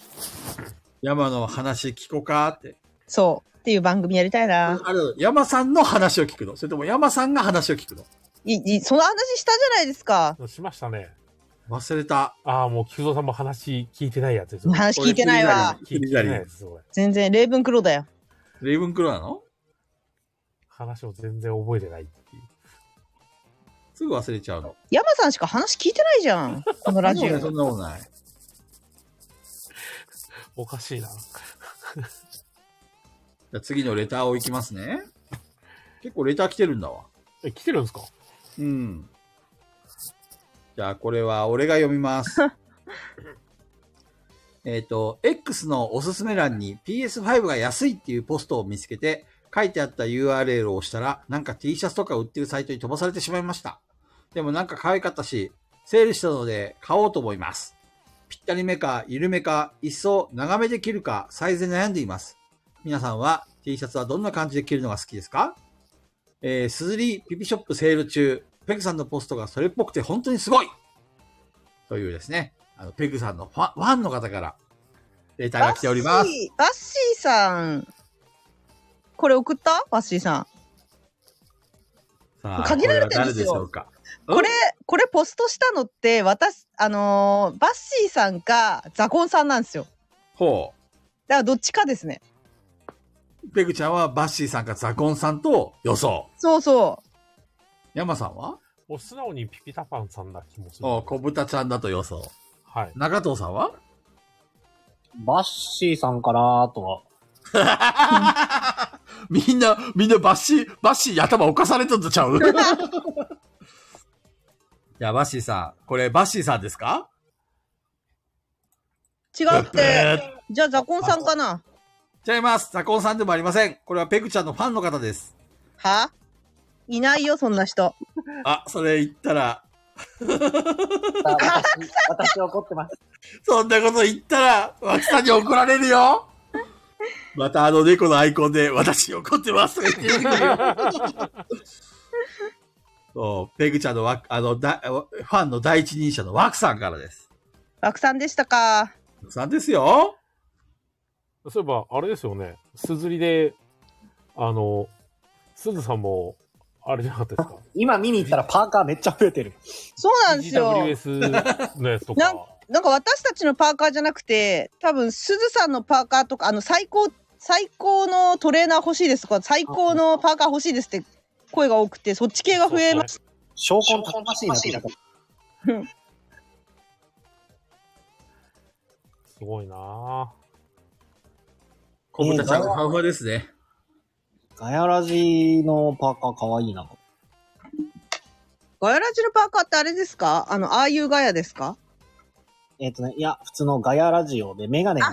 山の話聞こうかって。
そう。っていう番組やりたいな。
あれ、山さんの話を聞くのそれとも山さんが話を聞くの
い、い、その話したじゃないですか。
い。しましたね。
忘れた。
ああ、もう、菊蔵さんも話聞いてないやつですよ。
話聞いてないわ。
聞
聞
い
い
て
てな
な
いい
や
や
つ
つです、俺。
全然、レイブンクローだよ。
レイブンクローなの
話を全然覚えてないっていう。
すぐ忘れちゃうの。
山さんしか話聞いてないじゃん。このラジ
そ
オ。
んなことない。
おかしいな。
じゃあ次のレターをいきますね。結構レター来てるんだわ。
え、来てるんですか
うん。じゃあこれは俺が読みます。 えっと、X のおすすめ欄に PS5 が安いっていうポストを見つけて、書いてあった URL を押したら、なんか T シャツとか売ってるサイトに飛ばされてしまいました。でもなんか可愛かったし、セールしたので買おうと思います。ぴったりめか、緩めか、一層長めで着るか、サイズで悩んでいます。皆さんは T シャツはどんな感じで着るのが好きですかえー、すずりピピショップセール中、ペグさんのポストがそれっぽくて本当にすごいというですね、あの、ペグさんのファンファンの方から、レターが来ておりま
バッ
す。
シーバッシーさん。これ送ったバッシーさん。
さあ
限られてるんですよ
こは誰しょうか。
これ、これポストしたのって、私、あのーバッシーさんかザコンさんなんですよ。
ほ
だからどっちかですね。
う。ペグちゃんはバッシーさんかザコンさんと予想。
そうそう。
ヤマさんは
もう素直にピピタパンさんな気もする。
お小豚ちゃんだと予想。
はい。
中藤さんは
バッシーさんかなとは。
みんな、みんなバッシー、バッシー頭おかされとっとちゃ うじゃあ、バッシーさん、これバッシーさんですか
違うって。じゃあザコンさんかな
違います。ザコンさんでもありません。これはペグちゃんのファンの方です。
はいないよ、そんな人。
あ、それ言った
あ
ら、
私、私怒ってます。
そんなこと言ったら、脇さんに怒られる よ。またあの猫のアイコンで、私怒ってますとか言ってるよ。 そう、ペグちゃんのわ、あの、だファンの第一人者のワクさんからです。
枠さんでしたか。
ワクさんですよ。
そういえば、あれですよね。すずりで、あの、すずさんも、あれじゃなかったですか
今見に行ったらパーカーめっちゃ増えてる。
そうなんですよ。
?GWS のやつと
な
か
ん。なんか私たちのパーカーじゃなくて、多分すずさんのパーカーとか、あの最高、最高のトレーナー欲しいですとか、最高のパーカー欲しいですって声が多くて、そっち系が増えま
し
証拠たくましいなって言い方。
すごいなぁ。
小豚ちゃんのファンファですね。
ガヤラジのパーカーかわいいな。
ガヤラジのパーカーってあれですかあの、ああいうガヤですか
えっ、とね、いや、普通のガヤラジオでメガネに。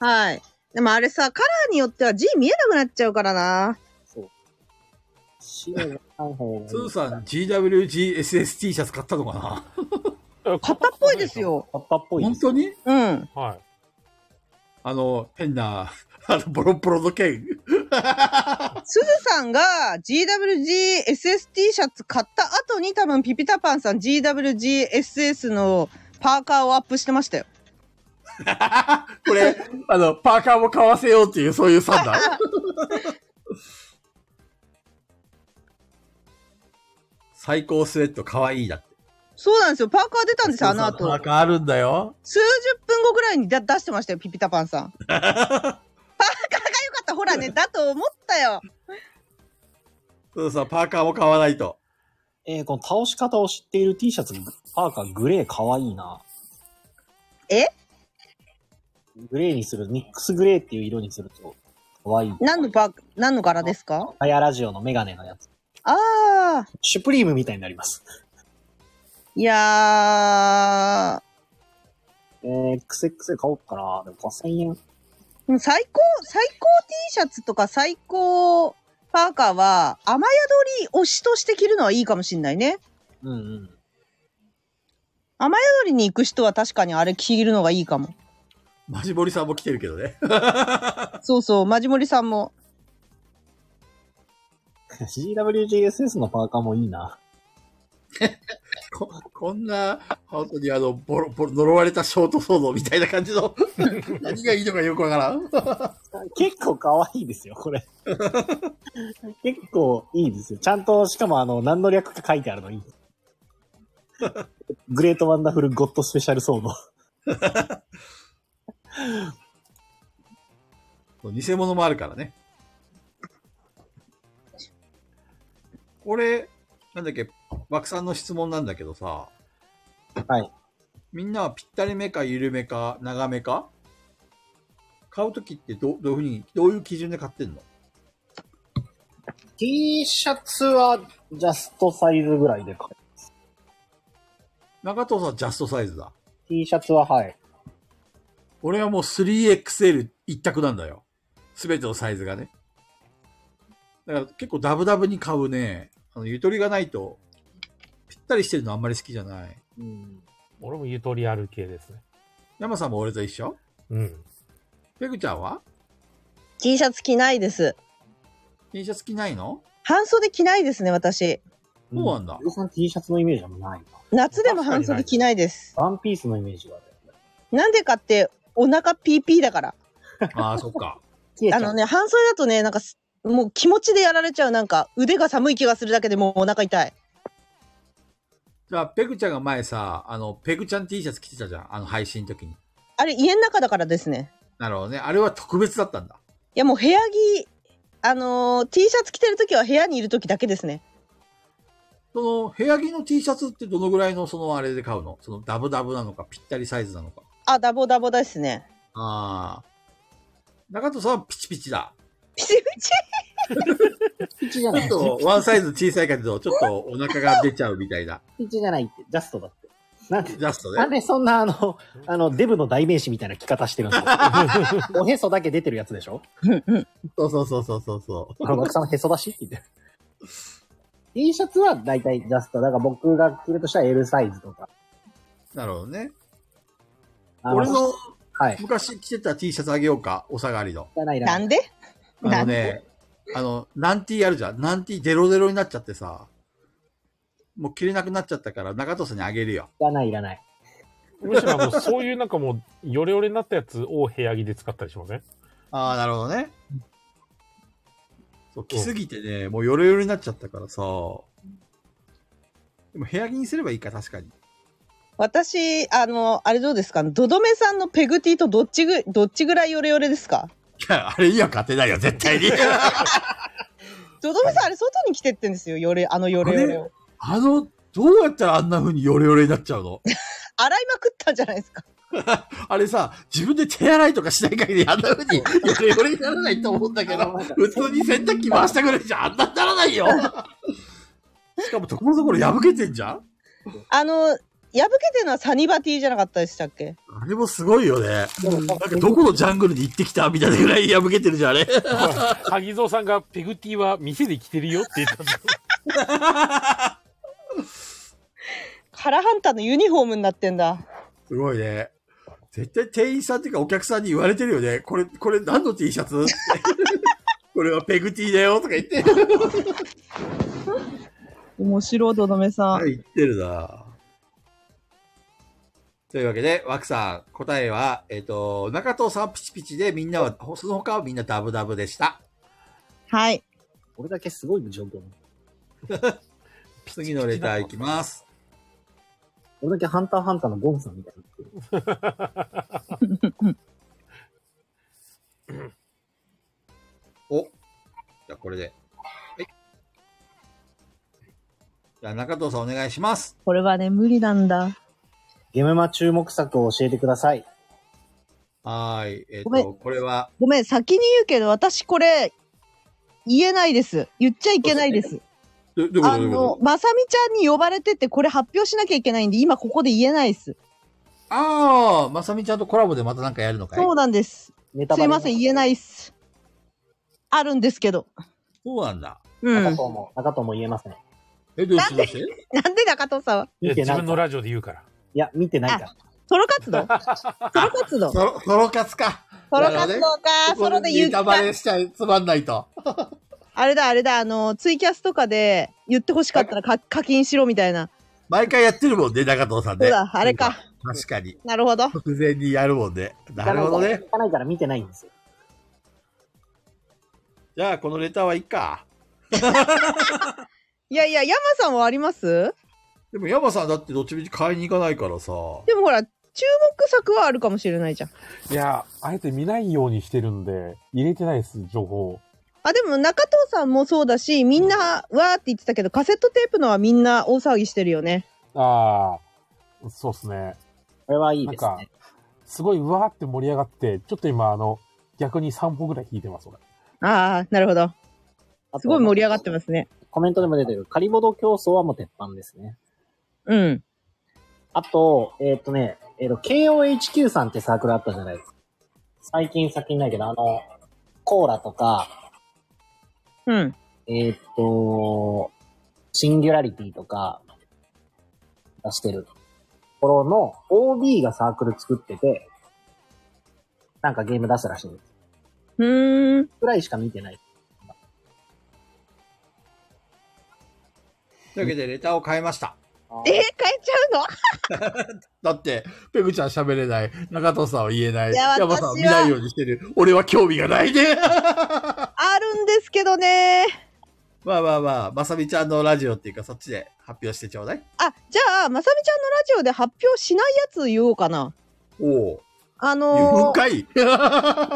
はい。でもあれさ、カラーによっては字見えなくなっちゃうからな。
そう。白がない方がいい
ス。ーさん GWGSST シャツ買ったのかな
買
買
っ
ったっぽいです。よ。
パッパっぽいで
本
す。
当に
うん。
はい。
あの、変な、あの、ボロボロの剣。
すずさんが GWGSST シャツ買った後に多分ピピタパンさん GWGSS のパーカーをアップしてましたよ。
これ、 あの、パーカーも買わせようっていう、そういう算 段。最高スウェット可愛いだって。
そうなんですよ。パーカー出たんですよ、あの
パ
後
ー。カーあるんだよ。
数十分後ぐらいにだ出してましたよ、ピピタパンさん。 パーカーが良かった。ほらね、だと思ったよ。
そうそう、パーカーも買わないと。
えーこの倒し方を知っている T シャツ、パーカーグレーかわいいな。
え
グレーにする、ミックスグレーっていう色にすると、かわいい。
何のパー、何の柄ですか
ガヤラジオのメガネのやつ。
ああ。
シュプリームみたいになります。
いやー、
えー、くせくせ買おうかな。でも5000円。
でも最高、最高 T シャツとか最高パーカーは、雨宿り推しとして着るのはいいかもしんないね。
うんうん。
雨宿りに行く人は確かにあれ着るのがいいかも。
マジボリさんも来てるけどね。
そうそう、マジモリさんも。
CWGSS のパーカーもいいな。
ここんな、本当にあの、ボロボロ呪われたショートソードみたいな感じの、 何がいいのかよくわからん。
結構可愛いですよ、こ れ。結構いいですよ。ちゃんと、しかもあの、何の略か書いてあるのい い。グレートワンダフルゴッドスペシャルソード。
偽物もあるからね。これ、なんだっけ、枠さんの質問なんだけどさ。
はい。
みんなはぴったりめか緩めか長めか買うときってどどういうふうに、どういう基準で買ってんの
T シャツはジャストサイズぐらいで買う。
中藤さんはジャストサイズだ。
T シャツははい。
俺はもう 3XL 一択なんだよ。すべてのサイズがね。だから結構ダブダブに買うね。あの、ゆとりがないと、ぴったりしてるのあんまり好きじゃない。
うん。
俺もゆとりある系ですね。
山さんも俺と一緒
うん。
ペグちゃんは
T シャツ着ないです。
?T シャツ着ないの
半袖着ないですね、私。
そうなんだ
ゆうさん T シャツのイメージはないな。
夏でも半袖着ないです。
ワンピースのイメージがある。
なんでかって、お腹 PP だから。
ああ、そっか。
消えちゃ
あ
う
のね、半袖だとね、なんかす、もう気持ちでやられちゃう。なんか、腕が寒い気がするだけでもうお腹痛い。
じゃあ、ペグちゃんが前さ、あの、ペグちゃん T シャツ着てたじゃん。あの、配信の時に。
あれ、家の中だからですね。
なるほどね。あれは特別だったんだ。
いや、もう部屋着、あのー T シャツ着てるときは部屋にいるときだけですね。
その、部屋着の T シャツってどのぐらいの、その、あれで買うのその、ダブダブなのか、ぴったりサイズなのか。
あ、ダボダボですね。
ああ。中戸さんはピチピチだ。
ピチピチ
ピチじゃ
ち
ない。
ょっとワンサイズ小さいけど、ちょっとお腹が出ちゃうみたいな。
ピチじゃないって、ジャストだって。なんで、
ジャスト
なん
ね。
でそんなあの、あの、デブの代名詞みたいな着方してるん ですかおへそだけ出てるやつでしょ
うんうん。
そうそうそうそうそうそ
あの、学さんへそ出しって言って。T シャツは大体ジャスト。だから僕が着るとしたら L サイズとか。
う。なるほどね。
あ
俺の
はい。
昔着てた T シャツあげようか、お下がりの。
じゃな い
な
な。
んで
あ
な
の
んで
ね、あの、ナンティーあるじゃん。ナンティーデロデロになっちゃってさ、もう着れなくなっちゃったから中戸さんにあげるよ。
いらない、いらない。
むしろあの、そういうなんかもう、ヨレヨレになったやつを部屋着で使ったりしま せん
ああ、なるほどね。そう、着すぎてね、もうヨレヨレになっちゃったからさ、でも部屋着にすればいいか、確かに。
私、あの、あれどうですかドドメさんのペグティとどっちぐ、どっちぐらいヨレヨレですか
いや、あれには勝てないよ、絶対に。
ドドメさん、あれ外に着てってんですよ、ヨレ、あのヨレヨレを。
あの、どうやったらあんな風にヨレヨレになっちゃうの
洗いまくったんじゃないですか。
あれさ、自分で手洗いとかしない限りあんな風にヨレヨレにならないと思うんだけど、普通に洗濯機回したぐらいじゃあんなにならないよ。 しかも、ところどころ破けてんじゃん
あの、破けてるのはサニバティじゃなかったでしたっけ
あれもすごいよね。なんかどこのジャングルに行ってきたみたいなぐらい破けてるじゃん、あれ。
萩蔵さんがペグティは店で着てるよって言ったんですよ
カラハンターのユニフォームになってんだ。
すごいね。絶対店員さんっていうかお客さんに言われてるよね。これ、これ何の T シャツ これはペグティだよとか言って。
面白い、ドドメさん。
はい、言ってるな。というわけで、枠さん、答えは、えっ、と、中藤さんピチピチで、みんなは、その他はみんなダブダブでした。
はい。
俺だけすごい状況。
次のレターいきます。
俺だけハンターハンターのゴンさんみたいになってる。
お。じゃあ、これで。はい。じゃあ、中藤さんお願いします。
これはね、無理なんだ。
ゲメマ注目作を教えてください。
はーい。えっ、
ごめ
と、これは、
ごめん、先に言うけど、私これ、言えないです。言っちゃいけないです。
どどういうこと
あ
どういうこ
の、まさみちゃんに呼ばれてて、これ発表しなきゃいけないんで、今ここで言えないです。
ああ、まさみちゃんとコラボでまたなんかやるのかい
そうなんです。
ネタ
す
バレ
いません、言えないっす。あるんですけど。
そうなんだ。
うん。な
中
ん
藤も、中藤も言えません。い
え、どうしてどうして
で中藤さんは
見
え
て
自
ない
分のラジオで言うから。
や、見てないから。
ソロ活動ソロ活動ソ
ソロソロ活か。
ロ活動か、ソロで言う
ネタ
か
バ。レしちゃい、つまんないと。
あれだ、あれだ、あの、ツイキャスとかで言ってほしかったらか課金しろみたいな。
毎回やってるもんね、中藤さん
そ
ね。
うだ、あれか。。
確かに。
なるほど。
直前にやるもんね。なるほどね。
聞かないから見てないんですよ。
じゃあ、このレターはいいか。
いやいや、山さんはあります
でも、山さんだってどっちみち買いに行かないからさ。
でもほら、注目作はあるかもしれないじゃん。
いや、あえて見ないようにしてるんで、入れてないです、情報を。
あ、でも中藤さんもそうだし、みんな、わーって言ってたけど、カセットテープのはみんな大騒ぎしてるよね。
ああ、そうっすね。
これはいい
なん
です
か
ね。、
すごい、うわーって盛り上がって、ちょっと今、あの、逆に3本ぐらい弾いてます、俺。
ああ、なるほど。
あと
すごい盛り上がってますね。
コメントでも出てる、カリボド競争はもう鉄板ですね。
うん。
あと、えっ、とね、えっ、と、KOHQ さんってサークルあったじゃないですか。最近先にないけど、あの、コーラとか、
うん。
えっ、と、シンギュラリティとか、出してる。ところの OB がサークル作ってて、なんかゲーム出したらしいんです。
うーん。
ぐらいしか見てない。
というわけで、レターを変えました。
えー、変えちゃうの
だって、ペグちゃん喋れない。中藤さんは言えない。
いや
山さんは見ないようにしてる。俺は興味がな いね。
あるんですけどね。
まあまあまあ、まさみちゃんのラジオっていうか、そっちで発表してちょうだい。
あ、じゃあ、まさみちゃんのラジオで発表しないやつ言おうかな。
おお。
あ
言う
のー、
かい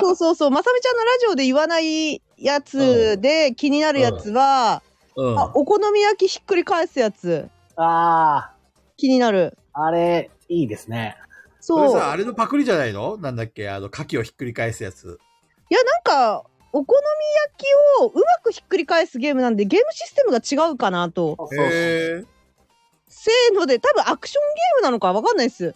そうそうそう、まさみちゃんのラジオで言わないやつで気になるやつは、
うん。
あお好み焼きひっくり返すやつ、
あ
気になる。
ー、あれ、いいですね。
それ
そう。い
さ、あれのパクリじゃないのなんだっけあの、牡蠣をひっくり返すやつ。
や、なんか、お好み焼きをうまくひっくり返すゲームなんで、ゲームシステムが違うかなと。
そうそう
へえ。
せーので、多分アクションゲームなのかわかんないです。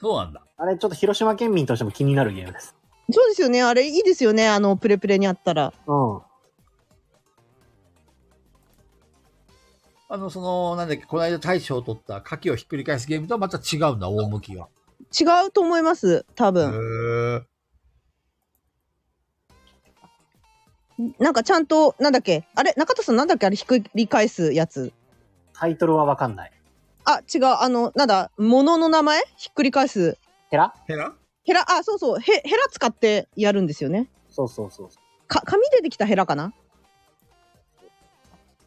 そうなんだ。
あれ、ちょっと広島県民としても気になるゲームです。
そうですよね。あれいいですよね。あの、プレプレにあったら。
うん。
あの、その、なんだっけ、この間大賞を取った牡蠣をひっくり返すゲームとはまた違うんだ、大向きが。
違うと思います。多
へ
分。
え。
なんかちゃんと、なんだっけ。あれ中田さんなんだっけあれひっくり返すやつ。
タイトルはわかんない。
あ、違う。あの、なんだ、物の名前ひっくり返す。
テラ
へら
ヘラ、あ、そうそう。ヘヘラ使ってやるんですよね。
そうそうそう。
か、紙でできたヘラかな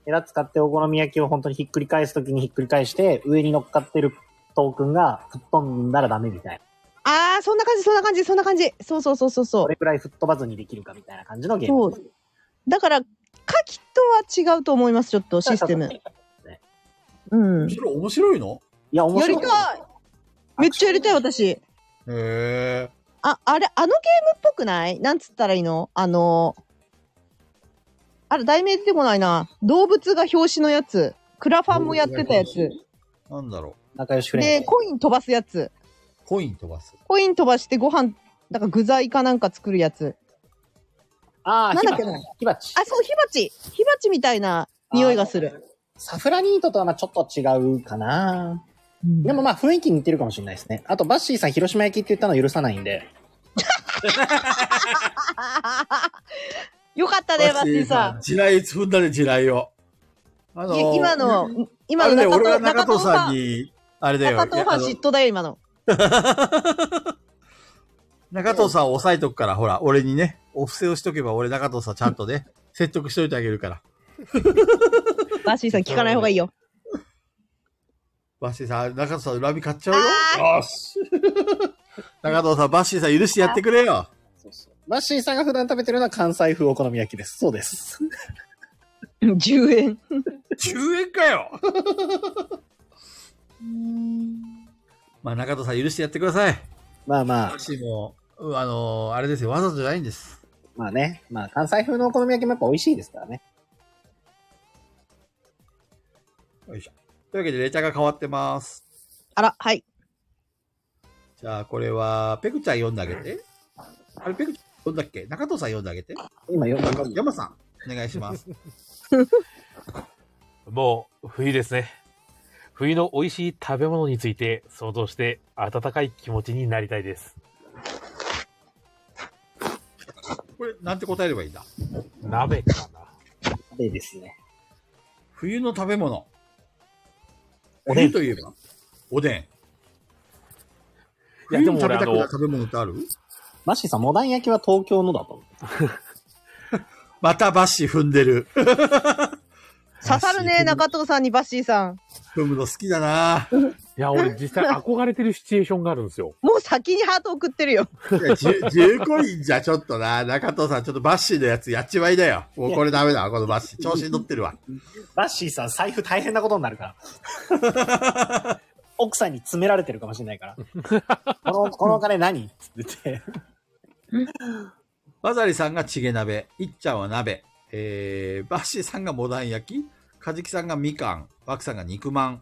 ヘラ使ってお好み焼きを本当にひっくり返すときにひっくり返して、上に乗っかってるトークンが吹っ飛んだらダメみたいな。
あー、そんな感じ、そんな感じ、そんな感じ。そうそうそうそうそ
どれくらい吹っ飛ばずにできるかみたいな感じのゲー
そ
ム。
うう。だから、牡蠣とは違うと思います、ちょっと、システム。うん。
それ面白いの
いや、面
や
白い。
りたいめっちゃやりたい、私。
へえ。
あ、あれ、あのゲームっぽくないなんつったらいいのあの、あれ、題名出てこないな。動物が表紙のやつ。クラファンもやってたやつ。
なんだろ
仲良しフレ
で、
ンズ。
コイン飛ばすやつ。
う。コイン飛ばす。
コイン飛ばしてご飯、だから具材かなんか作るやつ。
あー、
なんだっけ
火鉢火鉢。
あ、そう、火鉢火鉢みたいな匂いがする。
サフラニートとはまあちょっと違うかな。でもまあ雰囲気似てるかもしれないですね。あと、バッシーさん広島焼きって言ったの許さないんで。
よかったね、バッシーさん。
地雷踏んだね、地雷を。あ
い今の、今
あ
の
れね、
中
俺は
藤
中藤さん
に。
に、あれだよ、
中藤さん
いや
嫉妬だよ、今の。
あの中藤さんを抑えとくから、ほら、俺にね、お布施をしとけば、俺中藤さんちゃんと ね、説得しといてあげるから。
バッシーさん聞かない方がいいよ。
バッシーさん、中藤さん恨み買っちゃうよ。よし。中藤さん、バッシーさん許してやってくれよ。
そうそう。バッシーさんが普段食べてるのは関西風お好み焼きです。そうです。
10円。
10円かよ。まあ、中藤さん許してやってください。
まあまあ
バッ、シーも、うんあのーあれですよ、わざとじゃないんです。
まあね。まあ関西風のお好み焼きもやっぱ美味しいですからね。
よいしょ。というわけで、レターが変わってます。
あら、はい。
じゃあ、これは、ペグちゃん読んであげて。あれ、ペグちゃん読んだっけ中藤さん読んであげて。
今よ、
中山さん、お願いし ます。
もう冬ですね。冬の美味しい食べ物について想像して温かい気持ちになりたいです。
これ、なんて答えればいいんだ
鍋かな。
でですね。
冬の食べ物。
おでん
冬といえば、おで
い
ん。
や、
冬
で
に
も
食
俺
べ
あ
たくな
の
い、食べ物ってある
バッシーさん、モダン焼きは東京のだと。
またバッシー踏んでる。
刺さるね、中藤さんにバッシーさん。
踏むの好きだない
や、俺実際憧れてるシチュエーションがあるんですよ。
もう先にハート送ってるよ。
い やじゅ10コインじゃちょっとな。中藤さん、ちょっとバッシーのやつやっちまいだよ。もうこれダメだわ、このバッシー。調子に乗ってるわ。
バッシーさん、財布大変なことになるから。奥さんに詰められてるかもしれない から。この、このお金何って言って。
バザリさんがチゲ鍋、いっちゃんは鍋、えー、バッシーさんがモダン焼き、カジキさんがみかん、ワクさんが肉まん。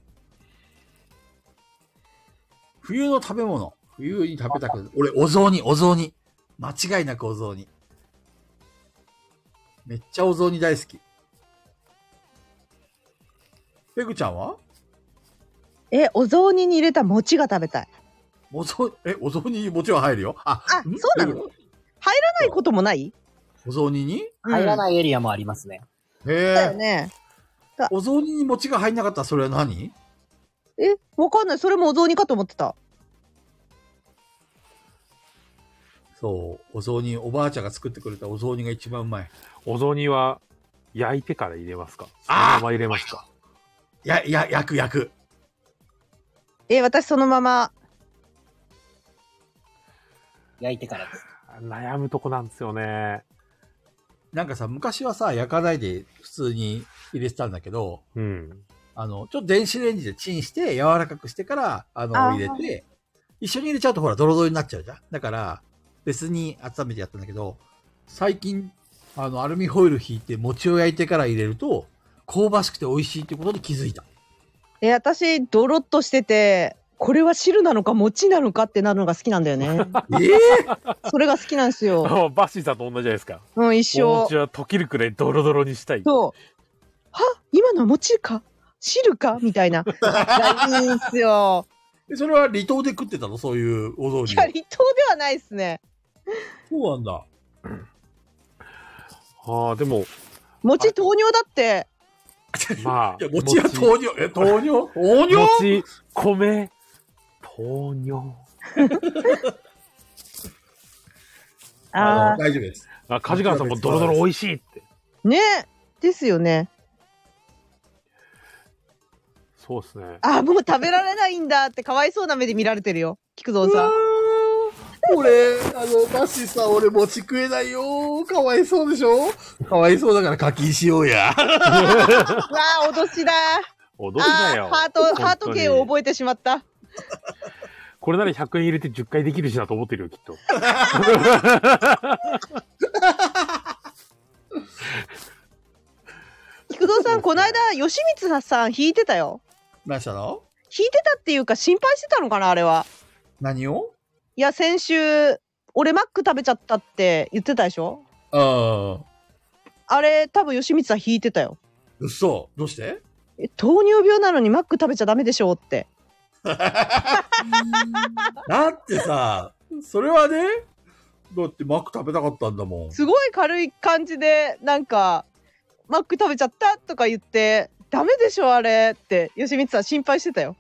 冬の食べ物、冬に食べたくなる。俺、お雑煮、お雑煮。間違いなくお雑煮。めっちゃお雑煮大好き。ペグちゃんは
え、お雑煮に入れた餅が食べたい。
お雑、え、お雑煮にもちろん入るよ。あ、
あ
ん
そうなの
どいこと
ないこともない
お雑煮に
入ら
い。
ないエリアもありますね。
へ
だよ
え。
ね。
お雑煮に餅が入んなかったらそれは何
え、わかんない。それもお雑煮かと思ってた。
そう、お雑煮、おばあちゃんが作ってくれたお雑煮が一番うまい。
お雑煮は焼いてから入れますかその
あー
まま入れますか
や、や、焼く焼く。
え、私そのまま。
焼いてからです。
悩むとこなんですよね。
なんかさ、昔はさ、焼かないで普通に入れてたんだけど、
うん。
あの、ちょっと電子レンジでチンして、柔らかくしてから、あの、
あー
入れて、一緒に入れちゃうとほら、ドロドロになっちゃうじゃん。だから、別に温めてやったんだけど、最近、あの、アルミホイル引いて、餅を焼いてから入れると、香ばしくて美味しいってことに気づ いた。
え、私、ドロッとしてて、これは汁なのか餅なのかってなるのが好きなんだよ ね。
ええ
それが好きなんですよ。
あバッシーさんと同じじゃないですか。
うん、一
お
生
餅。は溶けるくらいドロドロにしたい。
そう。は今のは餅か汁かみたい な。がいいんすよ。
えそれは離島で食ってたのそういうお雑
いや、
煮。
離島ではないですね。
そうな んだ。
ああ、でも、
餅糖尿だって。
まあ。
いや、餅は糖尿、え、糖尿糖尿
餅、米、糖尿。
あ
あ
の大丈夫です。
あ、カジカンさんもドロドロ美味しいって。
あ、ね。ですよね。
そうですね。
あ、もう食べられないんだって、かわいそうな目で見られてるよ。菊蔵さん。
俺、あの、バッシーさん、俺餅食えないよ。かわいそうでしょかわいそうだから課金しようや。
わあ、脅しだ。
踊りだ
あ
よ。
ーハート、ハート系を
え
覚えてしまった。
これなら100円入れて10回できるしなと思ってるよ、きっと。
菊蔵さん、この間、吉光さん弾いてたよ。
何したの
弾いてたっていうか、心配してたのかな、あれは。
何を
いや、先週、俺マック食べちゃったって言ってたでしょ
ああ。
あれ、多分吉光さん弾いてたよ。
嘘。どうして
え糖尿病なのにマック食べちゃダメでしょうって。
だってさ、それはね、だってマック食べたかったんだもん。
すごい軽い感じで、なんか、マック食べちゃったとか言って、ダメでしょ、あれって、吉光さん心配してたよ。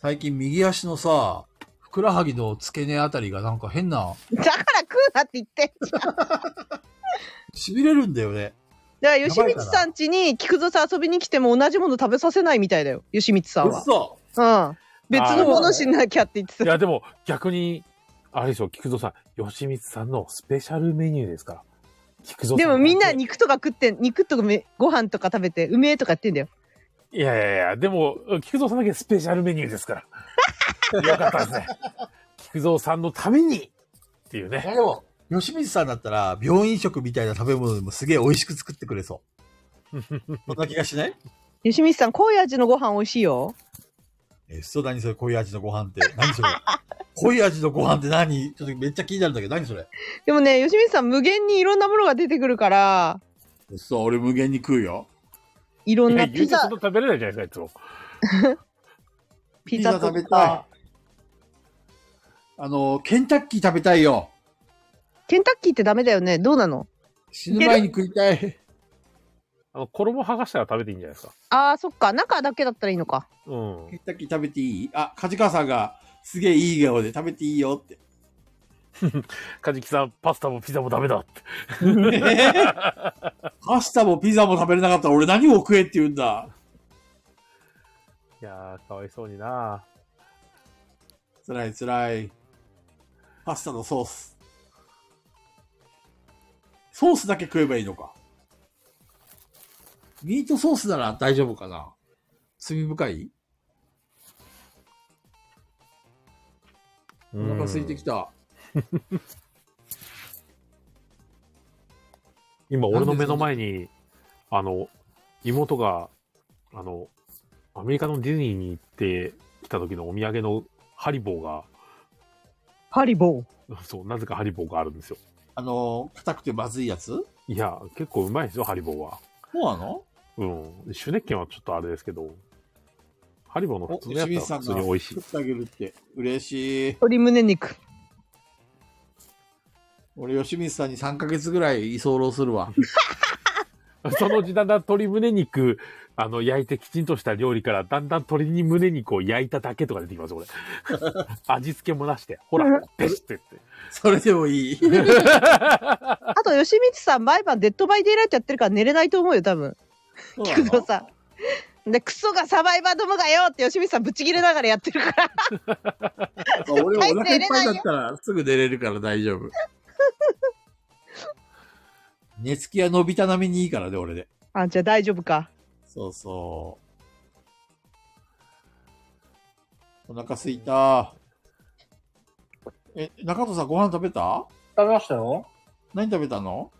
最近右足のさ、ふくらはぎの付け根あたりがなんか変な、
だから食うなって言って。
痺れるんだよね。
だから吉光さん家に菊蔵さん遊びに来ても同じもの食べさせないみたいだよ吉光さんは
嘘。
うん別のものしなきゃって言って
い
た
や、でも逆に、あれでしょ、菊蔵さん、吉光さんのスペシャルメニューですから。菊蔵さん。
でもみんな。肉とか食って肉とかめご飯とか食べてうめえとか言ってんだよ
いやいやいや、でも、菊蔵さんだけスペシャルメニューですから。よかったですね。菊蔵さんのためにっていう
いや
ね。
でも、吉水さんだったら、病院食みたいな食べ物でもすげえ美味しく作ってくれそう。そんな気がしない
吉光さん、濃い味のご飯美味しいよ。
えー、ストダにそれ濃い味のご飯って、何それ濃い味のご飯って何ちょっとめっちゃ気になるんだけど、何それ
でもね、吉光さん、無限にいろんなものが出てくるから、
そう、俺無限に食うよ。
いろんな
や、言
ピ
うてそ
ザ
んな、食べれないじゃないですか、いつも。
ピザと
食べ
か
た、い。あの、ケンタッキー食べたいよ。
ケンタッキーってダメだよね。どうなの
死ぬ前に食いたい。
あの、衣剥がしたら食べていいんじゃないですか。
ああ、そっか。中だけだったらいいのか。
うん
ケ。ンタッキー食べていいあ、梶川さんがすげえいい笑顔で食べていいよって。
カジキさん、パスタもピザもダメだって。
パスタもピザも食べれなかったら俺何を食えって言うんだ。
いやー、かわいそうにな
辛い辛い。パスタのソース。ソースだけ食えばいいのか。ミートソースなら大丈夫かな罪深いお腹空いてきた。
今、俺の目の前に、あの、妹が、あの、アメリカのディズニーに行ってきた時のお土産のハリボーが、
ハリボー。
そう、なぜかハリボーがあるんですよ。
あの、硬くてまずいやつそ
いや、結構うまいですよ、ハリボーは。
うなの
うん。シュネッケンはちょっとあれですけど、ハリボーの
お
普通のやつは普通に美味し
作
い
っ。てあげるって嬉しい。
鶏胸肉。
俺、吉光さんに3ヶ月ぐらい居候する わ。
そのうちだんだん鶏胸肉、あの、焼いてきちんとした料理から、だんだん鶏に胸肉を焼いただけとか出てきますよ、これ。味付けもなして、ほら、ペシってって。
それでもいい。
あと、吉光さん、毎晩デッドバイデイライトやってるから寝れないと思うよ、多分。
そうな
菊蔵
の
さん。で、クソがサバイバーどもがよって吉光さんぶち切れながらやってるから。
まあ俺はお腹いっ
帰
ぱい
って寝れない
だっ
よ
たら すぐ寝れるから大丈 夫。寝つきは伸びた並みにいいからね、俺で。
あ、じゃあ大丈夫か。
そうそう。お腹すいた。え、中戸さんご飯食べた
食べましたよ。
何食べたの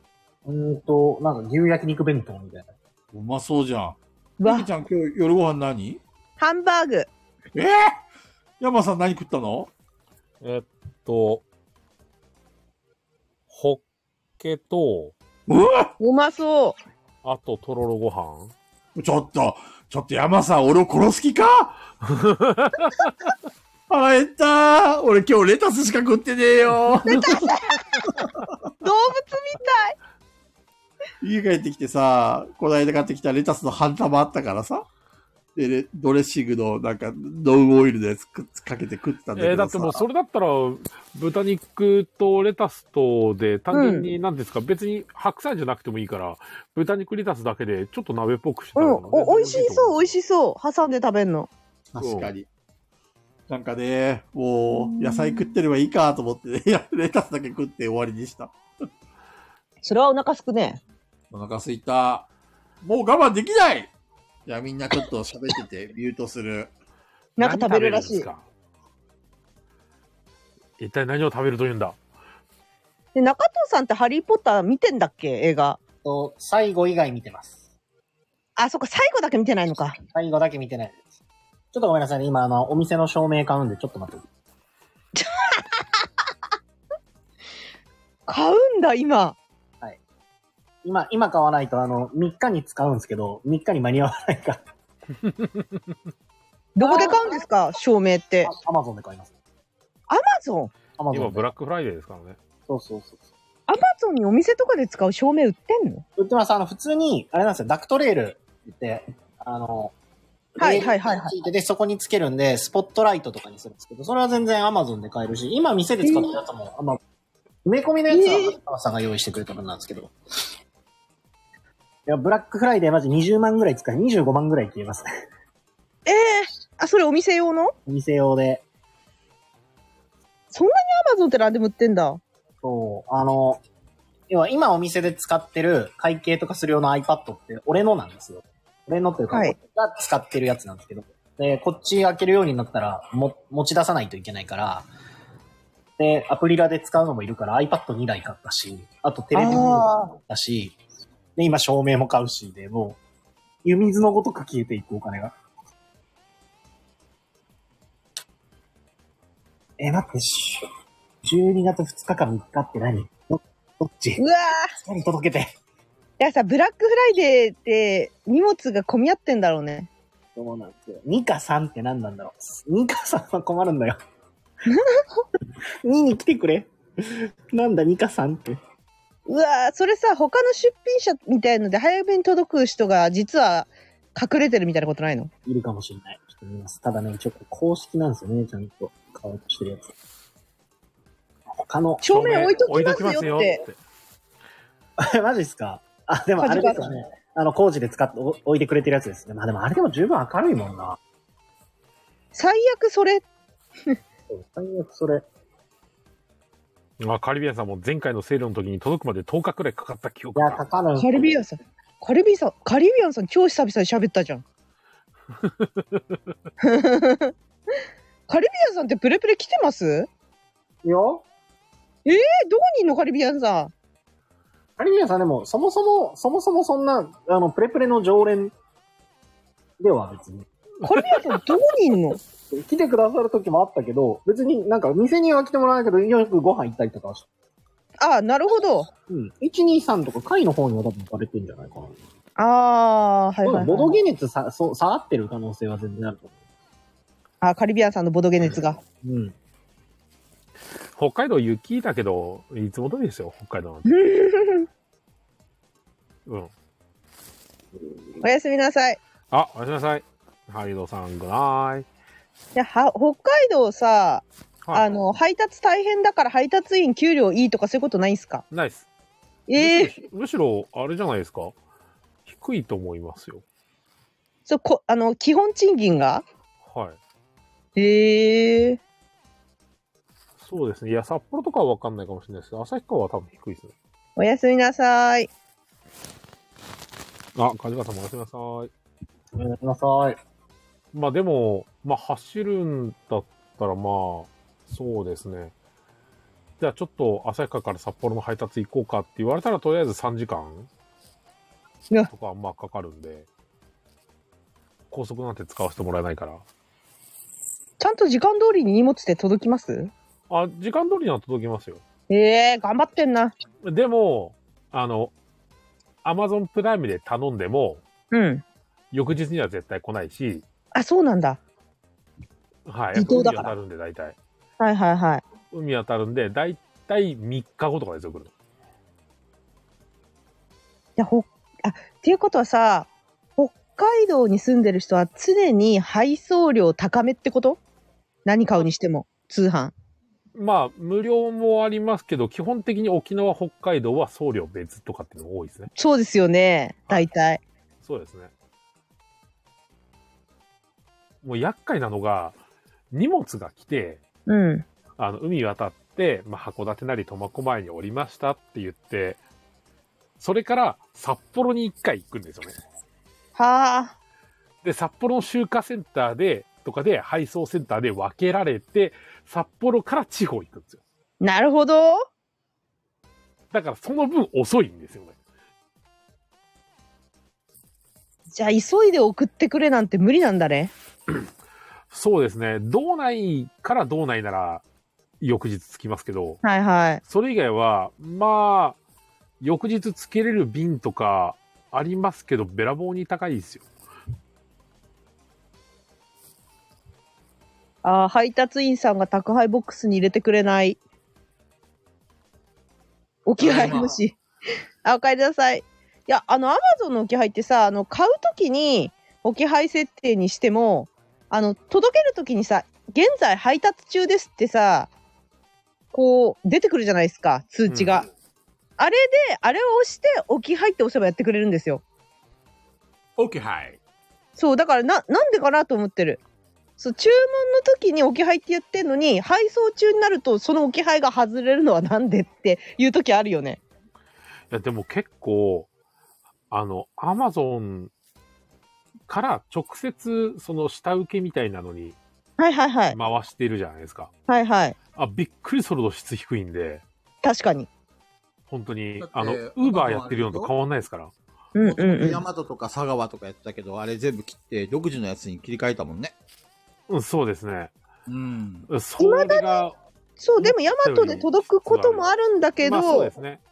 うーんと、なんか牛焼肉弁当みたいな。
うまそうじゃん。
う
ゆ
わ
き、ちゃん今日夜ご飯何
ハンバーグ。
えー、山さん何食ったの
えっと、ホッケと、
うわ
うまそ
あと、とろろご飯
ちょっと、ちょっと山さん俺を殺す気 か腹減ったー俺今日レタスしか食ってねえよ
う。動物みたい。
家帰ってきてさ、こないだ買ってきたレタスの半玉あったからさ、で、レドレッシングのなんか、ノンオイルのやつくかけて食ってたんだけどさ。
えーだってもうそれだったら、豚肉とレタスとで、単純に何ですか、別に白菜じゃなくてもいいから、豚肉レタスだけで、ちょっと鍋っぽくして
うん。
のが
お、美味しそう、美味
しい
しそう。挟んで食べんの。
確かに。なんかね、もう、野菜食ってればいいかと思って、ね、い やレタスだけ食って終わりにした。
それはお腹すくね。
お腹すいた。もう我慢できないじゃあみんなちょっと喋ってて、 ミュートする。
と思う。
なんか食べるらし
何
い
食べ。るんですか一体何を食べるというんだ
で、中藤さんってハリーポッター見てんだっけ映画。
と、最後以外見てます。
あ、そっか、最後だけ見てないのか。
最後だけ見てないです。ちょっとごめんなさいね。今、あの、お店の照明買うんで、ちょっと待って。
買うんだ、今。
今、今買わないと、あの、3日に使うんですけど、3日に間に合わないか
どこで買うんですか照明って
ら。、アマゾンで買います。
アマゾン。
アマゾ
今、
ン
ブ
で。
ラックフライデーですからね。
そうそうそう。
アマゾンにお店とかで使う照明売ってんの
売ってます。あの、普通に、あれなんですよ、ダクトレールって、あの、
はい
レール
はいはいはい
ついてて、そこにつけるんで、スポットライトとかにするんですけど、それは全然 Amazon で買えるし、今店で使ってるやつも、あま埋め込みのやつは、
え
中川さんが用意してくれたものなんですけど。いや、ブラックフライデーマジ20万ぐらい使い、25万ぐらい消えますね。
ええあ、それお店用の
お店用で。
そんなにアマゾンって何でも売ってんだ。
そう、あの、要は今お店で使ってる会計とかする用の iPad って俺のなんですよ。俺のというか、
はい
僕が使ってるやつなんですけど。で、こっち開けるようになったらも持ち出さないといけないから、で、アプリラで使うのもいるから iPad2 台買ったし、あとテレビも買ったし、で、今照明も買うし、で、も湯水のごとく消えていくお金が。え、待って、し12月2日か3日って何どどっち
うわー
何届けて。
だからさ、ブラックフライデーって荷物が混み合ってんだろうね。
そうなんですよ。2か3って何なんだろう。2か3は困るん だよ。2に来てくれ。なんだ2か3って。
うわーそれさ、他の出品者みたいので早めに届く人が実は隠れてるみたいなことないの
いるかもしれない。ちょっと見ます。ただね、ちょっと公式なんですよね、ちゃんと。買おうとしてるやつ。他の、
正面置いときますよっ
置い
て
と。きま
あれマジですかあ、でもあれですよね。あの、工事で使ってお置いてくれてるやつですね。まあでもあれでも十分明るいもんな。
最悪それ、
そう最悪それ。
すよまあ、カリビアンさんも前回のセールの時に届くまで10日くらいかかった記
い
憶
や、
が。
かかる。
カリビアンさん。カリビアンさん、カリビアンさん超久々に喋ったじゃん。カリビアンさんってプレプレ来てます
よ。
え、どこにいんのカリビアンさん。
カリビアンさんでも、そもそも、そもそもそんな、あの、プレプレの常連では別に。
カリビアンさんどこにいんの
来てくださる時もあったけど、別になんか店には来てもらわないけど、よくご飯行ったりとかはし
ああ、なるほど。
うん。123とか会の方には多分行かれてんじゃないかな。
ああー、はいはい、
ボド
はい。
ゲ熱さそう下がってる可能性は全然あると思
あーカリビアンさんのボドゲ熱が。
う。うん。
北海道雪だけど、いつも通りですよ、北海道なんて。うん。
おやすみなさい。
あ、おやすみなさい。ハリドさん、ぐらい。
いやは北海道さ、
はい
あの配達大変だから配達員給料いいとかそういうことないんすか
ナイス。
ええー、
むしろ、あれじゃないですか。低いと思いますよ。
そうこあの基本賃金が
はい。
ええー、
そうですね。いや、札幌とかはわかんないかもしれないですけど、旭川は多分低いですね。
おやすみなさい。
あ、梶川さんもおやすみなさい。
ごめんなさい。
まあでも、まあ走るんだったらまあ、そうですね。じゃあちょっと旭川から札幌の配達行こうかって言われたらとりあえず3時間
いや
とかまあかかるんで、高速なんて使わせてもらえないから。
ちゃんと時間通りに荷物って届きます
あ、時間通りには届きますよ。
ええー、頑張ってんな。
でも、あの、アマゾンプライムで頼んでも、
うん。
翌日には絶対来ないし、
あ、そうなんだ。
はい。
離島だから
海当たるんで大体。
はいはいはい。
海当たるんで、大体3日後とかですよ、来るの。
いやほあっていうことはさ北海道に住んでる人は常に配送料高めってこと何買うにしても通販
まあ、無料もありますけど、基本的に沖縄、北海道は送料別とかっていうのが多いですね。
そうですよね大体
そうですね。もう厄介なのが、荷物が来て、
うん
あの、海渡って、まあ、函館なり苫小牧に降りましたって言って、それから札幌に1回行くんですよね。
はあ
で、札幌の集荷センターで、とかで、配送センターで分けられて、札幌から地方行くんですよ。
なるほど
だからその分遅いんですよね。
じゃあ急いで送ってくれなんて無理なんだね
そうですね。道内から道内なら翌日着きますけど、
はいはい
それ以外は、まあ、翌日着けれる便とかありますけど、べらぼうに高いですよ。
あー配達員さんが宅配ボックスに入れてくれない置き配無視 あお帰りなさいいやあのアマゾンの置き配ってさあの買う時に置き配設定にしてもあの届ける時にさ「現在配達中です」ってさこう出てくるじゃないですか通知が、
うん
あれであれを押して置き配って押せばやってくれるんですよ
OK、はい。
そうだからななんでかなと思ってるそう注文の時に置き配って言ってんのに配送中になるとその置き配が外れるのはなんでっていう時あるよね
いや、でも結構、あの、アマゾンから直接、その下請けみたいなのに
はいはいはい
回してるじゃないですか。
はいはい
あ、びっくりするほど質低いんで、
確かに
本当に
だって、
あの、
アマ
ウ
ゾン
ーバーやってるようなと変わんないですから。
うんうんうん。
大和とか佐川とかやってたけど、あれ全部切って、独自のやつに切り替えたもんね。
うん、そうですね。
うん。
うんそれが、
そう、でもヤマトで届くこともあるんだけ
まあそう
ど
です、 ね。うん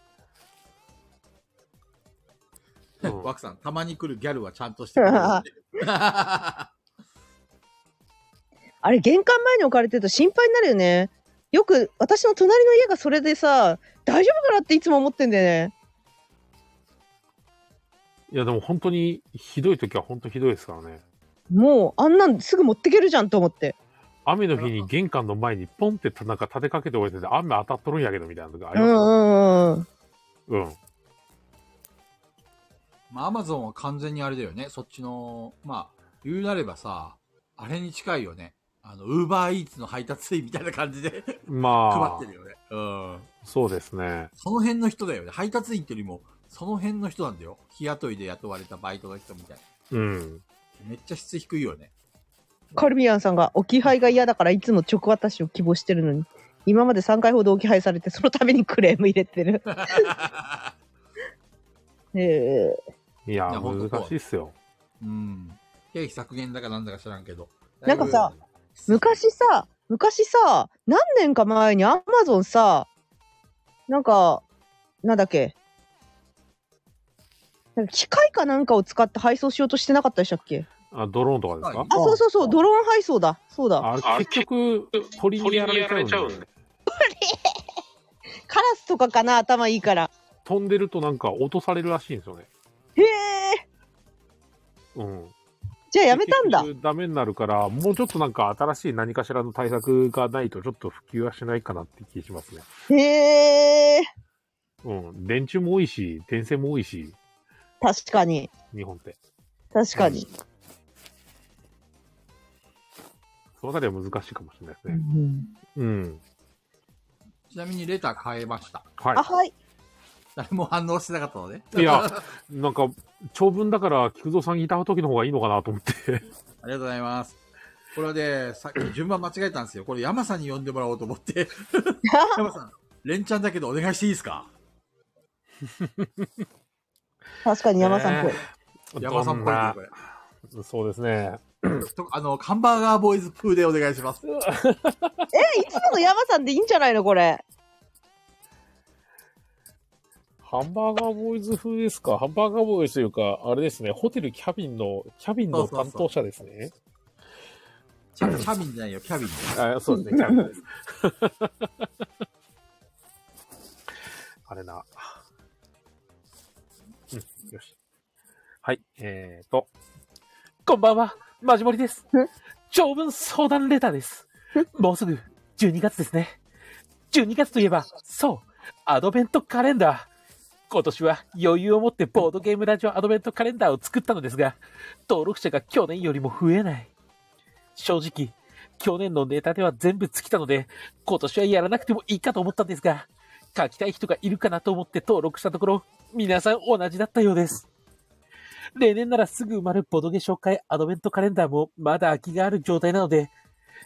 枠さん、たまに来るギャルはちゃんとしてくれ るって。
あれ玄関前に置かれてると心配になるよね。よく私の隣の家がそれでさ、大丈夫かなっていつも思ってんだよね。
いや、でも本当にひどい時は本当ひどいですからね。
もうあんなんすぐ持ってけるじゃんと思って。
雨の日に玄関の前にポンってなんか立てかけておいてて、雨当たっとるんやけどみたいなのがあ
う
り
んうん
ま
うん。
すよ。うん。
まあ、アマゾンは完全にあれだよね。そっちの、まあ、言うなればさ、あれに近いよね。あの、ウーバーイーツの配達員みたいな感じで配
ま
ってるよね。うん。
あ、そうですね。
その辺の人だよね。配達員っていうよりも、その辺の人なんだよ。日雇いで雇われたバイトの人みたいな。
うん。
めっちゃ質低いよね。
カルビアンさんが置き配が嫌だからいつも直渡しを希望してるのに、今まで3回ほど置き配されてそのためにクレーム入れて る。ねえ
いや、
いやほんとそう
難しいっすよ。
うん。経費削減だかなんだか知らんけど。
なんかさ、昔さ昔さ何年か前にアマゾンさなんかなんだっけなんか機械かなんかを使って配送しようとしてなかったでしたっけ
あ、ドローンとかですか
はい
あそうそうそうドローン配送だそうだ
あれ結局、鳥にやられちゃうんで。
カラスとかかな頭いいから
飛んでるとなんか落とされるらしいんですよね。
へえ
うん。
じゃあやめた んだ
結局ダメになるから、もうちょっとなんか新しい何かしらの対策がないとちょっと普及はしないかなって気しますね。
へえ
うん。電柱も多いし、電線も多いし、
確かに
日本って。
確かに、
そのあたりは難しいかもしれないですね。うん。
ちなみにレター変えました。
はい
あ。はい
誰も反応してなかったのね。
いや、 なんか、長文だから、菊蔵さんいた時の方がいいのかなと思って。
ありがとうございます。これはね、さっき順番間違えたんですよ。これ山さんに呼んでもらおうと 思って。山さん、連チャンだけどお願いしていいですか
確かに山さんっぽい、
山さんっぽいねこれ
どんなそうですね。
とあの、カンバーガーボーイズ風でお願いします。
えいつもの山さんでいいんじゃないのこれ
ハンバーガーボーイズ風ですかハンバーガーボーイズというか、あれですね、ホテルキャビンの、キャビンの担当者ですね。
キャキャビンじゃないよ、キャビン。
あそうですね、キャビンです。あれな。うん、よし。はい、えーと。こんばんは、マジモリです。長文相談レターです。もうすぐ12月ですね。12月といえば、そう、アドベントカレンダー。今年は余裕を持ってボードゲームラジオアドベントカレンダーを作ったのですが、登録者が去年よりも増えない。正直、去年のネタでは全部尽きたので、今年はやらなくてもいいかと思ったんですが、書きたい人がいるかなと思って登録したところ、皆さん同じだったようです。例年ならすぐ埋まるボドゲ紹介アドベントカレンダーもまだ空きがある状態なので、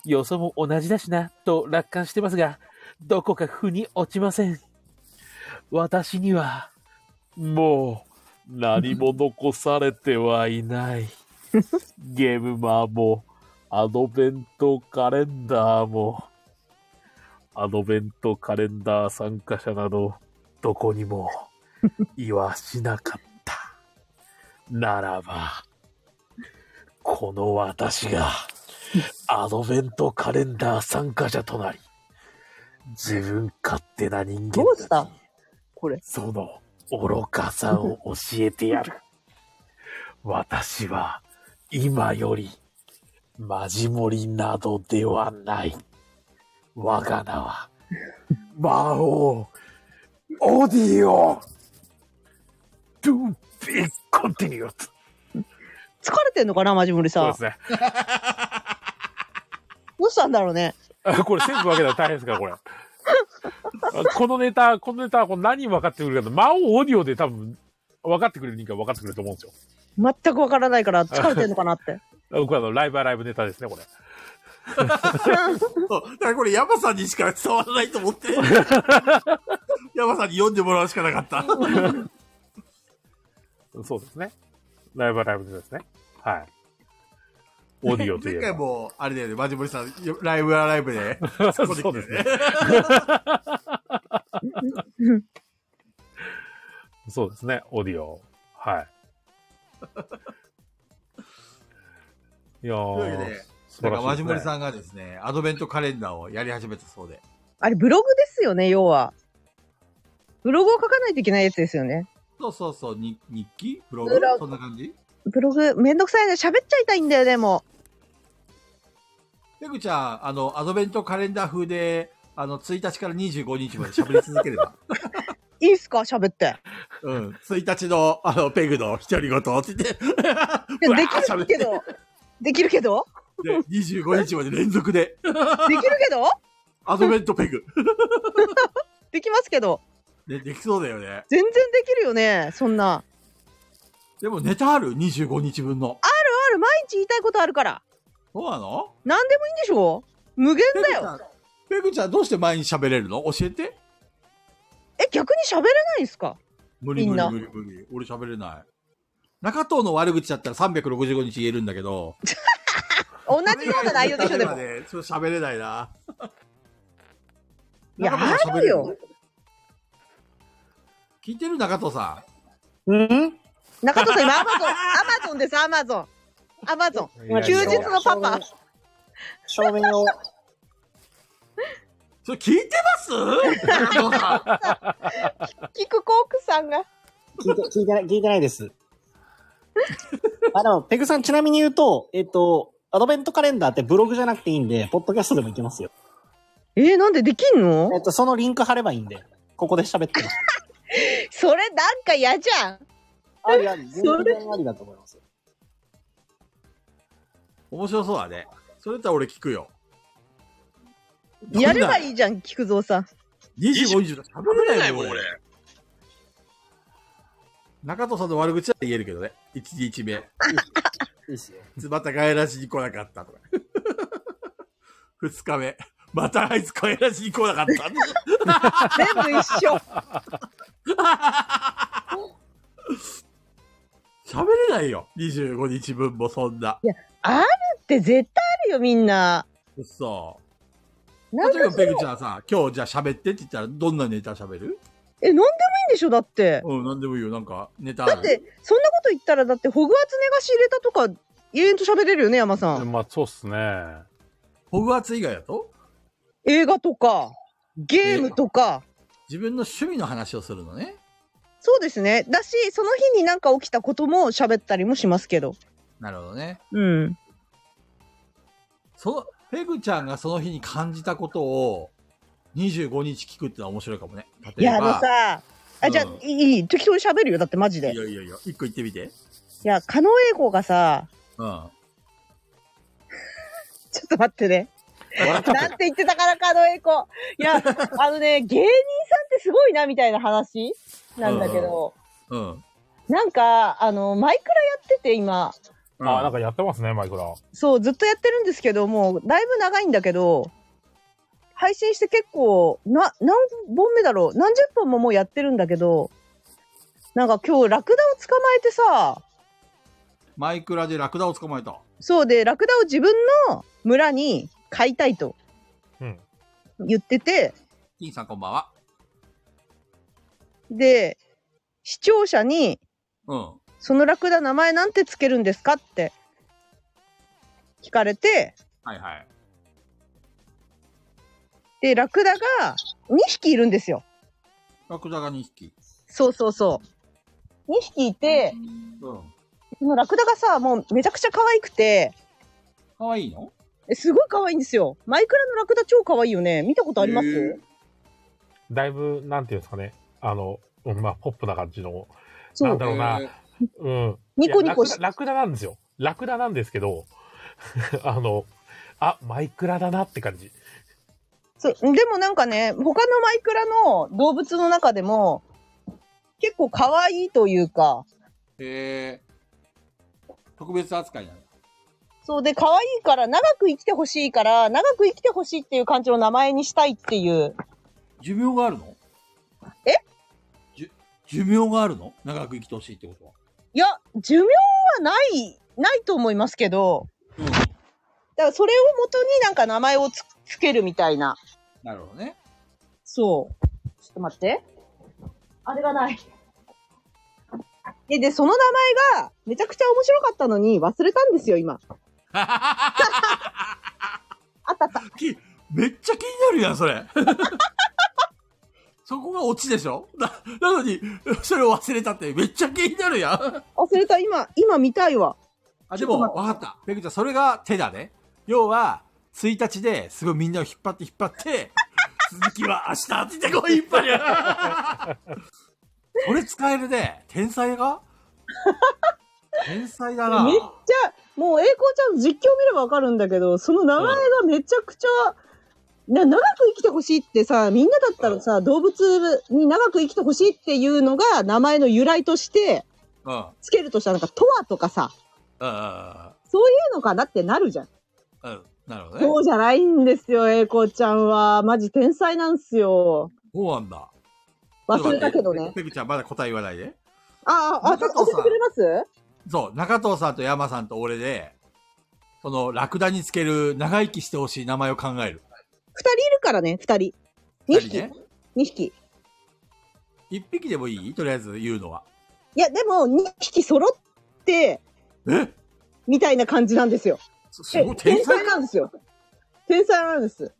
予想も同じだしな、と楽観してますが、どこか腑に落ちません。私には、もう、何も残されてはい ない。ゲームマーも、アドベントカレンダーも、アドベントカレンダー参加者など、どこ にも、いはしなかった。ならば、この私が、アドベントカレンダー参加者となり、自分勝手な人間
どうしたた
ちに
これ
その愚かさを教えてやる。私は今よりマジモリなどではない。我が名は魔王オディオ !To be continued!
疲れてんのかなマジモリさん
ね。
どうしたんだろうね
これ全部分けたら大変ですから、これ。このネタ、このネタはこう何分かってくれるかと、魔王オーディオで多分分かってくれる人間は分かってくれると思うんですよ。
全くわからないから疲れてんのかなって
僕はあのライブアライブネタですね、これ。
そうだからこれ山さんにしか伝わらないと思 って。山さんに読んでもらうしかなかった。
そうですね。ライブはライブでですね。はい。オーディオとい
前
え
回
ば。
も、あれだよね、マジモリさん、よライブはライブ で、こできた
そ
よ
うですね。そうですね。オーディオ。 はい。い
とい
や
うわけ
ー
で、
素
だか
晴
らら
しい
マジ
です
モリ
ね。
さんがですね、アドベントカレンダーをやり始めたそうで。
あれ、ブログですよね、要は。ブログを書かないといけないやつですよね。
そうそうそう、に日記ブログ
ブログ
そんな感じ
ブログ、めんどくさいね。喋っちゃいたいんだよね、も
ペグちゃん、あの、アドベントカレンダー風で、あの、1日から25日まで喋り続けれ ば。
う。いいっすか喋って。
うん。1日の、あの、ペグの独り言って言って。
いや
うわー
できるけど。できるけど
で、25日まで連続
で
で、
きるけど
アドベントペグ。
できますけど。
で、できそうだよね。
全然できるよね、そんな。
でもネタある ?25 日分の。
ある、毎日言いたいことあるから。
そうなの
何でもいいんでしょ無限だよ。
ペグちゃんどうして前に喋れるの教えて。
え、逆に喋れないんすか
無理
み
無
んな
理無理無理。俺喋れない。中藤の悪口だったら365日言えるんだけど。
同じような内容でしょ、でも。
ね、ちょっと喋れないな。
いや
中藤さん喋れ
あるよ。
聞いてる中藤さ
うん
中藤さん、今、アマゾン、アマゾンです、アマゾン。アマゾン。休日のパパ。
照明を、
ん。それ聞いてます中藤さん。
キクコークさんが。
聞いて、聞いてない、聞いてない です。あの、ペグさん、ちなみに言うと、えっと、アドベントカレンダーってブログじゃなくていいんで、ポッドキャストでもいけます よ。
えー、なんでできんの
えっと、そのリンク貼ればいいんで、ここで喋ってます。
それなんか嫌じゃん。
ありあり、全
それ
然ありだと思います。
面白そうだね。それだったら俺聞くよ。
やればいいじゃん、菊蔵さん。
25日だと喋れないもん、俺。中藤さんの悪口は言えるけどね。1日目。
いいっすよ。
またガイラジに来なかったとか。2日目。またあいつガイラジに来なかった。
全部一緒。
喋れないよ。25日分もそんな。
あるって絶対あるよ、みんな。
嘘。
なん
例
でも
え
いい
ばペグちゃんさ、今日じゃあ喋ってって言ったらどんなネタ喋る
え、なんでもいいんでしょ、だって。
うん、なんでもいいよ。なんかネタある。
だって、そんなこと言ったら、だって、ホグワーツ寝がし入れたとか、永遠と喋れるよね、山さん。
まあ、そうっすね。
ホグワーツ以外だと
映画とか、ゲームとか。
自分の趣味の話をするのね。
そうですね。だし、その日になんか起きたことも喋ったりもしますけど。
なるほどね。
うん。
その、ペグちゃんがその日に感じたことを25日聞くってのは面白いかもね。例えば
いや、あのさ、
う
あ、
ん
じゃあ、いい、適当に喋るよ。だって、マジで。
い
い
やいやいや、一個言ってみて。
や、狩野英孝がさ、
うん。
ちょっと待ってね。なんて言ってたからか、あの英子。いや、あのね、芸人さんってすごいな、みたいな話なんだけど、
うん。
なんか、あの、マイクラやってて、今。
あ、なんかやってますね、マイクラ。
そう、ずっとやってるんですけど、もう、だいぶ長いんだけど、配信して結構、な、何本目だろう何十本ももうやってるんだけど、なんか今日、ラクダを捕まえてさ、
マイクラでラクダを捕まえた。
そうで、ラクダを自分の村に飼いたいと
うん。
言ってて、
金さんこんばんは。
で、視聴者に、
うん。
そのラクダ名前なんてつけるんですかって聞かれて、
はいはい。
で、ラクダが2匹いるんですよ。
ラクダが2匹。
そうそうそう。2匹いて、
うん。
そのラクダがさ、もうめちゃくちゃ可愛くて、
かわいいの
えすごい可愛いんですよ。マイクラのラクダ超可愛いよね。見たことあります、
へー
だいぶ、なんていうんですかね。あの、うん、まあ、ポップな感じの。
そ
なん
う
だ。ろうな
えー。
うん。
ニコニコ
いや
し
ラクダラクダなんですよ。ラクダなんですけど、 あの、あ、マイクラだなって感じ。
そうでもなんかね、他のマイクラの動物の中でも、結構可愛いというか、
えー、特別扱いなの。
そうで、可愛いから、長く生きてほしいから、長く生きてほしいっていう感じの名前にしたいっていう。
寿命があるの
え
じゅ寿命があるの長く生きてほしいってことは。
いや、寿命はない、ないと思いますけど、だからそれを元になんか名前をつつけるみたいな。
なるほどね。
そう。ちょっと待って。あれがない。で、で、その名前がめちゃくちゃ面白かったのに忘れたんですよ、今。あったあった。
めっちゃ気になるやん、それ。 そこがオチでしょな、なのに、それを忘れたって、めっちゃ気になるやん。
忘れた、今、今見たいわ。
あ、でも、わかった。ペグちゃん、それが手だね。要は、1日ですごいみんなを引っ張って引っ張って、 続きは明日って言ってこう引っ張りゃ。 これ使えるね。天才が天才だな。
めっちゃ、もう栄光ちゃんの実況見ればわかるんだけど、その名前がめちゃくちゃ、な長く生きてほしいってさ、みんなだったらさ、動物に長く生きてほしいっていうのが名前の由来として、
うん。うん
つけるとしたらなんか、とわとかさ、
うん
そういうのかなってなるじゃん。
うん。うん。なるほどね
そう。じゃないんですよ、栄光ちゃんは。マジ天才なんすよ。
そうなんだ。
忘れたけどね。
ペグちゃん、まだ答え言わないで。
ああ、あ、
中
教
藤
え
さん
てくれます
そう、中藤さんと山さんと俺で、その、ラクダにつける長生きしてほしい名前を考える。
二人いるからね、二人。二匹。
二人ね
二匹。
一匹でもいいとりあえず言うのは。
いや、でも、二匹揃って、
え
みたいな感じなんですよ。
そすごい、天才
なんですよ。天才なんです。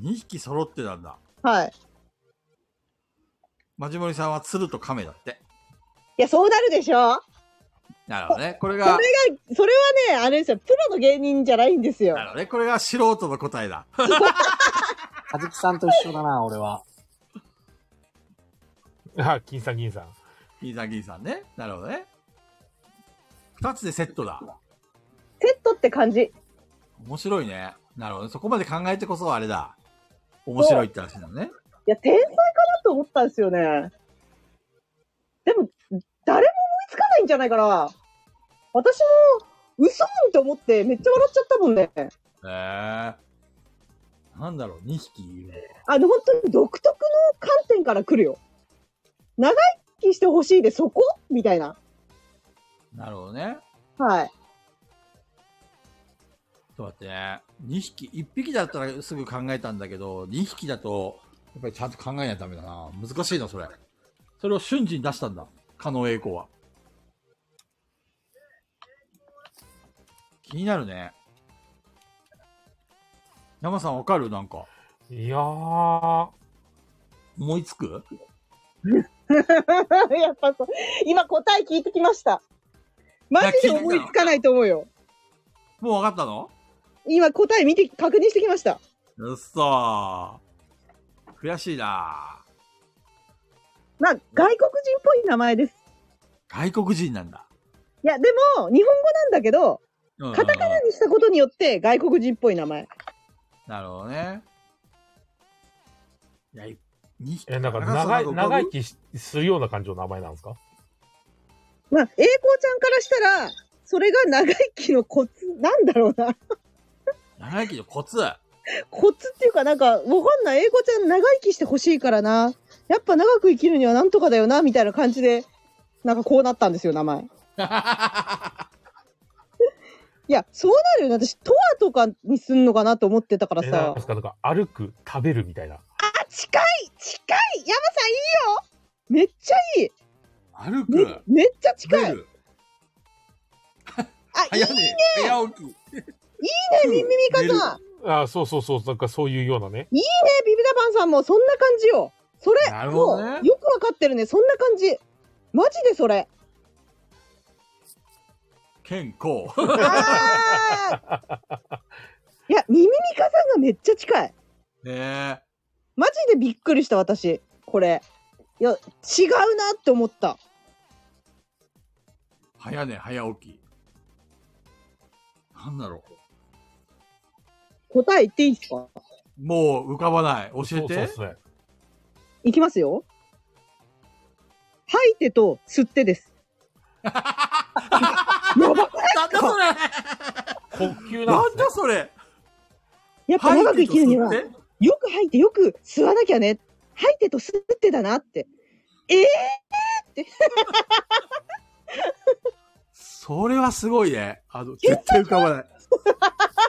二匹揃ってなんだ。
はい。
マジモリさんは鶴と亀だって。
いや、そうなるでしょ
なるほどね。これ
それ
が
が、、それはね、あれですよ。プロの芸人じゃないんですよ
な。るほどね。これが素人の答えだ。
かじきさんと一緒だな、俺は。
あ、金さん、銀さん。
銀さん銀さんね。なるほどね。二つでセットだ。
セットって感じ。
面白いね。なるほどね。そこまで考えてこそあれだ。面白いって話だね。
いや、天才かなと思ったんですよね。でも、誰も思いつかないんじゃないかな。私も、嘘んと思って、めっちゃ笑っちゃったもんね。
へえなんだろう、二匹いるね。
あの、本当に独特の観点から来るよ。長生きしてほしいで、そこみたいな。
なるほどね。
はい。
ちょっと待ってね。2匹、1匹だったらすぐ考えたんだけど、2匹だと、やっぱりちゃんと考えないとダメだな。難しいな、それ。それを瞬時に出したんだ。加納栄光は。気になるね。山さんわかるなんか。
いやー、
思いつく
やっぱそう。今答え聞いてきました。マジで思いつかないと思うよ。
もうわかったの
今答え見て、確認してきました。
うっそー。悔しいな
まあ、外国人っぽい名前です。
外国人なんだ。
いや、でも、日本語なんだけど、
うんうんうん
カタカナにしたことによって外国人っぽい名前。
なるほどね。いや、い2匹
え、なんか
中澤さ
長い、
ん
長生きしするような感じの名前なんですか
まあ、栄光ちゃんからしたら、それが長生きのコツ、なんだろうな。
長生きのコツ。な
コツっていうかなんか、わかんない。栄光ちゃん長生きしてほしいからな。やっぱ長く生きるにはなんとかだよな、みたいな感じで、なんかこうなったんですよ、名前。 いや、そうなるよね。私、トアとかにすんのかなと思ってたから
え、なん
さ
で。すかなんか歩く、食べるみたいな。
あ、近い近い山さんいいよめっちゃいい
歩
め
く。
めっちゃ近い
食べ
あ、い
る
い
早
ね
寝。早起き。
みみみかさんいいね、ビビ
食
あそうそうそう、なんかそういうようなね。
タパンさんもそんな感じよ。それ、
なる
も
ほ
う
どね
よくわかってるね。そんな感じ。マジでそれ。
健康。
あー いや、ミミミカさんがめっちゃ近い。
ねえ。
マジでびっくりした、私。これ。いや、違うなって思った。
早寝早起き。なんだろ
答え言っていいですか
う。もう浮かばない。教えて。
そうそうですね。
いきますよ。吐いてと吸って です。やばくない
なんだそれ
呼吸なん
なん
ですね
だ。それ
やっぱ長く生きるには、
吐い
よ
てと吸って
く吐いてよく吸わなきゃね。吐いてと吸ってだなって。ええ
それはすごいね。あの、絶対浮かばない。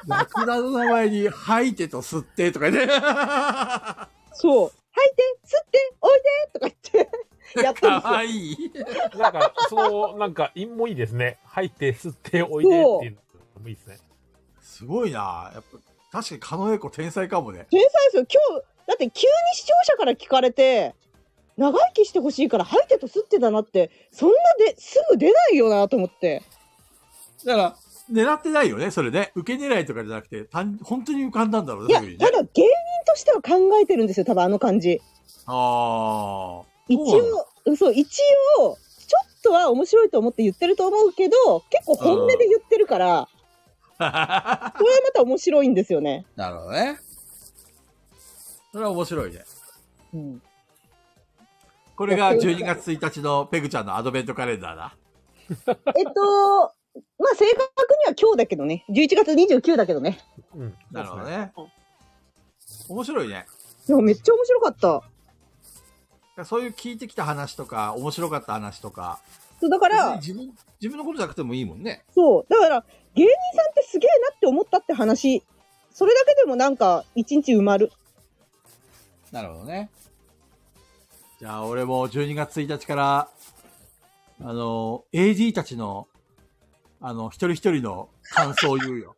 ラクダの名前に、吐いてと吸ってとかね。
そう。吐いて、吸って、おいでとか言って、やったんです
か
よ
わいい。
なんか、その、なんか、韻もいいですね。入って、吸って、おいでっていうのもいいですね。
すごいなやっぱ、確かに狩野英孝天才かもね。
天才ですよ。今日、だって急に視聴者から聞かれて、長生きしてほしいから吐いてと吸ってだなって、そんなですぐ出ないよなと思って。
だから、狙ってないよね、それね。受け狙いとかじゃなくて、単本当に浮かんだんだろう
い
ね、
や、
そ
た
う
だ
い
芸
うふうにね。
人としては考えてるんですよ、多分あの感じ。
ああ。
一
そう
応、そう、一応、ちょっとは面白いと思って言ってると思うけど、結構本音で言ってる から、そ
なの
れはまた面白いんですよね。
なるほどね。
それは面白いね。
うん、
これが12月1日のペグちゃんのアドベントカレンダーだ。
えっと、まあ正確には今日だけどね、11月29だけどね。
うん。
なるほど。ね。面白いね。
いや、めっちゃ面白かった。
そういう聞いてきた話とか、面白かった話とか、
そうだから、
別に自分自分のことじゃなくてもいいもんね。
そう。だから、芸人さんってすげえなって思ったって話。それだけでもなんか、一日埋まる。
なるほどね。
じゃあ、俺も12月1日から、あの、AD たちの、あの、一人一人の感想を言 うよ。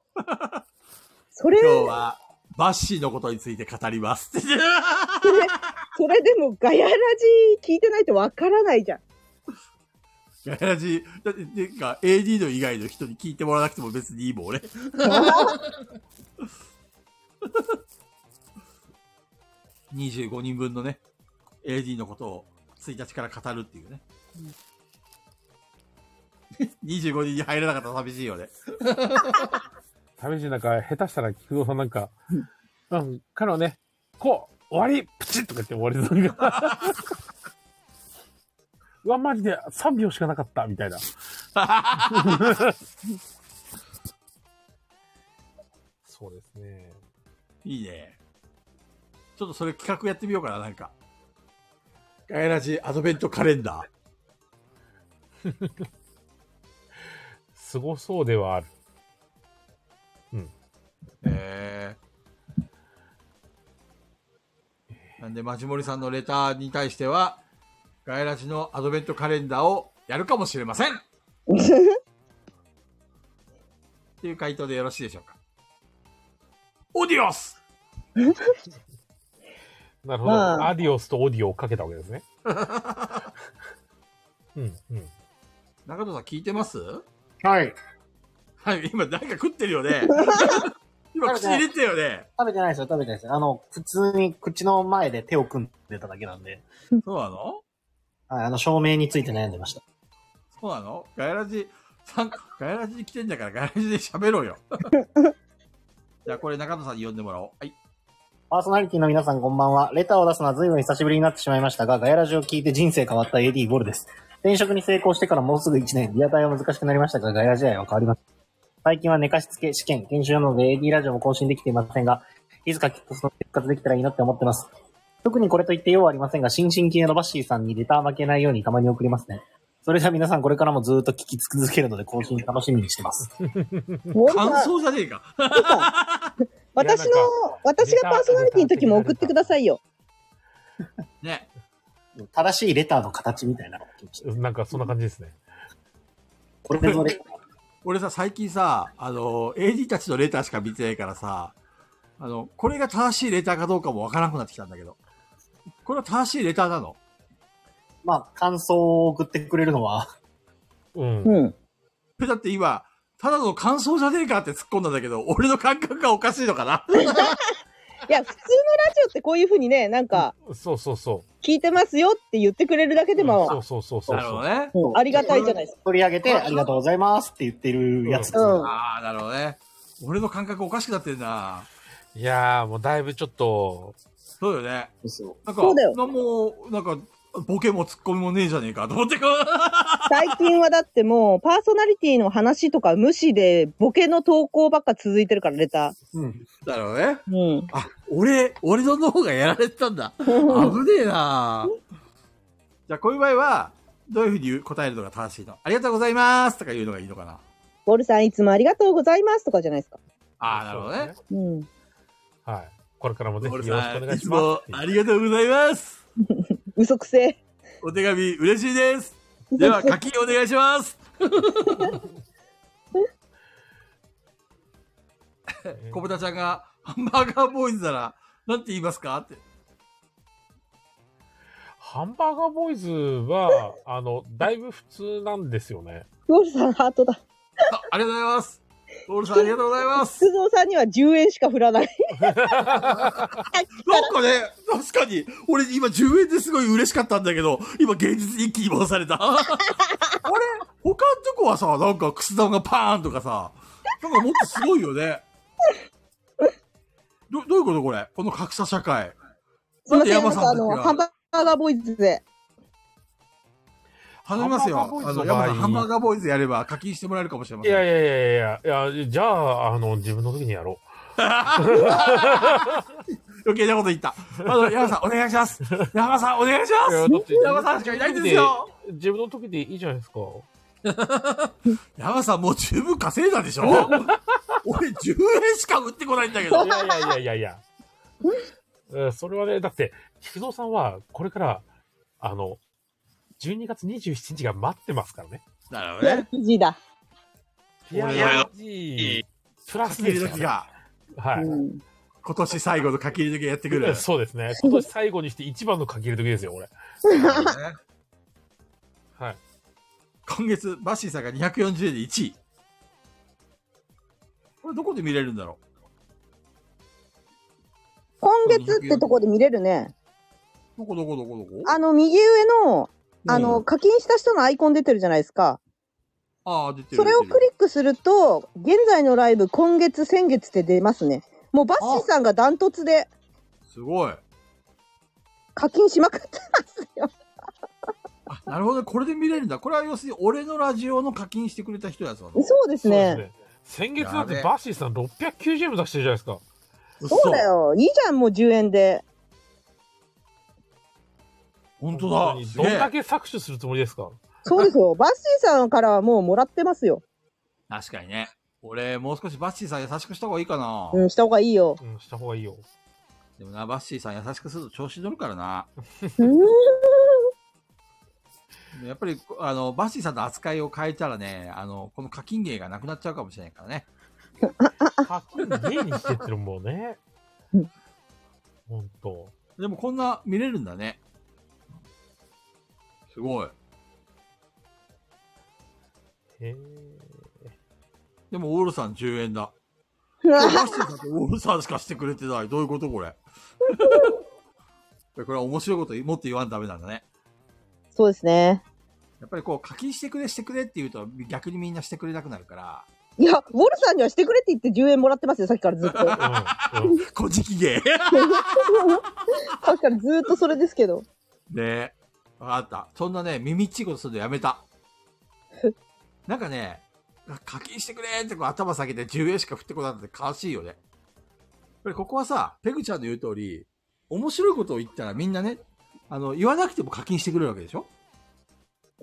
それ、
今日は、バッシーのことについて語ります。
それでもガヤラジ聞いてないとわからないじゃん。
ガヤラジ、だって、てか、AD の以外の人に聞いてもらわなくても別にいいもん、 俺。25人分のね、AD のことを1日から語るっていうね。25人に入らなかったら寂しいよね。
試しになんか、下手したら、菊蔵さんなんか、うん、彼はね、こう、終わり、プチッとか言って 終わりそうな。うわ、マジで3秒しかなかった、みたい な。そうですね。
いいね。ちょっとそれ企画やってみようかな、なんか。ガヤラジアドベントカレンダ
すごそうではある。
ー。へえ。なんで、マジモリさんのレターに対しては、ガヤラジのアドベントカレンダーをやるかもしれませんっていう回答でよろしいでしょうか。オディオス
なるほど。
まあ
アディオスとオーディオをかけたわけで すね。うん、うん。
中藤さん聞いてます
はい。
はい、今誰か食ってるよね。今口に入れてたよね。
食べてないですよ、食べてないですよ。あの、普通に口の前で手を組んでただけなんで、
そうなの
はい、あの、照明について悩んでました。
そうなのガヤラジ、参加ガヤラジに来てんだからガヤラジで喋ろうよ。じゃあこれ中野さんに呼んでもらおう。はい。
パーソナリティの皆さんこんばんは。レターを出すのは随分久しぶりになってしまいましたが、ガヤラジを聞いて人生変わった AD ゴルです。転職に成功してからもうすぐ1年、リアタイは難しくなりましたが、ガヤラジ愛は変わります。最近は寝かしつけ、試験、研修などで AD ラジオも更新できていませんが、いつかきっとその復活できたらいいなって思ってます。特にこれと言って用はありませんが、新進気鋭のバッシーさんにレター負けないようにたまに送りますね。それでは皆さんこれからもずーっと聞き続けるので更新楽しみにしてます。
本当
感
だ
想じゃねえか。
私の
いや、
私がパーソナリティの時も送ってくださいよ。
ね。
正しいレターの形みたいなのが来ました
なんかそんな感じですね。
これぞレ
俺さ、最近さ、あの、AD たちのレターしか見てないからさ、あの、これが正しいレターかどうかもわからなくなってきたんだけど。これは正しいレターなの
まあ、感想を送ってくれるのは、
うん。
うん。
えだって今、ただの感想じゃねえかって突っ込んだんだけど、俺の感覚がおかしいのかない
や、普通のラジオってこういうふうにね、なんか、
そうそうそう。
聞いてますよって言ってくれるだけで
そ
も
う、そうそうそう。
なるほどね。
ありがたいじゃないですか。
取り上げて、ありがとうございますって言ってるやつ。
うん。
ああ、なるほどね。俺の感覚おかしくなってんな。
いやー、もうだいぶちょっと、
そうよね。なんか、
そうだよ
なんも、なんか、ボケもツッコミもねえじゃねえかと思って、
最近はだってもう、パーソナリティの話とか無視で、ボケの投稿ばっか続いてるから、レタ
だろうね。
ー。うん。
あ、俺、俺の脳がやられてたんだ。危ねえなじゃあ、こういう場合は、どういうふうに言う答えるのが正しいのありがとうございますとか言うのがいいのかな
ボルさんいつもありがとうございますとかじゃないですか。
ああ、なるほどね。
うん。
はい。これからもぜひ
ボ
よろ
ル
しくお
さん
願い
い
し
つ
ます
も。ありがとうございます
嘘くせ。
お手紙嬉しいですでは、課金お願いします
えー
小豚ちゃんが、ハンバーガーボーイズなら、なんて言いますかって。
ハンバーガーボーイズは、あの、だいぶ普通なんですよ ね。
ボルさんハートだ。
あありがとうございますボルさんありがとうございます
鈴蔵さんには10円しか振らない。
なんかね、確かに、俺今10円ですごい嬉しかったんだけど、今現実一気に戻され た。あれ他のとこはさ、なんかくす玉がパーンとかさ、なんかもっとすごいよね。どどういうことこれこの格差社会。
すいません、
なんで山
な
さ
ん
ん
か
だ
あの、
けが
ハンバーガーボーイズで。
頼みますよ。
ハンバーガーボーイ
あ
ズの
の、
場合
山田ハンバーガーボーイズやれば課金してもらえるかもしれま
い
せん。
やいやいやいやいや、じゃあ、あの、自分の時にやろ
余計なこと言った。あの、山田さんお願いします。山田さんお願いしま
う。
す。
いやだって
山田さんしかいないんですよ。
自分の時でいいじゃないですか。
山田さんもう十分稼いだでしょ俺10円しか売ってこないんだけど
い。やいやいや いやいや。うんそれはね、だって、菊蔵さんは、これから、あの、12月27日が待ってますからね。
なるほど
ラ
ね。
ッキーだ。
いやいや、プラス
切
で
り
す
時
から
が、
ねは
うん。
今年最後の書き入れ時がやってく
い。
る。
そうです ね。今年最後にして一番の書き入れ時ですよ、俺。 はい。
今月、バッシーさんが240円で1位。これどこで見れるんだろ
今月ってとこで見れるね。
うどこどこどこどこ
あの、右上の、あの、課金した人のアイコン出てるじゃないですか。
ああ、出てる。
それをクリックすると、現在のライブ、今月、先月って出ますね。もうバッシーさんがダントツで
すごい。
課金しまくってますよ。
あ、なるほどね。これで見れるんだ。これは要するに、俺のラジオの課金してくれた人やつなの。
そうです
そうです
ね。
ね。先月だってバッシーさん690円も出してるじゃないですか。
そうだよ。いいじゃん、もう10円で。
本当だ。
に
す
どん
げ
だ
え。
け搾取するつもりですか
そうです よ。バッシーさんからはもうもらってますよ。
確かにね。俺、もう少しバッシーさん優しくした方がいいかな。
うん、した方がいいよ。
うん、した方がいいよ。
でもな、バッシーさん優しくすると調子乗るからな。
うん
やっぱり、あの、バッシーさんの扱いを変えたらね、あの、この課金芸がなくなっちゃうかもしれないからね。
課金芸にしてってるもんね
うん。
ほんと。
でもこんな見れるんだね。すごい。
へえ。
でも、オールさん10円だ。
う
バ
わ
ッシーさんとオールさんしかしてくれてない。どういうことこれ。 これは面白いこともっと言わんとダメなんだね。
そうですね。
やっぱりこう、課金してくれ、してくれって言うと、逆にみんなしてくれなくなるから、
いや、ウォルさんにはしてくれって言って10円もらってますよ、さっきからずっと。 さ
うん。うん
こじき芸。
っきからずっとそれですけど。
ねえ。わかった。そんなね、耳っちいことするのやめた。なんかね、課金してくれってこう頭下げて10円しか振ってこないって悲しいよね。やっぱりここはさ、ペグちゃんの言う通り、面白いことを言ったらみんなね、あの、言わなくても課金してくれるわけでしょ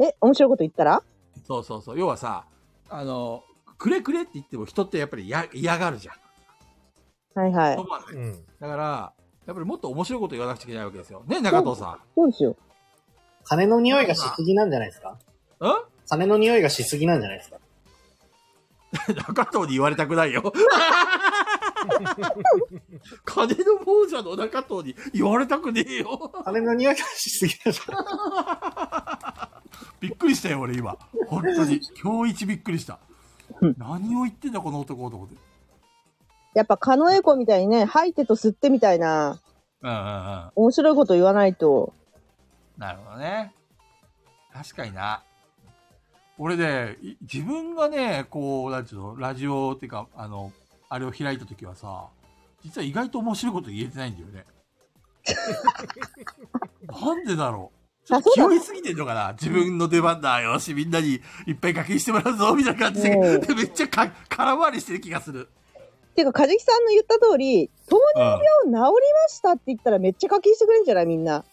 え、面白いこと言ったら
そうそうそう。要はさ、あの、くれくれって言っても人ってやっぱりや嫌がるじゃん。
はいはい。
思わない
うん。
だから、やっぱりもっと面白いこと言わなくちゃいけないわけですよ。ね、中藤さ
そうですよ。
金の匂いがしすぎなんじゃないですか
ん。ん
金の匂いがしすぎなんじゃないですか
中藤に言われたくないよ。金の亡者の中藤に言われたくねえよ。
金の匂いがしすぎなんじゃな
び
い
っくりしたよ、俺今。本当に。今日一びっくりした。何を言ってんだ、この男と思って。
やっぱ、カノエコみたいにね、吐いてと吸ってみたいな、
うんうんうん。
面白いこと言わないと。
なるほどね。確かにな。俺ね、い自分がね、こう、なんちゅうの、ラジオっていうか、あの、あれを開いた時はさ、実は意外と面白いこと言えてないんだ よね。なんでだろう。ちょっと気負いすぎてんのかな自分の出番だ。よし、みんなにいっぱい課金してもらうぞ、みたいな感じで。
うん
めっちゃか空回りしてる気がする。
ていうか、カジキさんの言った通り、糖
うん
尿病治りましたって言ったらめっちゃ課金してくれるんじゃないみんな。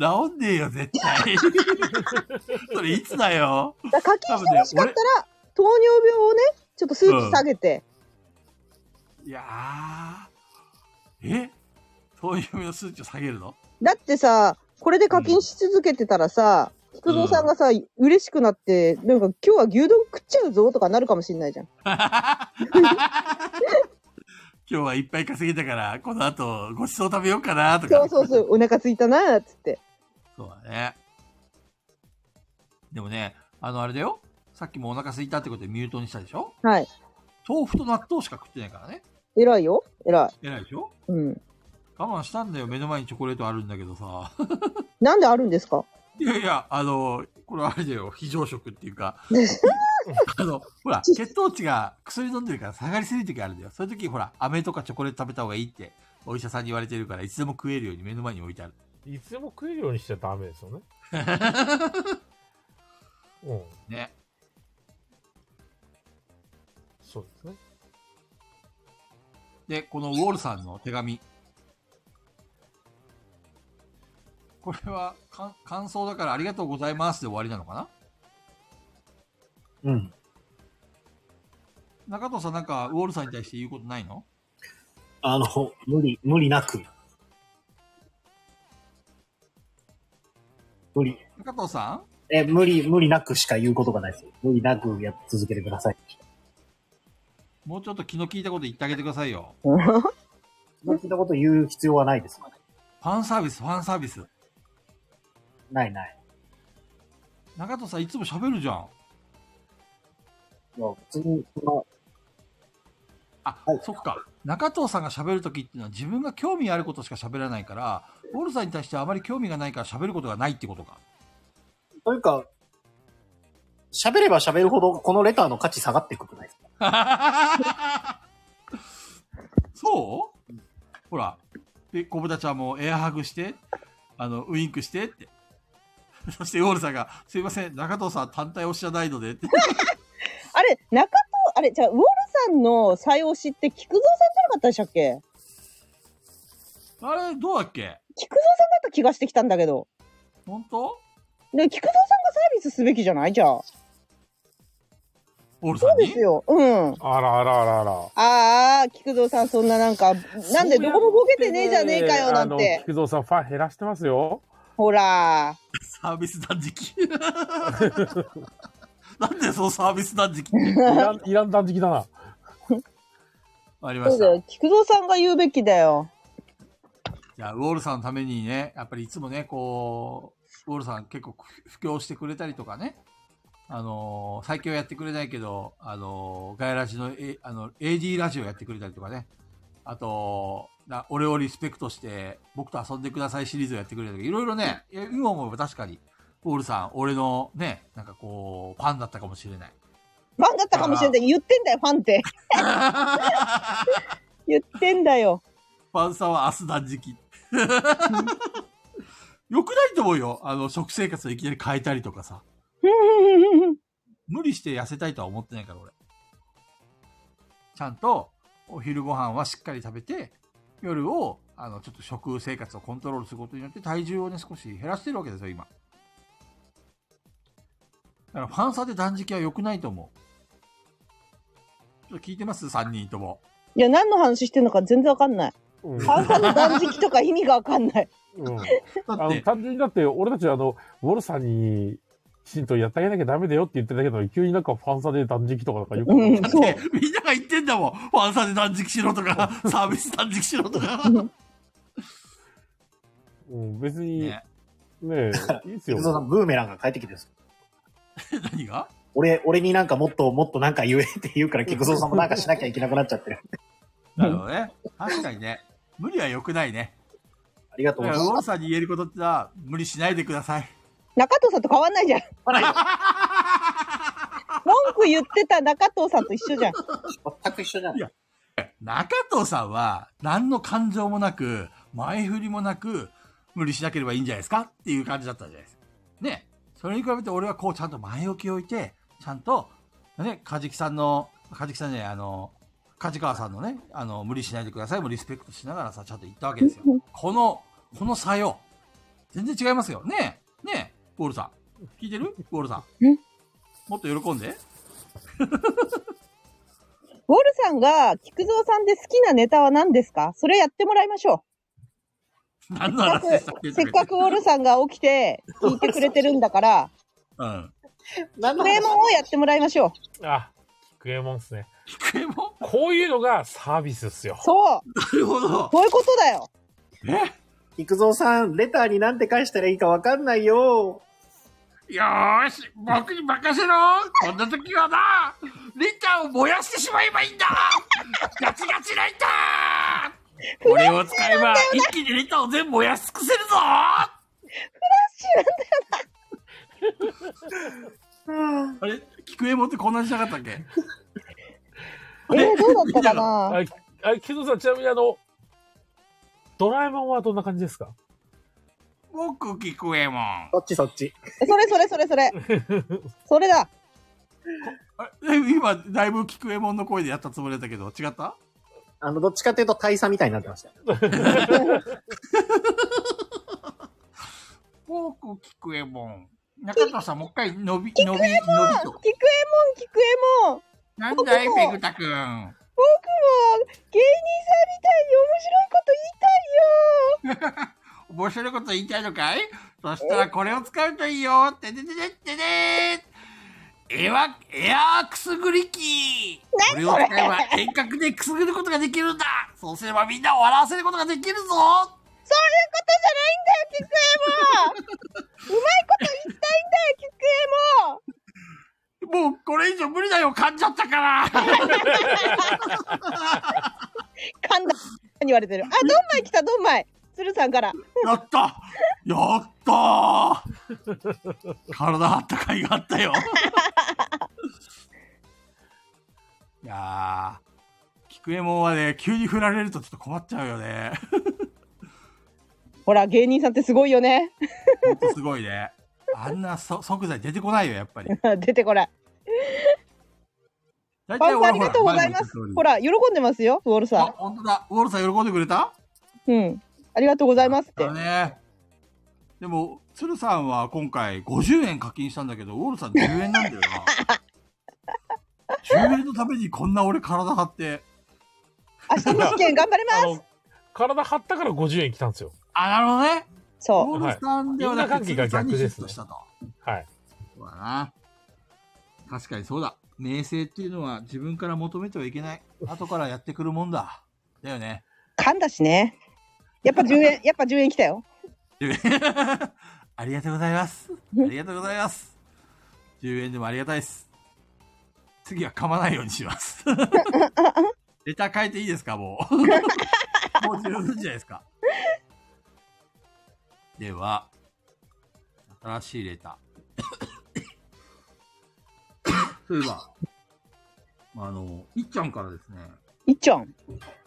治んねえよ、絶対。それいつだよ。
だから課金してほしかったら、糖尿病をね、ちょっと数値下げて、
いやー。え糖尿病の数値を下げるの
だってさ、これで課金し続けてたらさ、菊蔵さんがさ、嬉しくなって、なんか今日は牛丼食っちゃうぞとかなるかもしれないじゃん。
今日はいっぱい稼げたから、この後ごちそう食べようかなと
そ
か
う。そうそう、お腹空いたなーっつって。
そうだね。でもね、あの、あれだよ。さっきもお腹空いたってことでミュートにしたでしょ
はい。
豆腐と納豆しか食ってないからね。
偉いよ。偉
偉いでしょ
い。うん。
我慢したんだよ。目の前にチョコレートあるんだけどさ。
なんであるんですか
いやいや、あの、これあれだよ。非常食っていうか。 あの、ほら、血糖値が薬飲んでるから下がりすぎる時あるんだよ。そういう時、ほら、飴とかチョコレート食べた方がいいって、お医者さんに言われてるから、いつでも食えるように目の前に置いてある。
いつでも食えるようにしちゃダメ ですよね。うん、
ね。
そうですね。
で、このウォールさんの手紙。これは、かん感想だからありがとうございますで終わりなのか
うん。
な中藤さんなんか、ウォールさんに対して言うことないの
あの、無理、無理なく。無理。
中藤さん
え、無理、無理なくしか言うことがないです。無理なくやっ続けてください。
もうちょっと気の利いたこと言ってあげてくださいよ。
そういったこと言う必要はないです。
ファンサービス、ファンサービス。
ないない。
中藤さんいつも喋るじゃん。
もう普通に、その、
あ、
はい
そっか。中藤さんが喋るときっていうのは自分が興味あることしか喋らないから、ウォールさんに対してあまり興味がないから喋ることがないってことか。
というか、喋れば喋るほど、このレターの価値下がっていくくないですか
そうほら、で、小豚ちゃんもエアハグして、あの、ウインクしてって。そして、ウォールさんが、すいません、中藤さん単体推しじゃないのでって。
あれ、中藤、あれ、じゃあウォールさんの再押しって菊蔵さんじゃなかったでしたっけ
あれ、どうだっけ
菊蔵さんだった気がしてきたんだけど。
本当
で、菊蔵さんがサービスすべきじゃないじゃあ。
ウォール
そ
さ
うんで
に
すよ。うん。
あらあらあらあら。
ああ、菊蔵さんそんななんか、なんでどこもボケてねえじゃねえかよなん
あの
て。
菊蔵さん、ファン減らしてます よ。
ほら。
サービス断食。 なんでそのサービス断食って
いらん、いらん断食だな。
ありま
そう
し
だ
た。
よ。菊蔵さんが言うべきだよ。
じゃあ、ウォールさんのためにね、やっぱりいつもね、こう、ウォールさん結構ふ布教してくれたりとかね、あのー最強やってくれないけど、あのーガイラジの、A、あの、AD ラジオやってくれたりとかね、あと、な俺をリスペクトして、僕と遊んでくださいシリーズをやってくれたりとか、いろいろね、いや今思えば確かに、ウォールさん、俺のね、なんかこう、ファンだったかもしれない。
ファンだったかもしれない。言ってんだよ、ファンって。言ってんだよ。
パンサーは明日断食。よくないと思うよ。あの、食生活をいきなり変えたりとかさ。無理して痩せたいとは思ってないから、俺。ちゃんと、お昼ご飯はしっかり食べて、夜を、あの、ちょっと食生活をコントロールすることによって体重をね、少し減らしてるわけですよ、今。だから、ファンサーで断食は良くないと思う。ちょっと聞いてます ?3 人とも。
いや、何の話してんのか全然わかんない。
うん。
ファンさんの断食とか意味がわかんない。
うん、
だ
あ
っ
の
て、
単純にだって、俺たちあの、ウォルさんに、きちんとやってあげなきゃダメだよって言ってたけど、急になんかファンサで断食とかなんかよく、
うん、そう。
ね みんなが言ってんだもん。ファンサーで断食しろとか、サービス断食しろとか。
うん、別に、ね
ね、
え、いいっす
菊
よ
蔵。 さん、ブーメランが帰ってきてるんです。
何が
俺、俺になんかもっともっとなんか言えって言うから、菊蔵さんもなんかしなきゃいけなくなっちゃってる。
なるほどね。確かにね。無理は良くないね。
ありがと
だ
う
か
ご
ら、
ざ
ウ
います。
ォルさんに言えることってのは、無理しないでください。
中藤さんと変わんないじゃん。
あら
文句言ってた中藤さんと一緒じゃん。
全く一緒じゃん。
中藤さんは、何の感情もなく、前振りもなく、無理しなければいいんじゃないですかっていう感じだったじゃないですか。ね。それに比べて俺はこうちゃんと前置きを置いて、ちゃんと、ね、カジキさんの、カジキさんじゃない、あの、梶川さんのね、あの、無理しないでくださいもリスペクトしながらさ、ちゃんと言ったわけですよ。この、この差よ。全然違いますよ。ねえ、ねえ、ウォールさん。聞いてるウォールさん。
ん
もっと喜んで。
ウォルさんが、菊蔵さんで好きなネタは何ですかそれやってもらいましょ
何
う。
の話でしたっけ
せっかくウォルさんが起きて、聞いてくれてるんだから、
うん。
何
ク
の
レーム
話
をやってもらいましょう。
あ、クエモンっすね。
クエモ
こういうのがサービスっすよ。
そう
なるほど。
そういうことだよ
え
菊蔵さん、レターになんて返したらいいかわかんないよ。
よーし、僕に任せろこんな時はな、レターを燃やしてしまえばいいんだガチガチレターこれを使えば、一気にレターを全部燃やし尽くせるぞあれ菊エモってこんなにしなかったっけ
えー、どうだったかな
あ、あ、木戸さん、ちなみにあの、ドラえもんはどんな感じですか
僕、菊エモン。
そっちそっち。
それそれそれそ れ。それだ。
あれえ今、だいぶ菊エモンの声でやったつもりだったけど、違った
あの、どっちかというと大佐みたいになってました。
僕、菊エモン。中田さん、もう一回、伸び、伸び、
菊
伸びと。
右衛門、菊右衛門。
なんだい、ペグタくん。
僕も芸人さんみたいに面白いこと言いたいよ。
面白いこと言いたいのかいそしたらこれを使うといいよってでででででエワ、エアーくすぐり機これを使えば遠隔でくすぐることができるんだそうすればみんなを笑わせることができるぞ
そういうことじゃないんだよ、菊右衛門。うまいこと言いたいんだよ、菊右衛門。
もうこれ以上無理だよ噛んじゃったから
噛んだ。に言われてる。あ、ドンマイ来た、ドンマイ。鶴さんから。
やったやったー体あったかいがあったよいやー菊右衛門はね急に振られるとちょっと困っちゃうよね
ほら、芸人さんってすごいよね。
ほんとすごいねあんなそ即座に出てこないよやっぱり
出てこない。
大
パンさんあ
俺
り
ほ
がとうございます。ほら、喜んでますよ、ウォル
前
さ
も言った通りあ本当だウォールさん喜んでくれた
ん。うん。ありがとうございますって
だ。ねでも鶴さんは今回50円課金したんだけどウォールさん10円なんだよ な10円のためにこんな俺体張って
明日の試験頑張り
あ
ます
の、体張ったから50円来たんですよ。
あ、なるほどね。
そう。
オールスターではな
因
く、
果関係が逆ですね
鶴さんにシフトしたと。
はい。
そうだな。確かにそうだ。名声っていうのは自分から求めてはいけない。後からやってくるもんだ。だよね。
噛んだしね。やっぱ10円、やっぱ10円来たよ。
ありがとうございます。ありがとうございます。10円でもありがたいです。次は噛まないようにします。レター変えていいですか、もう。もう十分じゃないですか。では、新しいレター。そういえば、あの、いっちゃんからですね、
いっちょん。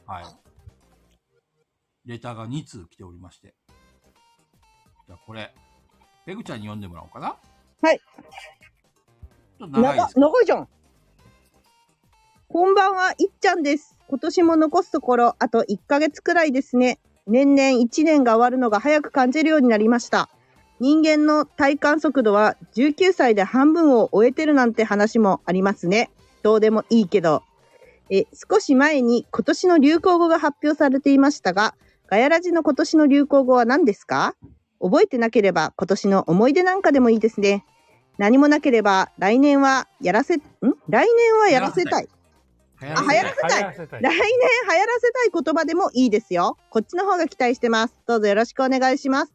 はい。レターが2通来ておりまして。じゃあこれ、ペグちゃんに読んでもらおうかな。
はい。
ちょっと
長
長
い
いですけど。
長いじゃん。こんばんは、いっちゃんです。今年も残すところ、あと1ヶ月くらいですね。年々1年が終わるのが早く感じるようになりました。人間の体感速度は19歳で半分を終えてるなんて話もありますね。どうでもいいけど。え、少し前に今年の流行語が発表されていましたが、ガヤラジの今年の流行語は何ですか覚えてなければ今年の思い出なんかでもいいですね。何もなければ来年はやらせ、ん来年はやらせたい。
流行
あ
らせ
流行らせたい
流行らせた
来年
い
流行らせたい言葉でもいいですよ。こっちの方が期待してます。どうぞよろしくお願いします。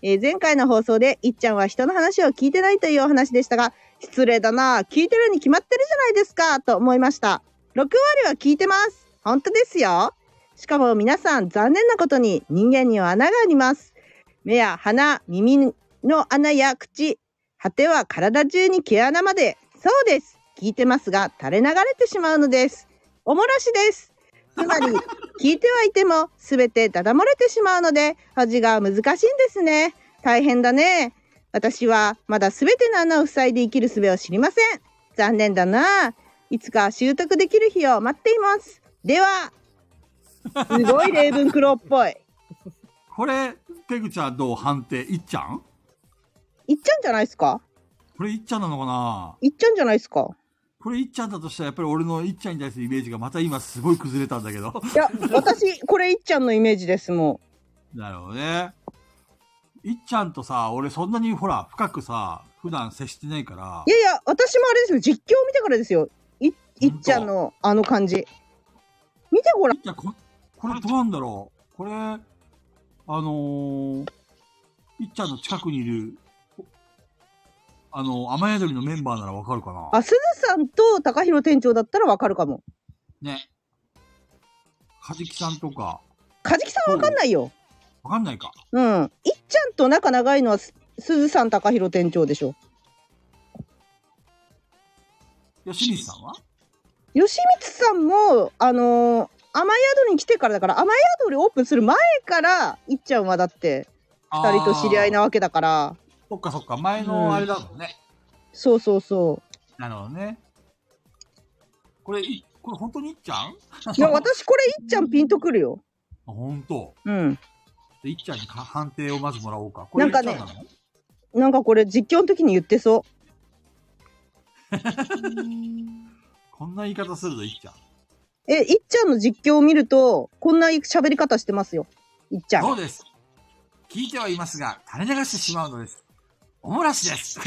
えー前回の放送で、いっちゃんは人の話を聞いてないというお話でしたが、失礼だなぁ、聞いてるに決まってるじゃないですか、と思いました。6割は聞いてます。本当ですよ。しかも皆さん、残念なことに人間には穴があります。目や鼻、耳の穴や口、果ては体中に毛穴まで。そうです。聞いてますが、垂れ流れてしまうのです。おもらしです。つまり聞いてはいても全てダダ漏れてしまうので味が難しいんですね大変だね私はまだ全ての穴を塞いで生きる術を知りません残念だないつか習得できる日を待っていますではすごい例文クロっぽい
これ、ペグちゃんどう判定いっちゃん
いっちゃんじゃないですか
これいっちゃんなのかない
っちゃんじゃないですか
これいっちゃんだとしたらやっぱり俺のいっちゃんに対するイメージがまた今すごい崩れたんだけど。
いや、私、これいっちゃんのイメージです、も
なるほどね。いっちゃんとさ、俺そんなにほら、深くさ、普段接してないから
う。い、やいや、私もあれですよ、実況を見てからですよ。いいっちゃんのあの感じ。見てごらん。
いっちゃんこ、これどうなんだろうこれ、あのー、いっちゃんの近くにいる、あの、雨宿りのメンバーならわかるかな
あ、すずさんと高弘店長だったらわかるかも。
ね。カジキさんとか、
かじきさんわかんないよ。
わかんないか。
うん。いっちゃんと仲長いのはすすずさん、高弘店長でしょ。
いや、清水さんは
吉光さんも、あのー、雨宿りに来てからだから、雨宿りオープンする前から、いっちゃんはだって、二人と知り合いなわけだから、
そっかそっか、前のあれだもんね。
そうそうそ
なるほどね。これ、いこれ本当にいっちゃん
う。いや、私これいっちゃんピンとくるよ。
あ本当。
うん。
でいっちゃんにか判定をまずもらおうか。これ
なんかね
いっちゃの
なんかこれ実況の時に言ってそ
こんな言い方するといっちゃん。
う。え、いっちゃんの実況を見ると、こんな喋り方してますよ。いっちゃん。
そうです。聞いてはいますが、垂れ流してしまうのです。おもらしです。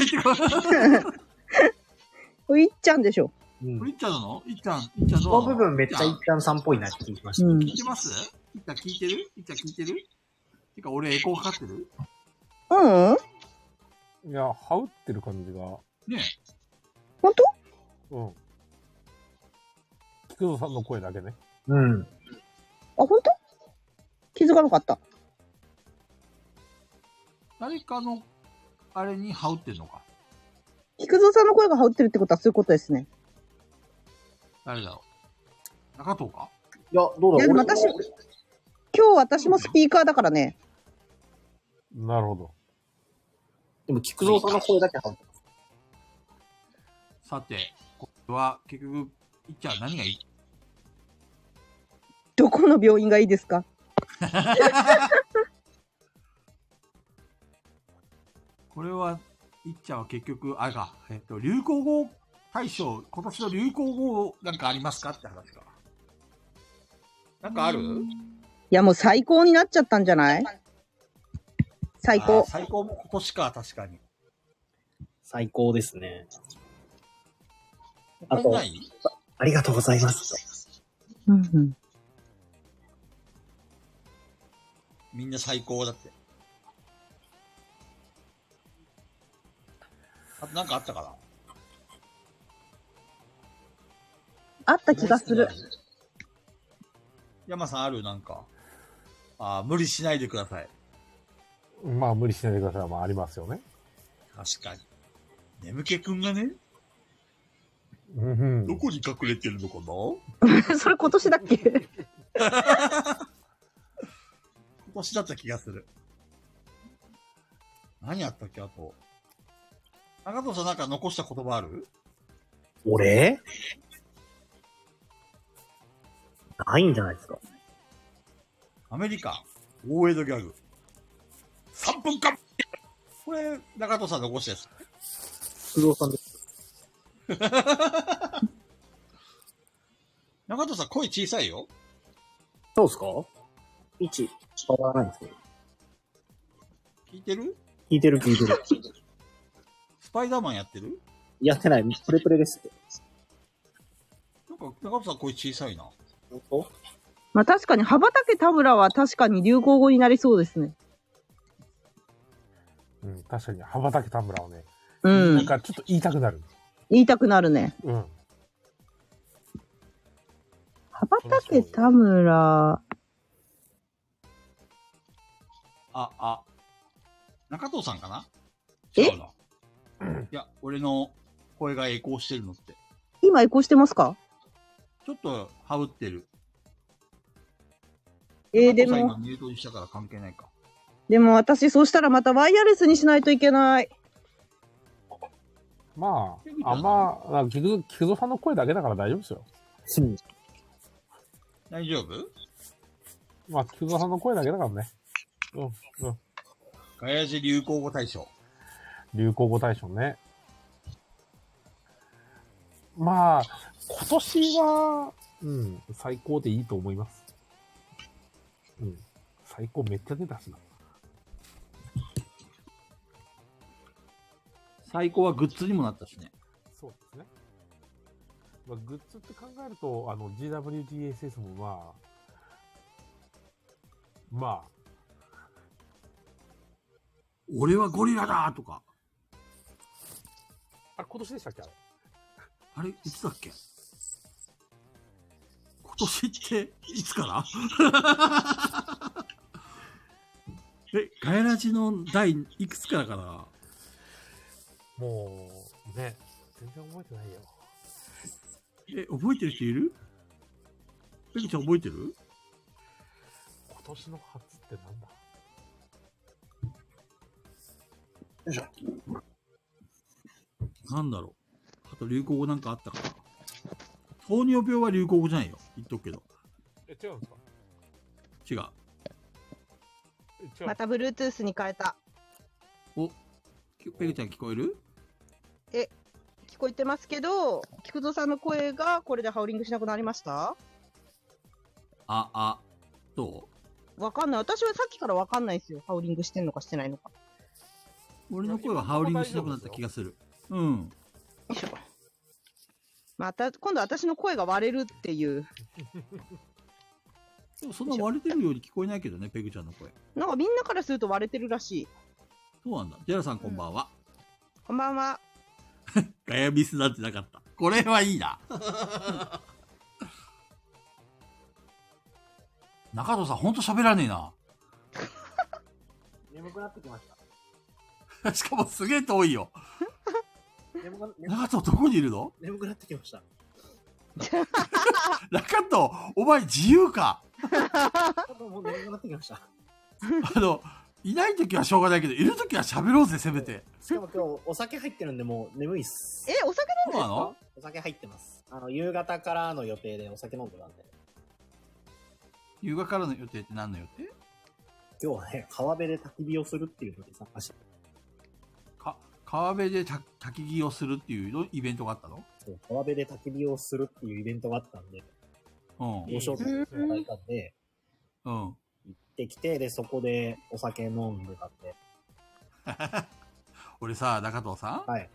これいっちゃんでしょ。
うん
これいっちゃんなのいっちゃん、いっちゃん
こ
ど
の
う
部
な
分
の
めっちゃ一貫さんっぽいなって気がしました。
うん
聞い。てますいっちゃん聞いてるいっちゃん聞いてるてか俺エコーかかってる
うん、うん、
いや、羽織ってる感じが。
ね
本当
うん。菊野さんの声だけね。
うん。
あ、本当気づかなかった。
誰かのあれに羽織ってんのか
菊蔵さんの声が羽織ってるってことはそういうことですね。
誰だろう中藤か
いや、どうだ
い
ろ
や
う。
私今日私もスピーカーだからね。
なるほど。
でも、菊蔵さんの声だけ入ってます。
さて、これは結局、いっちゃん何がいい
どこの病院がいいですか
これは、いっちゃんは結局、あれか、えっと、流行語大賞、今年の流行語なんかありますかって話か。なんかある
いやもう最高になっちゃったんじゃない最
あー
高。
最高も今年か、確かに。
最高ですね。あ
他に
と
な、い
ありがとうございます。
うんうん
みんな最高だって。あとなんかあったか
あ
な
った気がする。。
山さんあるなんか。ああ、無理しないでください。
まあ、無理しないでください。まあ、ありますよね。
確かに。眠気くんがね、
うん
どこに隠れてるのかな、
それ今年だっけ
今年だった気がする。何あったっけ、あと。中藤さんなんか残した言葉ある
俺ないんじゃないですか。
アメリカ、大江戸ギャグ。3分間これ、中藤さん残したやつ。
菊蔵さんです。
中藤さん声小さいよ。
そうですか位置、変わらないんですけど。
聞いてる
聞いてる聞いてる。
スパイダーマンやってる
やってない。プレプレですって。
なんか中藤さん声小さいな。
本当
まあ確かに、羽ばたけ田村は確かに流行語になりそうですね。
うん、確かに、羽ばたけ田村はね、
う
なん
ん。
かちょっと言いたくなる。
言いたくなるね。
うん。
羽ばたけ田村。
あ、あ、中藤さんかな
え
違うないや、俺の声がエコーしてるのって。
今エコーしてますか
ちょっと羽織ってる。
えー、で
中藤さ
も、
ん今ミュートにしたから関係ないか。
でも私そうしたらまたワイヤレスにしないといけない。
まあ、あんま、あ菊蔵菊蔵さんの声だけだから大丈夫ですよ。
うん。
大丈夫
まあ、菊蔵さんの声だけだからね。うんうん
ガヤジ流行語大賞。
流行語大賞ね。まあ、今年は、うん、最高でいいと思います。うん。最高めっちゃ出たしな。
最高はグッズにもなったしね。
そうですね。まあ、グッズって考えると、あの、GWDSS もまあ、まあ、
俺はゴリラだとか。
あれ今年でしたっけあれ
あれ、いつだっけ今年って、いつ からえ、ガヤラジの第いくつからかな
もう、ね、全然覚えてないよ。
え、覚えてる人いるペグちゃん覚えてる
今年の初ってなんだ
なんだろう。あと流行語なんかあったかな糖尿病は流行語じゃないよ。言っとくけど。
え、違うんですか
違う。
え違う。
また Bluetooth に変えた。
きペグちゃん聞こえる
聞こえてますけど、菊蔵さんの声がこれでハウリングしなくなりました
あ、あ、ど
わかんない。私はさっきからわかんないですよ。ハウリングしてんのかしてないのか。
う俺の声はハウリングしなくなった気がする。うん。
また、今度私の声が割れるっていう。
でもそんな割れてるように聞こえないけどね、ペグちゃんの声。
なんかみんなからすると割れてるらしい。
そうなんだ。ジェラさんこんばんは。
こんばんは。
ガヤミスなんてなかった。これはいいな。中戸さん、ほんと喋らねえな。
眠くなってきました。
しかもすげえ遠いよ。
眠くな
中戸どこにいるの
眠くなってきました。
中戸、お前自由か。
多分もう眠くなってきました。
あの、いない時はしょうがないけど、いる時は喋ろうぜ、せめて。
しかも今日お酒入ってるんでもう眠いっす。
え、お酒飲ん
そう
でる
なん
ですか
の
お酒入ってます。あの、夕方からの予定でお酒飲んでたんで。
夕方からの予定って何の予定
今日はね、川辺で焚き火をするっていうのに参加して、
か、川辺でた焚き木をするっていうのイベントがあったの
そう川辺で焚き火をするっていうイベントがあったんで、
うん。
ご招待していただいたんで、
うん。
行ってきて、で、そこでお酒飲んでたんで、
俺さ、中藤さん、
はい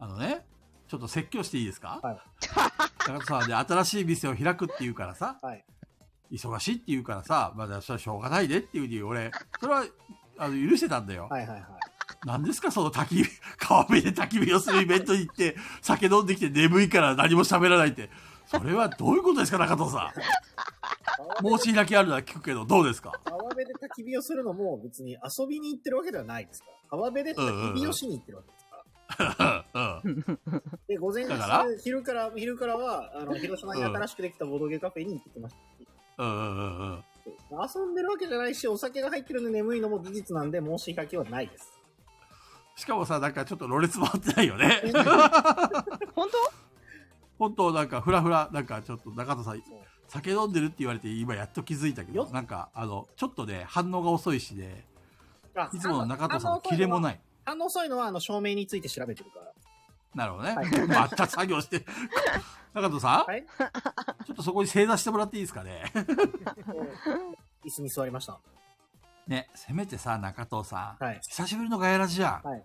あのね、ちょっと説教していいですか、
はい
中藤さんで新しい店を開くって言うからさ、
はい
忙しいって言うからさ、まだそれはしょうがないでっていうふうに俺、それは、あの、許してたんだよ。
はいはいは
何ですかその焚き火、 川辺で焚き火をするイベントに行って、酒飲んできて眠いから何も喋らないって。それはどういうことですか中藤さ
い。
ん。申し開きあるのは聞くけど、どうですか
川辺で焚き火をするのも別に遊びに行ってるわけではないですから。川辺で焚き火をしに行ってるわけですから。
うん。
で、午前
だから
中、昼から、昼からは、あの、広島に新しくできたボードゲーカフェに行ってきました。
うんうんうんうん。
遊んでるわけじゃないし、お酒が入ってるんで眠いのも事実なんで、申し訳はないです。
しかもさ、なんかちょっとろれつ回ってないよね。
本当
本当なんかフラフラなんかちょっと中田さん
そう
酒飲んでるって言われて今やっと気づいたけど
よっ
なんかあのちょっとね反応が遅いしね
あ
いつもの中田さん
あ
のキレもない
あの遅いのは、あの、照明について調べてるから。
なるほどね、
はい
また作業して中田さん、
はい
ちょっとそこに正座してもらっていいです かね
椅子に座りました。
ねせめてさ中藤さん、
はい
久しぶりのガヤラジじゃんわ、
はい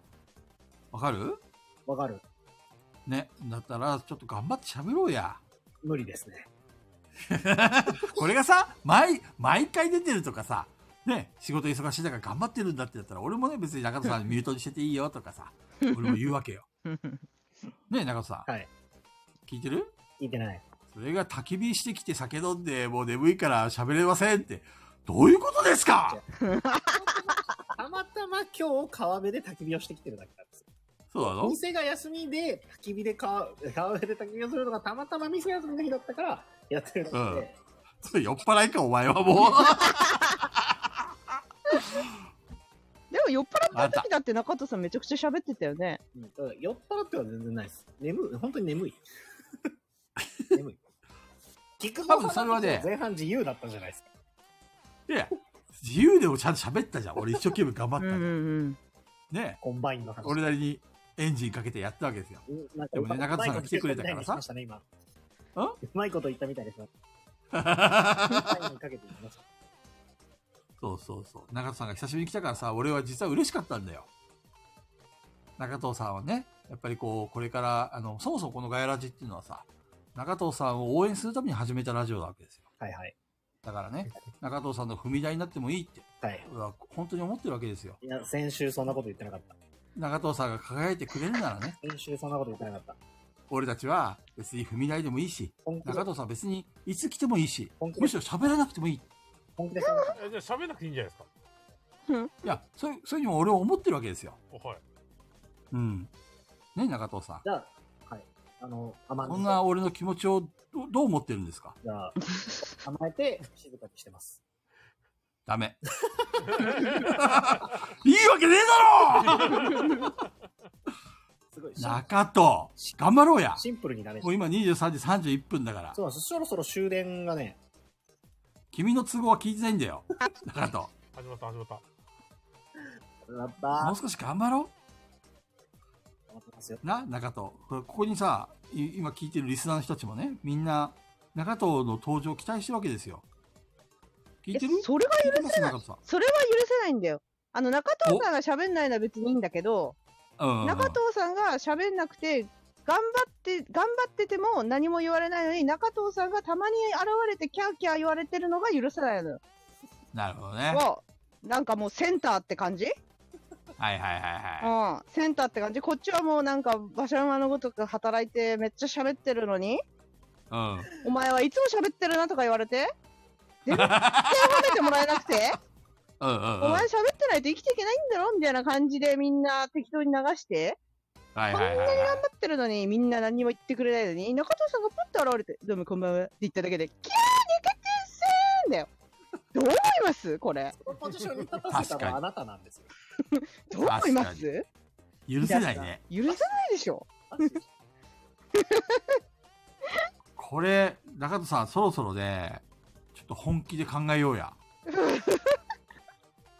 かる
わかる
ねだったらちょっと頑張って喋ろうや
無理ですね。
これがさ、毎、毎回出てるとかさ、ね、仕事忙しいだから頑張ってるんだってだったら、俺もね、別に中田さんミュートにしてていいよと かさ、俺も言うわけよ。ね、中田さん。
はい
聞いてる
聞いてない。
それが焚き火してきて酒飲んで、もう眠いから喋れませんって、どういうことですか
たまたま今日、川辺で焚き火をしてきてるだけなんです。
そうなの
店が休みで、焚き火で川、川辺で焚き火をするのがたまたま店休みの日だったから、やってるので、
それ酔っ払いか、お前はもう。
でも酔っ払
あ
っ
ん
た
た
時だって中田さんめちゃくちゃ喋ってたよね。
うんただ酔っ払っては全然ないです。眠い、本当に 眠い。眠い。菊
多分それはね
前半自由だったじゃないですか。
いや、自由でもちゃんと喋ったじゃん。俺一生懸命頑張ったじゃん。ね
コンバインの話。
俺なりにエンジンかけてやったわけですよ。
なんか
でもね中田さんが来てくれたからさ
うまいこと言ってみいにしましたね今
ん
うまいこと言ったみたい です。最後にかけてみました
そうそうそう。中田さんが久しぶりに来たからさ、俺は実は嬉しかったんだよ。中藤さんはね、やっぱりこう、これから、あの、そもそもこのガヤラジっていうのはさ、中藤さんを応援するために始めたラジオなわけですよ。
はいはい。
だからね、中藤さんの踏み台になってもいいって、
はい。
俺は本当に思ってるわけですよ。
いや、先週そんなこと言ってなかった。
中藤さんが輝いてくれるならね、
先週そんなこと言ってなかった。
俺たちは別に踏み台でもいいし、
本気で
中、藤さんは別にいつ来てもいいし、
本気で
むしろ喋らなくてもいい。い
本気でそんなこと
えじゃあ喋んなくていいんじゃないです
や、そういう、そういうふうにも俺は思ってるわけですよ。
かはい。
うん。ね、中藤さん。
じゃあ、はい。あの、甘え
こんな俺の気持ちをどどう思ってるんですか
じゃあ、甘えて、静かにしてます。
ダメ。 いいわけねえだろ
すごい。シン
中藤、頑張ろうや。
シンプルになれ
もう今23時31分だから
そ、うなんです。そろそろ終電がね、
君の都合は聞いてないんだよ。中藤、
始まった始まった。
ラッ
も
バ
う少し頑張ろ
ー待ってますよ。
う。な、中藤。これここにさ、い今聞いてるリスナーの人たちもね、みんな、中藤の登場を期待してるわけですよ。聞いてる
えそれが
聞いてます中藤さん。
それは許せないんだよ。あの、中藤さんが喋んないのは別にいいんだけど、
うんうんうん。
中藤さんが喋んなくて、頑張って、頑張ってても何も言われないのに、中藤さんがたまに現れてキャーキャー言われてるのが許せないのよ。
なるほどね。
わなんかもうセンターって感じ
はいはいはいは
うん、センターって感じ。こっちはもうなんか、馬車馬のごとく働いて、めっちゃ喋ってるのに、
い。うん。
お前はいつも喋ってるなとか言われて、全然褒めてもらえなくて、
うん う
お
んうん。は
前喋
い
ってないと生きていけないんだろみたいな感じでみんな適当に流して、
はい
こんな
は
いに
は
頑
い。
張ってるのに、みんな何も言ってくれないのに、中藤さんがパッと現れて、どうもこんばんはって言っただけで、キャー中藤さんだよ。どう思いますこれ。
このポジションに立たせたのはあなたなんですよ。
どう思いま
確か
す
許せないね。
許せないでしょ。
これ、中田さん、そろそろね、ちょっと本気で考えよ うや。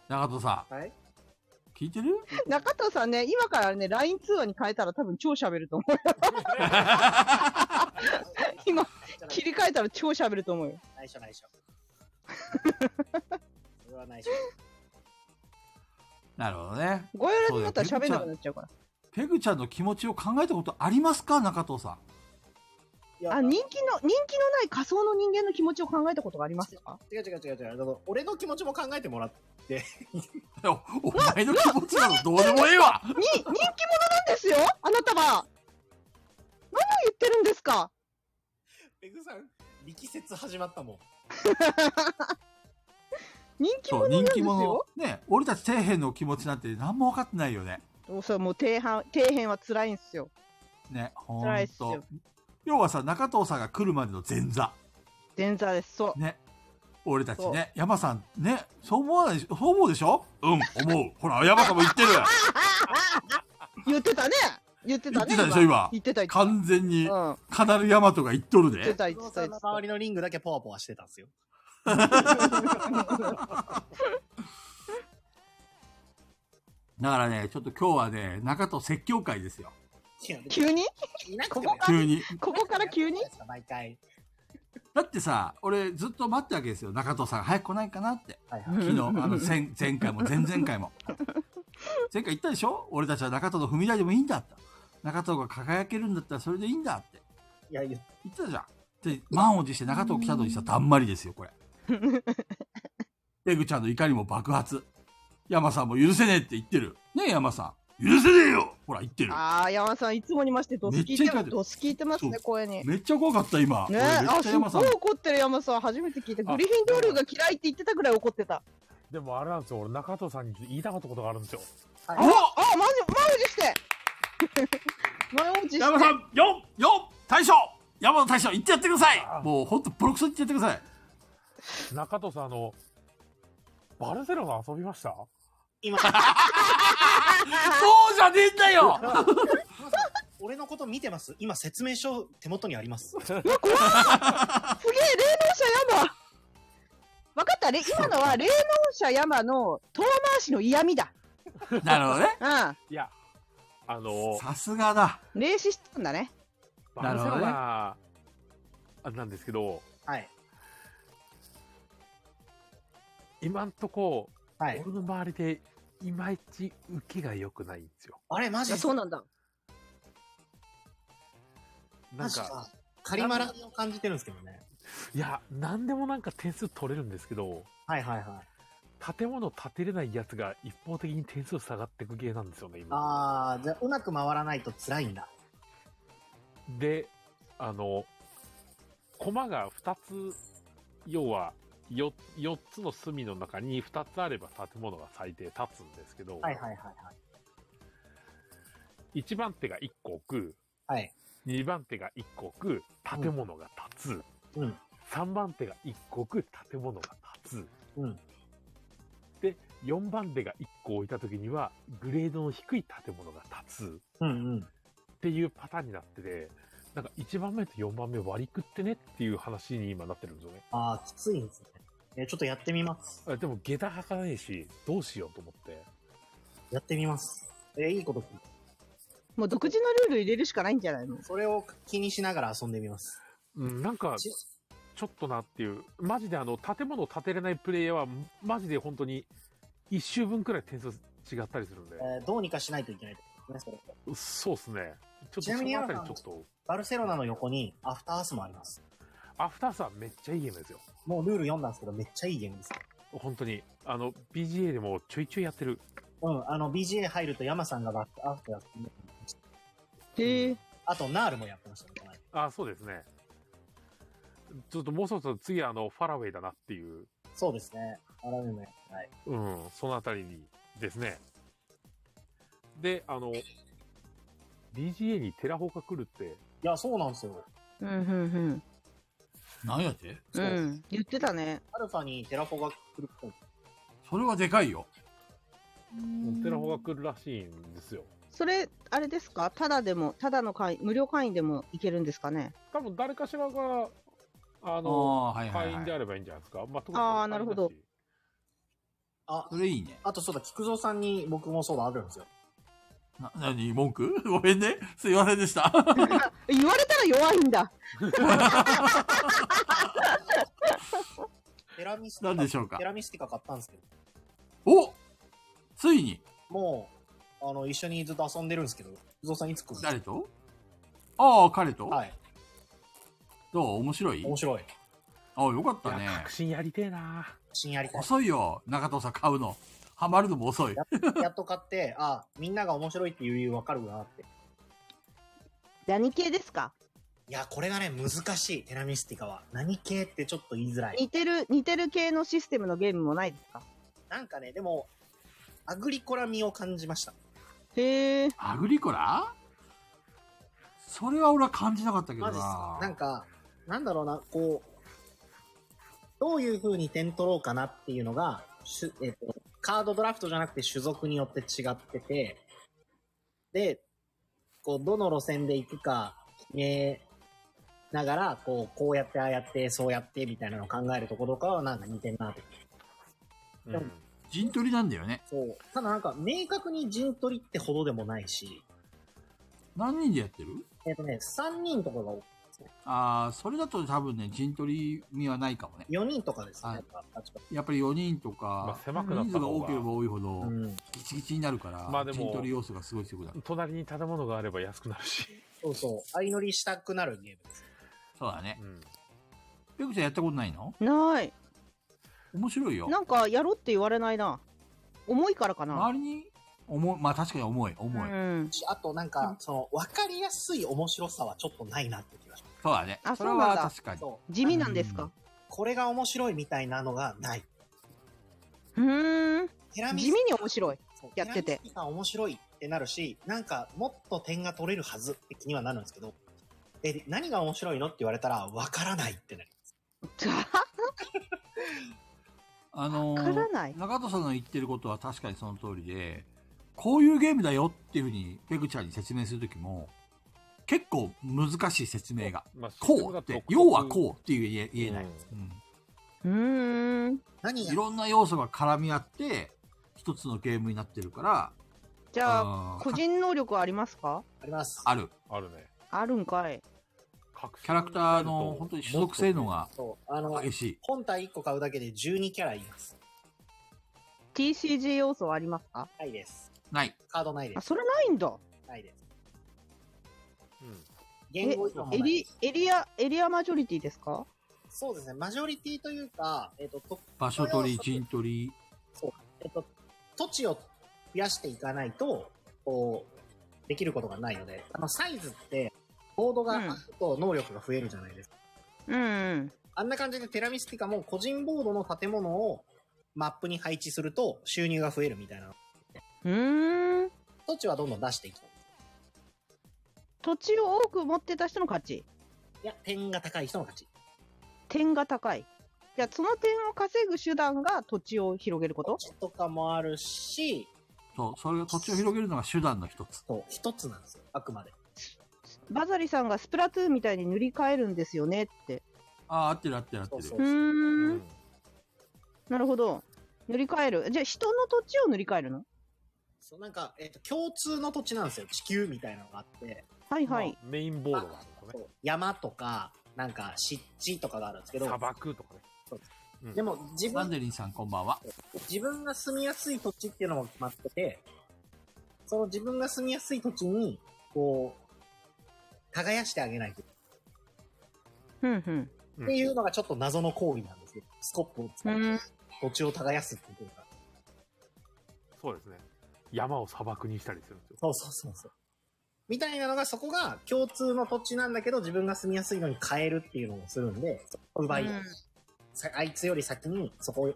中田さん、
はい
聞いてる
中藤さんね、今からね、LINE 通話に変えたら多分超喋ると思う。今、切り替えたら超喋ると思うよ。
内緒内緒。それは内緒。
なるほどね。
ご用意になったら喋んなくなっちゃうから。
ペグちゃんの気持ちを考えたことありますか中藤 さん。
いや
あ、人気の、人気のない仮想の人間の気持ちを考えたことがありますか
違う違う違う違うあの。俺の気持ちも考えてもらって。
おお前の気持ちなどど うでもええわ
に、人気者なんですよあなたは何を言ってるんですか
ペグさん、力説始まったもん。
人気
そ
者
う、
なん
人
です
気者
よ。。
ね、俺たち底辺の気持ちなんて何も分かってないよね。
そう、もう底辺、底辺は辛いんすよ。
ね、ほ
辛い
ん
っす
と
よ。
要はさ、中藤さんが来るまでの前座。
前座です。そう。
ね。俺たちね、山さんね、そう思わないでしょそう思うでしょうん、思う。ほら、山さんも言ってる。
言ってたね言ってたね。
言ってたでしょ今
言ってた、言ってた。
完全に、
うん。
カナルヤマトが言っとる
言って
で。
た、
ペ
言
グ
ってた
さん
言っ
の
てた
周。りのリングだけポワポワしてたんですよ。
だからね、ちょっと今日はね、中と説教会ですよ。
いや、別
急
に
に
いなくて
こ
も
こか
急に。
ここから急に
毎回。
だってさ、俺ずっと待ってたわけですよ。中藤さん早く来ないかなって。
はいはい。
昨日、あの、前前回も前々回も。前回言ったでしょ俺たちは中藤の踏み台でもいいんだって。中藤が輝けるんだったらそれでいいんだって。
いや、言っ
言ってたじゃん。で、満を持して中藤来たのにさ、だんまりですよ、これ。ペグちゃんの怒りも爆発。山さんも許せねえって言ってる。ねえ、山さん。許せねえよほら、言ってる。
ああ、山さん、いつもにまして、ドス聞い
めっち
て
ゃ怒っ
ます。
てる
ドス聞いてますね
そ、
声に。
めっちゃ怖かった、今。
ねえ、
俺めっ
あ、す
ちゃ
っご
山さん
い。怒ってる山さん、初めて聞いた。グリフィンドールが嫌いって言ってたぐらい怒ってた。
でもあれなんですよ、俺中藤さんに言いたかったことがあるんですよ。
あ、あ、マジ、前落ち して。前落ちして。
山さん、よよ大将山の大将、言ってやってくださいもう、ほんと、ボロクソ言ってやってください。
中藤さん、あの、バルセロナ遊びました
今、
そうじゃねえんだよ
俺のこと見てます今、説明書手元にあります。
すげえ、霊能者やだ。分かったはれ、今のは霊能者山の遠回しの嫌味だ。
なるほどね。
う
いや、あの、
さすがだ。
ん。霊視したんだね。
バルセロ
なるほどね
ナ、あなんですけど、
はい。
今んとこ、
はい。
俺の周りで、いまいち受けが良くないんですよ。
あれ、マジ
そうなんだ。
なん
マジ
か、
か。カリマラを感じてるんですけどね。
いや、なんでもなんか点数取れるんですけど、
はいはいはい。
建物建てれないやつが一方的に点数下がってく系なんですよね、今。
あー、じゃあうまく回らないと辛いんだ。
で、あの、駒が2つ、要は4、4つの隅の中に2つあれば建物が最低立つんですけど、
はいはいはいはい。
1番手が1個置く、
はい。
2番手が1個置く、建物が立つ。
うん。
3番手が1個置く、建物が立つ。
うん。
で、4番手が1個置いた時には、グレードの低い建物が立つ。
うんうん。
っていうパターンになってて、なんか1番目と4番目割り食ってねっていう話に今なってるんですよね。
あー、きついんですね。えーちょっとやってみます。
あでも下駄履かないし、どうしようと思って。
やってみます。えーいいこと聞いた
もう独自のルール入れるしかないんじゃないの
それを気にしながら遊んでみます。
うん、なんか、
ち
ちょっとなっていう。マジであの、建物建てれないプレイヤーは、マジで本当に、1周分くらい点数違ったりするんで。
えーどうにかしないといけないってことですね、それ。
そうですね。ちょっと
ち
そ
なみに
のあたり
山
ちょ
田
っ
さ
と、
バルセロナの横にアフターアースもあります。
アフターさんめっちゃいいゲームですよ。
もうルール読んだんですけど、めっちゃいいゲームです。
本当に。あの、BGA でもちょいちょいやってる。
うん、あの、BGA 入ると山さんがバックアフターやってます
へえ。
あと、ナールもやってましたねこの間。
あ、そうですね。ちょっともうそろそろ次はあの、ファラウェイだなっていう、
そうですね。あらめもやってない。
うん、そのあたりにですね。で、あの、BGA にテラフォーが来るって、
いや、そうなんですよ。
うん、うん、
なんやって
うん。うん。言ってたね。
アルファにテラフォが来るっぽい。
それはでかいよ。
テラフォーが来るらしいんですよ。
それ、あれですかただでも、ただの会員、無料会員でもいけるんですかね
多分誰かしらが、あ
あ
の、
ー、はい
会員であ
る。
ればいいんじゃないですか。まあ、特
あーなるほど
会員だし
あ、
それいいね。
あとそうだ、菊蔵さんに僕もそうだ、あるんですよ。
な、なに、文句ごめんね。すいませんでした。
言われたら弱いんだ。
テラミスティ
何
カ
でしょうか
テ。ラミスティカ買ったんですけど、
おついに、
もう、あの、一緒にずっと遊んでるんですけど、菊蔵さんいつ来るんです
誰とああ、彼と、
かはい。
どう面白い
面白い。
ああ、よかった
い
ね
や、。確信やりてえな
新やりたい。
遅いよ。中藤さん買うの。ハマるのも遅い。
やっと買って、あ、みんなが面白いっていう理由わかるなって。
何系ですか
いや、これがね、難しい、テラミスティカは。何系ってちょっと言いづらい。
似てる、似てる系のシステムのゲームもないですか
なんかね、でも、アグリコラ味を感じました。
へえ。
アグリコラそれは俺は感じなかったけど
マ
な。
ジっすかなんか、なんだろうな、こう、どういう風に点取ろうかなっていうのが、しゅえっとカードドラフトじゃなくて種族によって違ってて、で、こう、どの路線で行くか決めながら、こう、こうやって、ああやって、そうやって、みたいなのを考えるところとかはなんか似てんなと。
うん。
陣取りなんだよね。
そう。ただなんか、明確に陣取りってほどでもないし、
何人でやってる
えっとね、3人とかが多い
ああ、それだと多分ね、陣取り味はないかもね。
4人とかですね。
はい
やっぱ立場
やっぱり4人と
まあ、
か、
狭くなっ
人
た
数が
方
多ければ
が、
多いほど、
うん。
ギチギチになるから、
まあでも
陣取り要素がすごい強くなる。
隣に建物があれば安くなるし。
そうそう。相乗りしたくなるゲームです。
そうだね
う。ん。
ペグちゃんやったことないの
ない。
面白いよ。
なんか、やろうって言われないな。重いからかな。
周りに、重い、まあ確かに重い、重い。
うん。
あとなんか、その、わかりやすい面白さはちょっとないなって気がしま
そうだね。
あ
それ
そうな
は
んだ
確か
す。
に。
そう。
地味なんですか
これが面白いみたいなのがない。
うーん。
テラミス
地味に面白い。
そう
やってて
テラミスが面白いってなるし、なんか、もっと点が取れるはずって気にはなるんですけど、え、何が面白いのって言われたら、わからないってなる。
あの
わからない
ー、中戸さんの言ってることは確かにその通りで、こういうゲームだよっていうふうにペグちゃんに説明するときも、結構難しい説明が。
まあ
こうって、要はこうっていう言え言えない。
うん
うん
うーん。
何
い
が、
ろんな要素が絡み合って、一つのゲームになってるから、
じゃあ、
あー
個人能力はありますか
あります。
ある。
あるね。
あるんかい。
キ
キャラクターの本当に種族性能が
そう。あの、
激しい。
本体1個買うだけで12キャラいます。
TCG 要素はありますか
ないです。
ない。
カードないで
あ、
す。
それないんだ。
ないです。
うん。
言語依存もな
エ
いで
リ
す。
エリア、エリアマジョリティですか
そうですね。マジョリティというか、えっ、と、と、
場所取り、陣取り。
えっ、と、土地を増やしていかないと、こう、できることがないので、あの、サイズって、ボードがあると能力が増えるじゃないですか。
うんうん。
あんな感じでテラミスティカも個人ボードの建物をマップに配置すると収入が増えるみたいな。
うーん。
土地はどんどん出していきたい。
土地を多く持ってた人の勝ち。
いや、点が高い人の勝ち。
点が高い。じゃあ、その点を稼ぐ手段が土地を広げること
土地とかもあるし、
そう。それが土地を広げるのが手段の一つ。
そう、一つなんですよ。あくまで。
バザリさんがスプラトゥーンみたいに塗り替えるんですよねって。
ああ、合ってる合ってる合ってる。
そ
う
うそう
ー。
うんん
なるほど。塗り替える。じゃあ、人の土地を塗り替えるの
そうなんか、えっ、と、共通の土地なんですよ。地球みたいなのがあって。
はいはい。
メインボードがあるとかね。
そう山とか、なんか湿地とかがあるんですけど
砂、漠とかね。
でも自
マン
分、
デリンさんこんばんは。
自分が住みやすい土地っていうのも決まってて、その自分が住みやすい土地に、こう、耕してあげないと。
うんうん。
っていうのがちょっと謎の行為なんですよ。スコップを
う
使って
ーん。
土地を耕すっていうか。
そうですね。山を砂漠にしたりするんですよ。
そうそうそうそう。みたいなのが、そこが共通の土地なんだけど、自分が住みやすいのに変えるっていうのをするんで、奪い合う、
うん
さあいつより先にそこを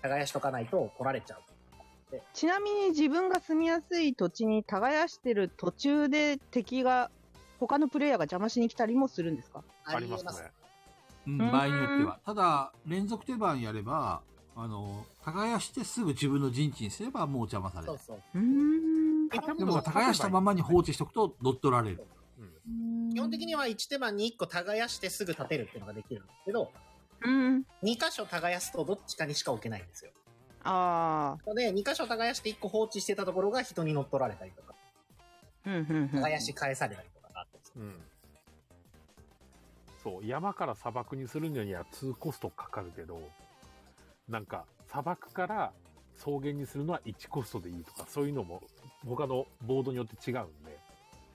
耕しとかないと取られちゃう。
ちなみに自分が住みやすい土地に耕してる途中で敵が、他のプレイヤーが邪魔しに来たりもするんですか
あります
え
ね。
うん、
うん
場合によっては。ただ、連続手番やれば、あの、耕してすぐ自分の陣地にすればもう邪魔され
そ
な
う
い。
そう。
うーん。
でも、耕したままに放置しとくと乗っ取られる。
うん
基本的には1手間に1個耕してすぐ建てるっていうのができるんですけど、
うん。
2箇所耕すとどっちかにしか置けないんですよ。
あ
なので、2箇所耕して1個放置してたところが人に乗っ取られたりとか、
あ。うんうんうん。
耕し返されたりとかがあったんですよ
うん。そう、山から砂漠にするには2コストかかるけど、なんか、砂漠から草原にするのは1コストでいいとか、そういうのも他のボードによって違うんで、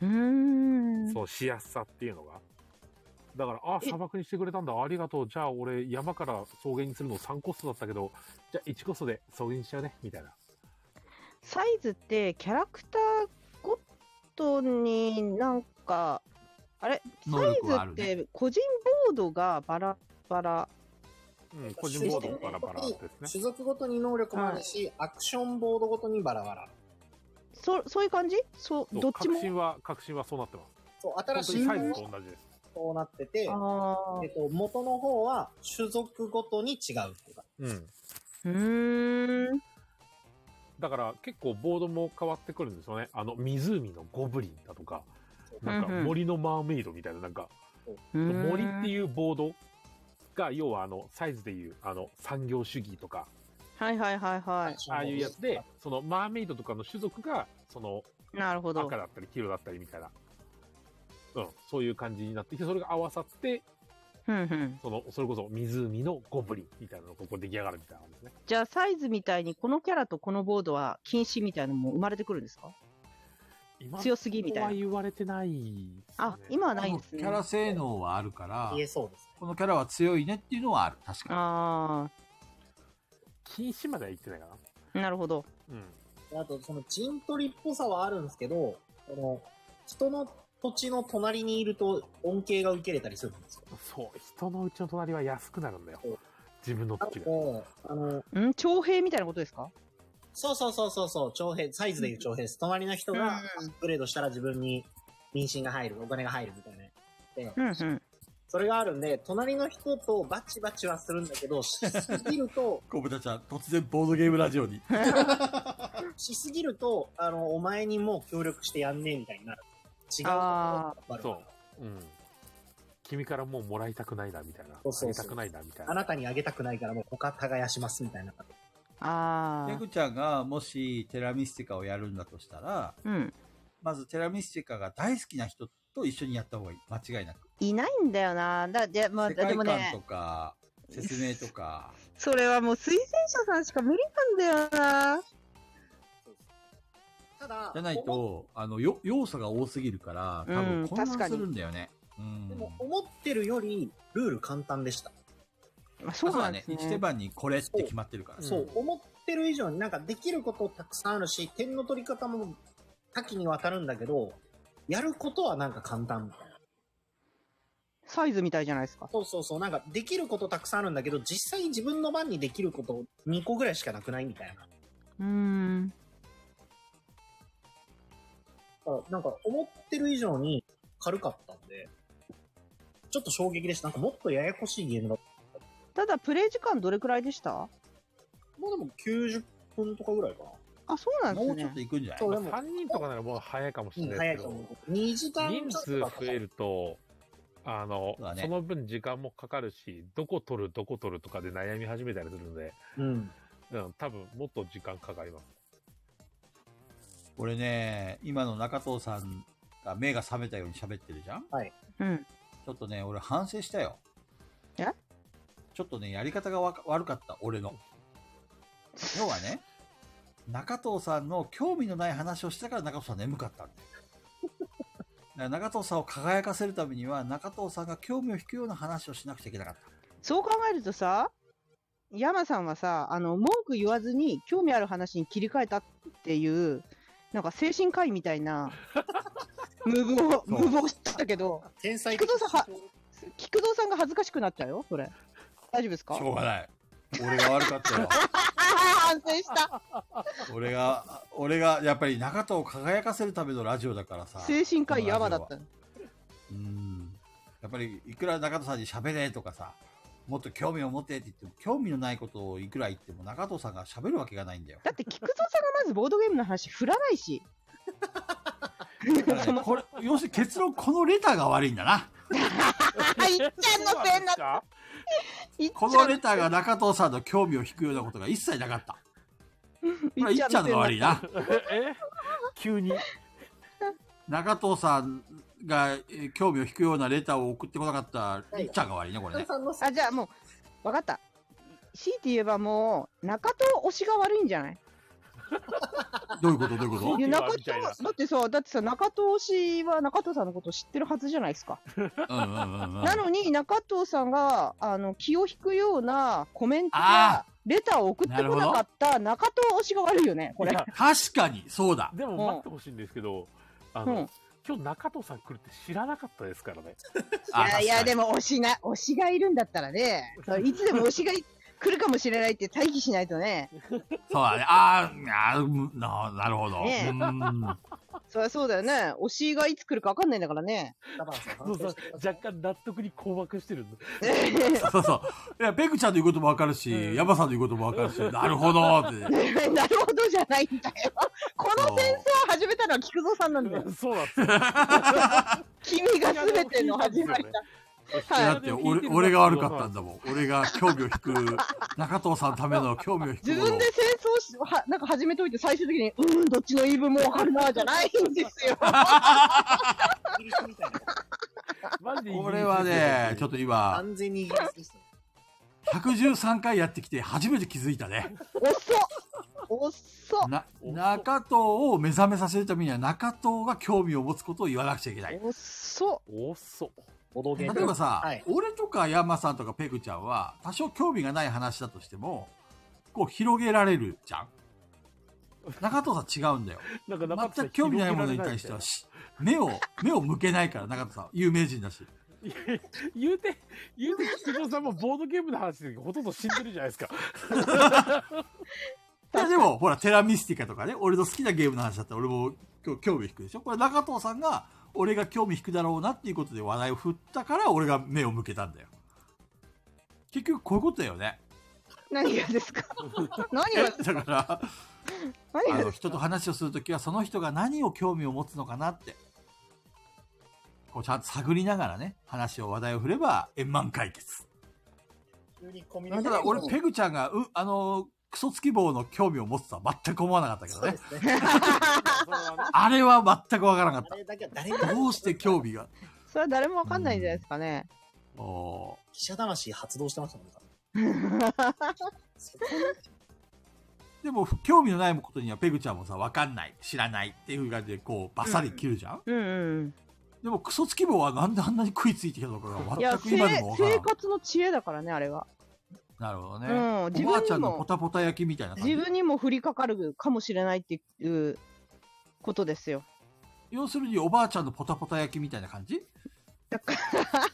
うーん。
そのしやすさっていうのが。だから、あ、砂漠にしてくれたんだ、ありがとう。じゃあ俺、山から草原にするの3コストだったけど、じゃあ1コストで草原にしちゃうね、みたいな。
サイズってキャラクターごとになんか、あれ
能
サイ
力
ズ
はある
っ
ね
て個人ボードがバラバラ。
うん、個人ボードもバラバラですね。
種族ごとに能力もあるし、アクションボードごとにバラバラ。
そそういう感じそう、
そう
どっちも
革。新は、革新はそうなってます。
そう、
本
新
当
し
に
い
サイ
方
ズ
は
と同じです。
こうなってて、
ああ
え。っと、元の方は種族ごとに違うっていうか。
うん。
うーん。
だから結構ボードも変わってくるんですよね。あの湖のゴブリンだとか、なん
うんう
か
ん
森のマーメイドみたいな、なんか森
う
って
ーん。
いうボードが、要はあのサイズでいうあの産業主義とか、
はいはいはいは
ああいうやつで、そのマーメイドとかの種族が、その
い。なるほど
赤。だったり黄色だったりみたいな、うん、そういう感じになってきて、それが合わさって、
うんうん。
その、それこそ湖のゴブリンみたいなのがここ出来上がるみたいなんですね。
じゃあサイズみたいにこのキャラとこのボードは禁止みたいなのも生まれてくるんですか
今
強すぎみたいな
は言われてないですね、
あ、今はないん
もう
で
キ
すね。
ャラ性能はあるから
言、えそうですね。
このキャラは強いねっていうのはある。確か
あ
禁止までは言ってないかな。
あ、なるほど。
うん。
あと、その陣取りっぽさはあるんですけど、この、人の土地の隣にいると恩恵が受けれたりするんですよ。
そう、人のうちの隣は安くなるんだよ
そう。
自分の
な
土地が。
ので、あの、
ん徴兵みたいなことですか
そうそうそうそうそう、徴兵、サイズでいう徴兵です。隣の人がアップグレードしたら自分に民心が入る、お金が入るみたいな。
うんうん。
それがあるんで、隣の人とバチバチはするんだけど、しすぎると、
に。コブタちゃん、突然ボードゲームラジオ に。
しすぎると、あの、お前にもう協力してやんねえみたいになる。違う。
あ
バルバ
そ
ル
う。うん。君からもうもらいたくないな、みたいな。
そうそうそう
あげたくないな、みたい
あ
な。
なたにあげたくないからもう他耕しますみたいな感じ。
あ
ペ
あ。
グちゃんがもしテラミスティカをやるんだとしたら、
うん。
まずテラミスティカが大好きな人と一緒にやった方がいい。間違いなく。
いないんだよな。だ、で、まあ、
世界
でも
観と
ね、
か、説明とか。
それはもう推薦者さんしか無理なんだよな。
ただ、
じゃない
思っ
と、あの、よ要素が多すぎるから、多
うん
分混
確か
乱
に
するんだよね。うん。
でも思ってるよりルール簡単でした。
まあ、そう
だ
なん
ね
で。す
一
ね。
手番にこれって決まってるから。
そうう、思ってる以上になんかできることたくさんあるし、点の取り方も多岐にわたるんだけど、やることはなんか簡単みたいな。
サイズみたいじゃないですか。
そうそうそう、なんかできることたくさんあるんだけど、実際自分の番にできること2個ぐらいしかなくないみたいな。
うーん。
あなんか思ってる以上に軽かったんで、ちょっと衝撃でした。なんかもっとややこしいゲームだった。
ただ、プレイ時間どれくらいでした
もうでも90分とかぐらいかな。
あ、そうなんで
も
す
うちょっ
ね
と。いくんじゃない
そう、で
ま
も
あ、3人とかならもう早いかもし
うん、
れな
早
い
い
け
と
ど
思、う。2時間
人
ちょっ
数
と
増
かか
えると、あの、
そうだね
その分時間もかかるし、どこ取る、どこ取るとかで悩み始めたりするので、
うん。
うん、多分もっと時間かかります。
俺ね、今の中藤さんが目が覚めたように喋ってるじゃん
うん。
ちょっとね、俺反省したよ。
え
ちょっとね、やり方がわか悪かった、俺の。要はね、中藤さんの興味のない話をしたから中藤さん眠かったんだよ。だから中藤さんを輝かせるためには、中藤さんが興味を引くような話をしなくちゃいけなかった。
そう考えるとさ、山さんはさ、あの、文句言わずに興味ある話に切り替えたっていう、なんか精神科医みたい な、無謀、無謀したけど、
天才
菊蔵さんは、菊蔵さんが恥ずかしくなっちゃうよ、それ。大丈夫ですか
しょうがない。俺が悪かったよ。
ああ、反省した。
俺が、俺が、やっぱり中藤を輝かせるためのラジオだからさ。
精神科医山だっ
このラジオ
た
は。うん。やっぱり、いくら中藤さんに喋れとかさ、もっと興味を持ってって言っても、興味のないことをいくら言っても中藤さんが喋るわけがないん だよ。
だって菊蔵さんがまずボードゲームの話振らないし。
だから
そ
ね
の
これ、要するに結論、このレターが悪いんだな。
あ、いっちゃんのせいになっ
か
いっちゃ
こ
ん
のレターが中藤さんの興味を引くようなことが一切なかった。これ、いっちゃんのが悪いな。
え急に。
中藤さんがえー興味を引くようなレターを送ってこなかった、
はい
いっちゃんが悪いね、これね。
さんの
あ、じゃあもう、わかった。強いて言えばもう、中藤推しが悪いんじゃない
どういうことどういうこ
いや
い
中
みたいな
藤、だってさ、だってさ、中藤推しは中藤さんのこと知ってるはずじゃないですか。
とうんうんうんうん。
なのに、中藤さんが、あの、気を引くようなコメント
あ
や、レターを送ってこなかった中藤推しが悪いよね、これ
い。や
確かに、そうだ。
でも
うん
待ってほしいんですけど、あ
う
の、
ん
今日中藤さん来るって知らなかったですからね。
いやいや、で
も。
も推しな、推しがいるんだったらね、それいつでも推しがい来るかもしれないって待機しないとね、
そうだね。あーあー、うんななるほど。
ねえ
うん
そりゃそうだよね、推しがいつ来るか分かんないんだから ね。
タバンさん
そ
反
うそ
省
う
してください。
若干納得に困惑してるんで。
そうそう。いや、ペグちゃんの言うこともわかるし、ヤマさんの言うこともわかるし、なるほどって。
なるほどじゃないんだよ。このセンスを始めたのは菊蔵さんなんだよ。
そうなんですよ。
君が全ての始まりだ。はい
だって、俺、俺が悪かったんだもん。俺が興味を引く、中藤さんのための興味を引く
自
もの
分
を
で。戦争し、は、なんか始めといて最終的に、うーん、どっちの言い分もわかるな、じゃないんですよ。
イギリスみたいな。
マジでイギリス
これはね、ちょっと今、
完全にイギリスでしたね。
113回やってきて初めて気づいたね。
遅っ遅っ
な、中藤を目覚めさせるためには中藤が興味を持つことを言わなくちゃいけない。
遅っ
おっそ。
ボドゲーム
例えばさ、
はい
俺とか山さんとかペグちゃんは、多少興味がない話だとしても、こう広げられるじゃん中藤さん違うんだよ。
なんか中藤さ
全
ん
く興味ないものに対しては、し目を、目を向けないから、中藤さん。有名人だし。
いやいや言うて、言うて、菊蔵さんもボードゲームの話でほとんど死んでるじゃないですか。
いやでも、ほら、テラミスティカとかね、俺の好きなゲームの話だったら俺も興興味引くでしょこれ中藤さんが、俺が興味引くだろうなっていうことで話題を振ったから、俺が目を向けたんだよ。結局、こういうことだよね。
何がですか何が、
だから、
何
あ
が
の人と話をするときはその人が何を興味を持つのかなってこうちゃんと探りながらね、話を、話題を振れば円満解決。
急にコミュ
た
ニティ
だ俺、ペグちゃんが、う、あのークソつき棒の興味を持つとは全く思わなかったけど
そう
ね
で。すね。
それはね
あれは全くわからなか
あ
っ
れだけは誰
た。
も
どうして興味が。
それは誰もわかんないんじゃないですかね。
お
記者魂発動してましたもんね。
ーでも、興味のないことにはペグちゃんもさ、わかんない、知らないっていう感じで、こう、バッサリ切るじゃん、
うんうん。
でも、クソつき棒はなんであんなに食いついてきたのか
い
が
や、
全く今で
せ
もわから
生
なかっ
活の知恵だからね、あれは。
た。なるほどね。
うん。自
おばあ
分
ちゃ
に
んのポ
も、
タポタ焼きみたいな感じ
自。分にも降りかかるかもしれないっていうことですよ。
要するに、おばあちゃんのポタポタ焼きみたいな感じ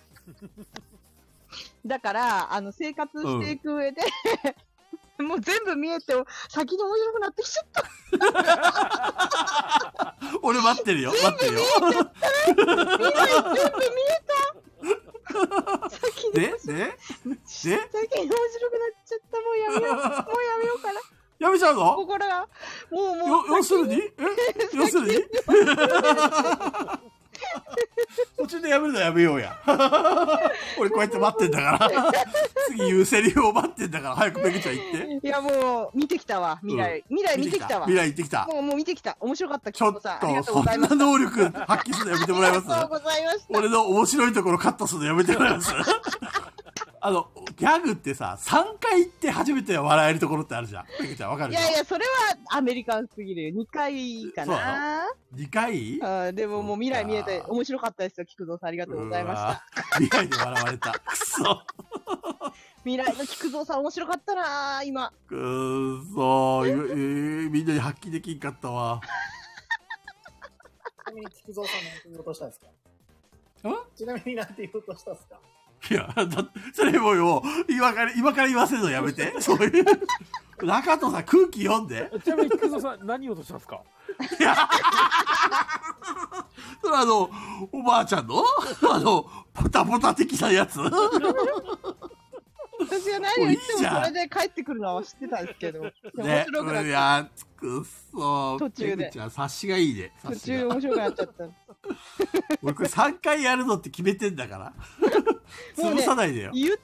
だから、あの、生活していく上で、もう全部見えて、先に面白くなってきちゃった。
俺待ってるよ、待ってるよ。
全部見えた先に
で
面、白く、
で、
先に面白くなっちゃった。もう やめよう。もうやめようかな。
やめちゃうの
心が、もうもう
よ、要するにえ要する に途中でやめるのやめようや。俺こうやって待ってんだから。次言うセリフを待ってんだから、早くペグちゃん行って。
いやもう見てきたわ未来、未来見てきたわ
未来行ってきた。
もうもう見てきた面白かった
ちょっ
キコ
と、
さんありがとう
そ
ご
ん
ざいま
な
す
能力発揮するのやめてもらえます
ありがとうございました
俺の面白いところカットするのやめてもらえますあの、ギャグってさ、3回言って初めて笑えるところってあるじゃん。ペグちゃんわかる
い
じゃん
やいやそれはアメリカンすぎるよ2回かな
2回
あーでももう未来見えて面白かったですよ菊蔵さんありがとうございました
た。未来で笑われた。くそ。
未来の菊蔵さん面白かったなー今
くーそー、いえーみんなに発揮できんかったわ。
ちなみに菊蔵さん何て言おうとしたんですか
ん
ちなみに何て言おうとしたんですか
いや、だそれもうよ、今から、今から言わせるのやめて。そういう。中戸さん空気読んで。
ちなみに、菊蔵さん、何を落としたんですか
それあの、おばあちゃんのあの、ポタポタ的なやつ
私が何を言ってもそれで帰ってくるのは知ってたんですけどでも面
ね
白くなっ
い
ちゃっ
や、くっそー。
途中で
ペグちゃん、察しがいいね。
た途
察し
中
が。
面白くなっちゃった
俺これ3回やるのって決めてんだ から。
もうね
潰さないでよ。
言ってやるぞ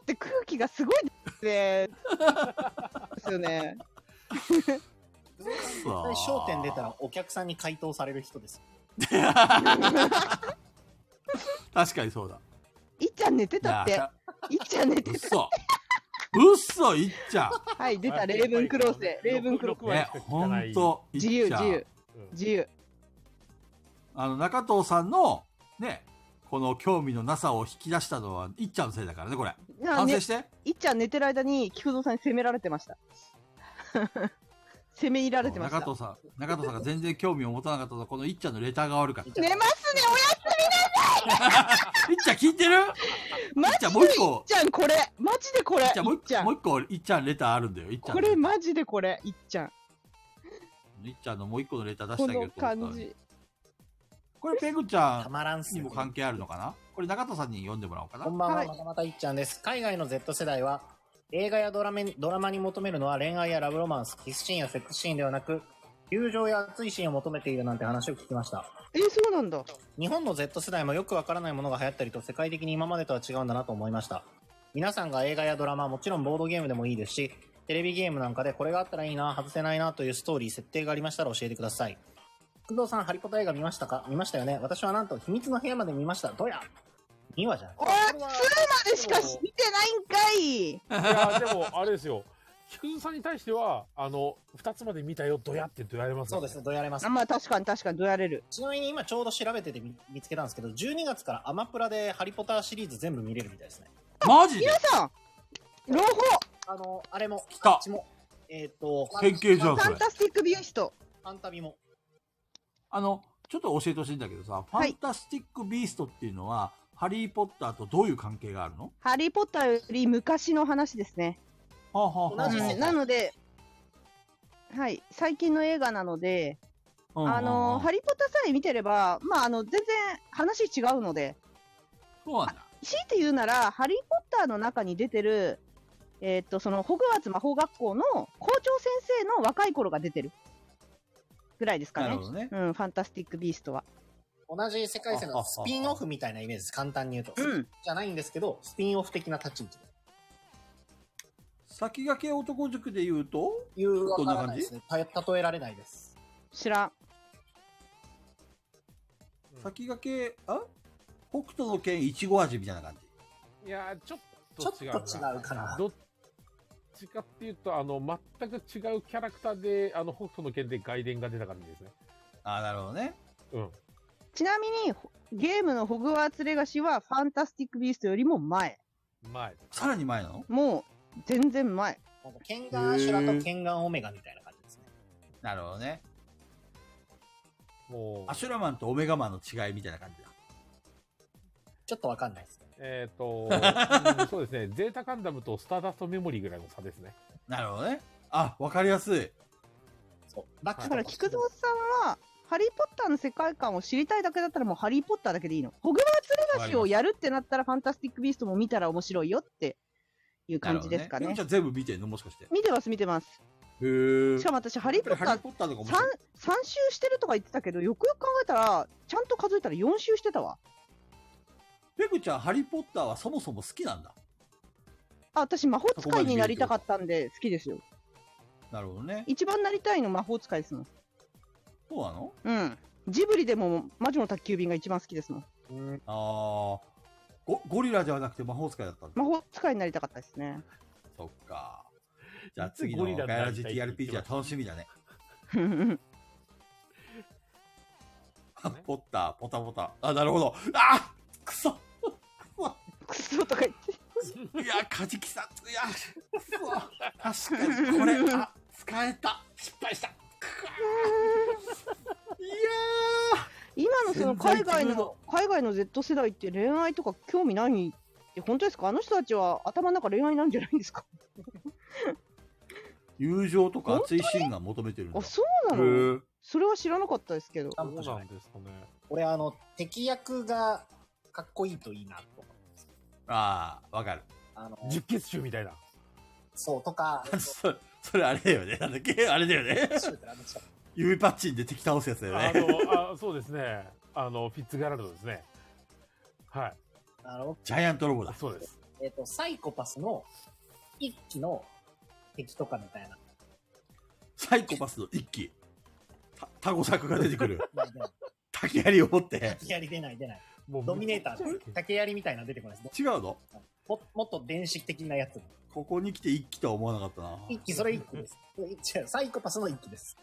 って空気がすごいでですよね。
絶対商店出たらお客さんに回答される人です。
確かにそうだ。
いっちゃん寝てたって
な。あ
いっちゃん寝
う
て。
ったそ。うっそ、いっ ちゃん。
はい、出た。レーブンクロースで。レーブンクロース。
ね、ほんと、いっち
自
ゃ
由、自
ん
由、自由。
あの、中藤さんの、ね、この興味のなさを引き出したのは、いっちゃんのせいだからね、これ。
な
反
ね
省、して。
いっちゃん寝てる間に、菊蔵さんに責められてま した。責め入られてました
中。藤さん、中藤さんが全然興味を持たなかったのは、このいっちゃんのレターが悪かった。いっ
寝ますね、
ちゃん聞いてる
おや
いっ
マ
ちゃん
ジ
もう
でい
一個
っちゃんこれマジでこれい
い
っ
っちゃん、も
ちゃん
う一個、もう一個、いっちゃんレターあるんだよ。いっちゃ
こ
んの
れ
レター。
マジでこれいっちゃん
いっちゃんのもう一個のレター出し
こ
てあげ
の
ると思ったの
感
に
じ
これ、ペグちゃ
た
ん
まらんっす
に
ね。
も関係あるのかなこれ、中藤さんに読んでもらおうかな
こ。んばん
は
は、
い
またまたいっちゃんです。海外の Z 世代は、映画やドラメドラマに求めるのは恋愛やラブロマンス、キスシーンやセックスシーンではなく、友情や熱いシーンを求めているなんて話を聞きました。
えそうなんだ
日本の Z 世代もよくわからないものが流行ったりと世界的に今までとは違うんだなと思いました。皆さんが映画やドラマ、もちろんボードゲームでもいいですし、テレビゲームなんかでこれがあったらいいな、外せないなというストーリー、設定がありましたら教えてください。工藤さん、ハリポタ映画見ましたか見ましたよね。私はなんと秘密の部屋まで見ました。どや ?2 話じゃん。
おい2までしか見てないんかい
いや、でも、あれですよ。菊蔵さんに対しては、あの、二つまで見たよ、どやってどやれます
そ
よ
うですね、どやれます
あ。まあ確かに確かにどうやれる
ちなみに今ちょうど調べてて見見つけたんですけど、12月からアマプラでハリポタシリーズ全部見れるみたいですね。
マジで
皆さん朗報
あの、あれも、
来た
あっちも、えっ、と、
変形じゃん、
フ
そ
ァ
れ
ン。タスティック美容師と
ファンタビも。
あの、ちょっと教えてほしいんだけどさ、フ
い
ァンタスティック・ビーストっていうのは、ハリー・ポッターとどういう関係があるの
ハリー・ポッターより昔の話ですね。
はあ、はあはあ
同じ
うんなので、はい、最近の映画なので、
うんうんうん
あのハリー・ポッターさえ見てれば、まあ、あの全然話違うので、
そうなんだ。
強いて言うなら、ハリー・ポッターの中に出てる、えーっと、そのホグワーツ魔法学校の校長先生の若い頃が出てるぐらいですか
なる
ね
ほ。どね。
うん、ファンタスティック・ビーストは。
同じ世界線のスピンオフみたいなイメージです。簡単に言うと。じゃないんですけど、スピンオフ的な立ち位置。
先駆け男塾で言うと
いう、
どん
わ
な
から
感
ない
じ
ですね。た例えられないです。
知らん。
先駆け、あ北斗の剣いちご味みたいな感じ。
いやーちょっ
ちょっ
と
と
違
違
うな
うかな。
どっちかっていうとあの全く違うキャラクターであの北斗の剣で外伝が出た感じですね
ああ、なるほどね。
うん
ちなみに、ほゲームのホグワーツレガシはファンタスティックビーストよりも前。
前
さらに前なの
もう、全然前。
なんかケンガンアシュラとケンガンオメガみたいな感じですね。
なるほどね。
もう
アシュラマンとオメガマンの違いみたいな感じだ。
ちょっとわかんないですね。
えっ、 と、うんそうですねゼータガンダムとスターダストメモリーぐらいの差ですね
なるほどね。あ、わかりやすい。
そう。バック
だ
と
から、菊蔵さんは、ハリー・ポッターの世界観を知りたいだけだったらもうハリー・ポッターだけでいいの。ホグワーツレガシをやるってなったらファンタスティック・ビーストも見たら面白いよっていう感じですかね。
なるほどじゃあ全部見てんのもしかして。へ
見てます見てます。
え。
しかも私ハリー・ポッタ
ハリ
ー
ーポッターとか面
3
白い。、
三周してるとか言ってたけど、よくよく考えたら、ちゃんと数えたら4周してたわ。
ペグちゃん、ハリーポッターはそもそも好きなんだ。
あ、私魔法使いになりたかったんで好きですよ。
なるほどね。
一番なりたいの魔法使いですもん。
そうなの
うん。ジブリでも魔女の宅急便が一番好きですもん。
ああ。ゴゴリラではなくて魔法使いだったんだ。
魔法使いになりたかったですね。
そっか。じゃあ次のガイラジ TRPG は楽しみだ ね。ポッター、ポタポタ。あ、なるほど。あくそ
クソとか言って。
いや、カジキさん、いや、うわ確かに、これ、 あ、使えた。失敗した。くわいや
今のその
全
海
然
外
違うの
の、海外の Z 世代って恋愛とか興味ないって本当ですかあの人たちは頭の中恋愛なんじゃないんですか
ー友情とか熱いシーンが求めてるんだ
あ、。そうな
へ
の
ー
それは知らなかったですけど。
タ
そ
ンポ
う
じゃ
な
ない
んですかね
俺、あの、敵役がかっこいいといいなと思ってます。
ああ、わかる。
あの、
実血集みたいな
そう、とか、
そそれあれだよね。なんだっけあ れだよ ね。
シュートなんでした
指パッチンで敵倒すやつだよ
あ
ね。
のあそうですねあのフィッツガラルドですねはい
あの、
ジャイアントロボだ。
そうです
えっ、と、サイコパスの一期の敵とかみたいな。
サイコパスの一機。たタゴ作が出てくる。
いやでも
竹槍を持って。
槍出ない出ない。
もう
ドミネータ ーで竹槍みたいなの出てこないですね。
違うの
ももっと電子的なやつ。
ここに来て一機とは思わなかったな。
一期、それ一期です。違う、サイコパスの一期です。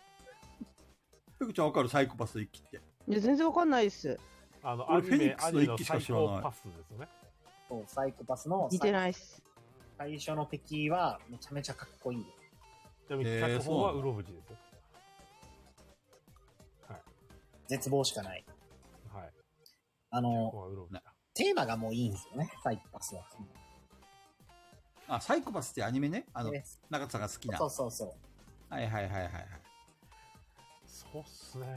ペグちゃんわかるサイコパスの一機って。
いや、全然わかんないです。
あのア
俺
ニ
フェニ
メ
ック
アニ
スの
メ
一
の
機しか
最
知らない
高パスですよね
そう、サイコパスの
似てないっす。
最初の敵はめちゃめちゃかっこいい。
ちなみに
へー
脚本は
そう
う
な
ろぶじですよ
絶望しかない。
はい
あ
脚
の、
本はうろぶじだ
テーマがもういいんですよね、サイコパスは。
あ、サイコパスってアニメね。あの、
ね
中田さんが好きな。
そ
は
うそうそう。
いはいはいはいは
そうっすね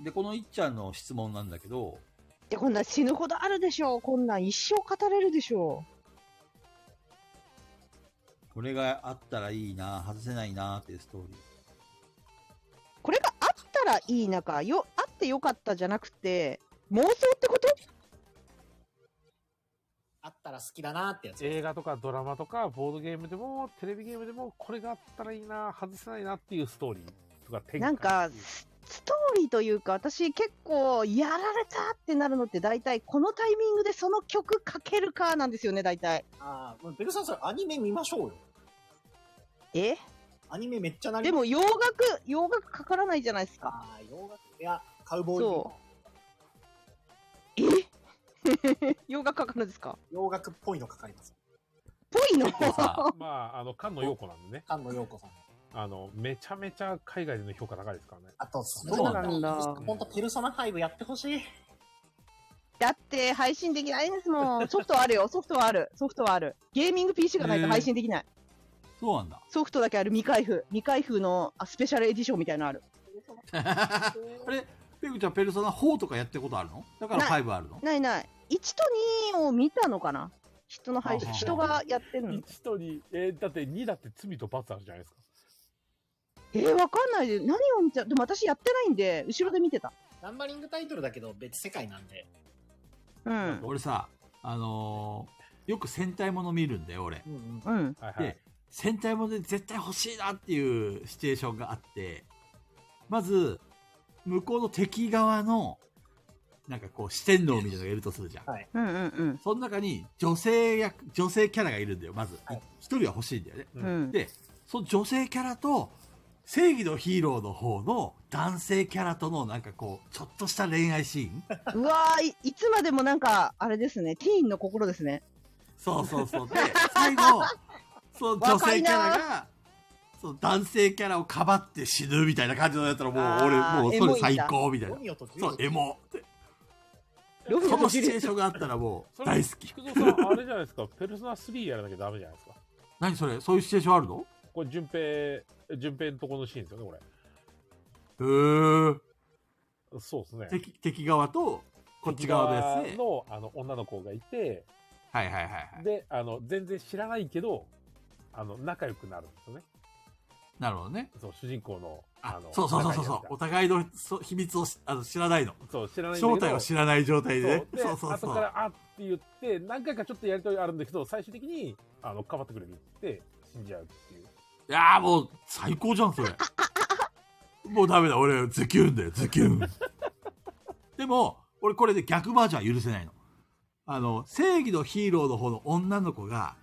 い。で、このいっちゃんの質問なんだけど、
いや、こんなん死ぬほどあるでしょう。こんなん一生語れるでしょ
これがあったらいいな、外せないなっていうストーリー。
う。これがあったらいい中、よ、あってよかったじゃなくて、妄想ってこと
あったら好きだなってやつ。
映画とかドラマとかボードゲームでもテレビゲームでもこれがあったらいいな外せないなっていうストーリーとか展開
なんか、スストーリーというか、私結構、やられたってなるのって大体、このタイミングでその曲かけるかなんですよね、大体。
ああ、もうベルさんそれアニメ見ましょうよ。
え
アニメめっちゃなり
でも洋楽、洋楽かからないじゃないですか。
ああ、洋楽やカウボーイビー
そ
フ
う。え 洋楽かかるんですか
洋楽っぽいのかかります。
ぽいの
でさ、
まああの菅野陽子なんでね
菅野陽子さん。
あのめちゃめちゃ海外での評価高いですからね
あと、そう
なん
だ
ほんと、ペルソナ5やってほしい。
だって配信できないですもん。ソフトはあるよ。ソフトはある。ソフトはある。ゲーミング PC がないと配信できない。
そうなんだ。
ソフトだけある未開封。未開封のあスペシャルエディションみたいなのある。
あれ、ペグちゃん、ペルソナ4とかやってことあるのだから
な
5あるの
ないない。1と2を見たのかな人の配信、
ああ
人がやってんの。
1と2えーだって2だって罪と罰あるじゃないですか
えー、わかんないで。何を見たでも私やってないんで、後ろで見てた。
ナンバリングタイトルだけど別世界なんで。
うん。
俺さ、あのーよく戦隊もの見るんだよ、俺。
うんうん。
うん。
はいはい
で。、戦隊もので絶対欲しいなっていうシチュエーションがあって、まず、向こうの敵側の、なんかこう、四天王みたいなのがいるとするじゃん。
はい
うんうん
その中に女性役、女性キャラがいるんだよ、まず
はい。
一、人は欲しいんだよね。
うん。うん。
で、その女性キャラと、正義のヒーローの方の男性キャラとのなんかこう、ちょっとした恋愛シーン
うわーい、いつまでもなんか、あれですね、ティーンの心ですね。
そうそうそう。で、最後、その女性キャラが、その男性キャラをかばって死ぬみたいな感じのやったらもう
あー
俺、
エ
も
モ
う
いん
そ
だ
れ最高みたい
ロ
な。
ミオとジュリエ
そう
ッ、ト
エモ。
ロミオ
その
とジ
シ
ュリ
チュエ
エ
ー
ッ
シ
ト
ョンがあったらも
そうれ
大好き。
菊蔵さん、あれじゃないですか、 ペルソナ3やらなきゃダメじゃないですか。
何それそういうシチュエーションあるの
これ、順平、順平のとこのシーンですよね、こ
へー。
れ。そうですね。
敵敵側と、こっち側のやつ
敵
ね。
側のあの女の子がいて、
はいはいはいはい。
で、あの、全然知らないけど、あの、仲良くなるんですよね。
なるほどね。
そう、主人公の、
あ
の、
そうそうそうそうそう。
仲
お互いのそ秘密をしあの知らないの。
いやつがそう、知らないんだけど
正体を知らない状態でね。
そ
そうう
で
そうそ
後か
う。
ら、あって言って、何回かちょっとやりとりあるんだけど、最終的に、あの、かばってくれるって、死んじゃうっていう。
いやーもう、最高じゃん、それ。 もうダメだ、俺、ズキュンだよ、ズキュン。でも、俺これで逆バージョンは許せないの。あの、正義のヒーローの方の女の子が、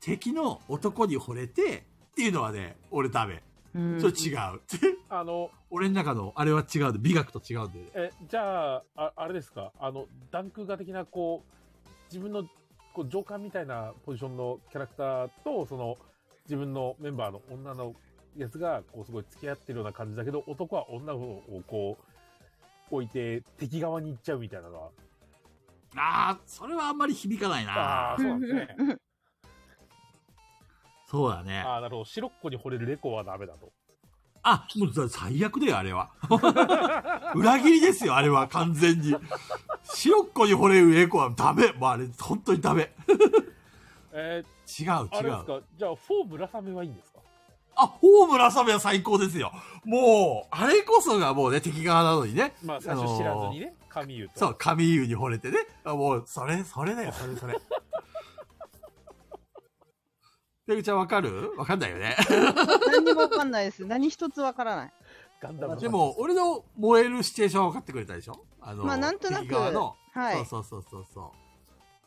敵の男に惚れて、っていうのはね、俺ダメ。それ違う。
あの、
俺の中の、あれは違うんで、美学と違うんだよね。
え、じゃあ、ああれですか、あの、ダンク画的な、こう、自分の、こう、上官みたいなポジションのキャラクターと、その、自分のメンバーの女のやつが、こう、すごい付き合ってるような感じだけど、男は女の子を、こう、置いて、敵側に行っちゃうみたいなのは。
ああ、それはあんまり響かない
ああー、。
な
そうなんですね。
そうだね。
ああ、なるほど。白っ子に惚れるレコはダメだと。
あ、もう最悪だよ、あれは。 裏切りですよ、あれは、完全に。白っ子に惚れるエコはダメ。もうあれ、本当にダメ。
え
違う、違
ー、あれです
う。
か、じゃあ、フォー村雨はいいんですか
あ、ホームラサメは最高ですよ。もう、あれこそがもうね、敵側なのにね。
まあ、最初知らずにね、神言うと。
そう、神優に惚れてね。あもう、それ、それだよ、それ、それ。 ペグちゃんわかるわかんないよね。
何にもわかんないです。何一つわからない。
ガンダムの話
でも、俺の燃えるシチュエーションは分かってくれたでしょあの、
まあなんとなく
敵側の。
はい。
そうそうそうそうそう。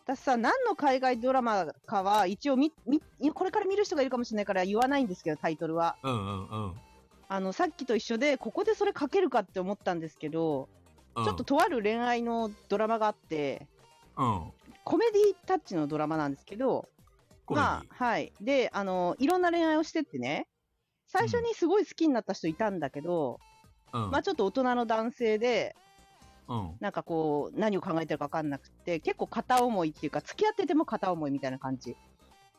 私さ、何の海外ドラマかは、一応み、み、これから見る人がいるかもしれないから言わないんですけど、タイトルは。
うんうんうん。うん
あの、さっきと一緒で、ここでそれ書けるかって思ったんですけど、ちょっと、とある恋愛のドラマがあって、
うん。
コメディタッチのドラマなんですけど、
コメディ
まあ、はい。で、あの、いろんな恋愛をしてってね、最初にすごい好きになった人いたんだけど、
うん
まあちょっと大人の男性で、
うん。
なんかこう、何を考えてるか分かんなくて、結構片思いっていうか、付き合ってても片思いみたいな感じ。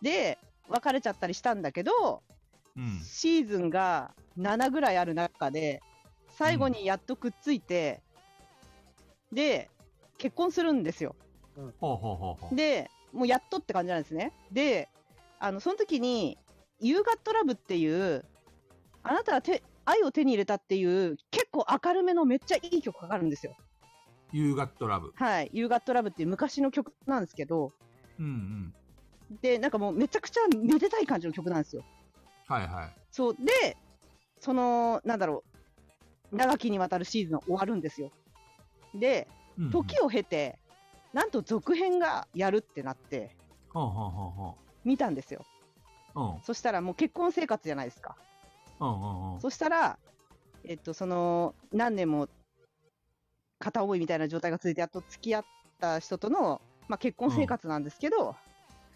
で、別れちゃったりしたんだけど、
うん。
シーズンが7ぐらいある中で、最後にやっとくっついて、で、結婚するんですよ。
ほうほうほうほう。
で、もうやっとって感じなんですね。で、あの、その時に、You Got Love っていう、あなたは手愛を手に入れたっていう、結構明るめのめっちゃいい曲かかるんですよ。
You got love.
はい。You Got Love っていう昔の曲なんですけど、
うんうん。
で、なんかもうめちゃくちゃめでたい感じの曲なんですよ。
はいはい。
そう。で、その、なんだろう、長きにわたるシーズン終わるんですよ。で、
うんうん
時を経て、なんと続編がやるってなって、
ほうほうほうほ
見たんですよ。
う。うん。
そしたらもう結婚生活じゃないですか。
うんうんうん。
そしたら、えっと、その、何年も片思いみたいな状態が続いて、やっと付き合った人との、まあ、結婚生活なんですけど、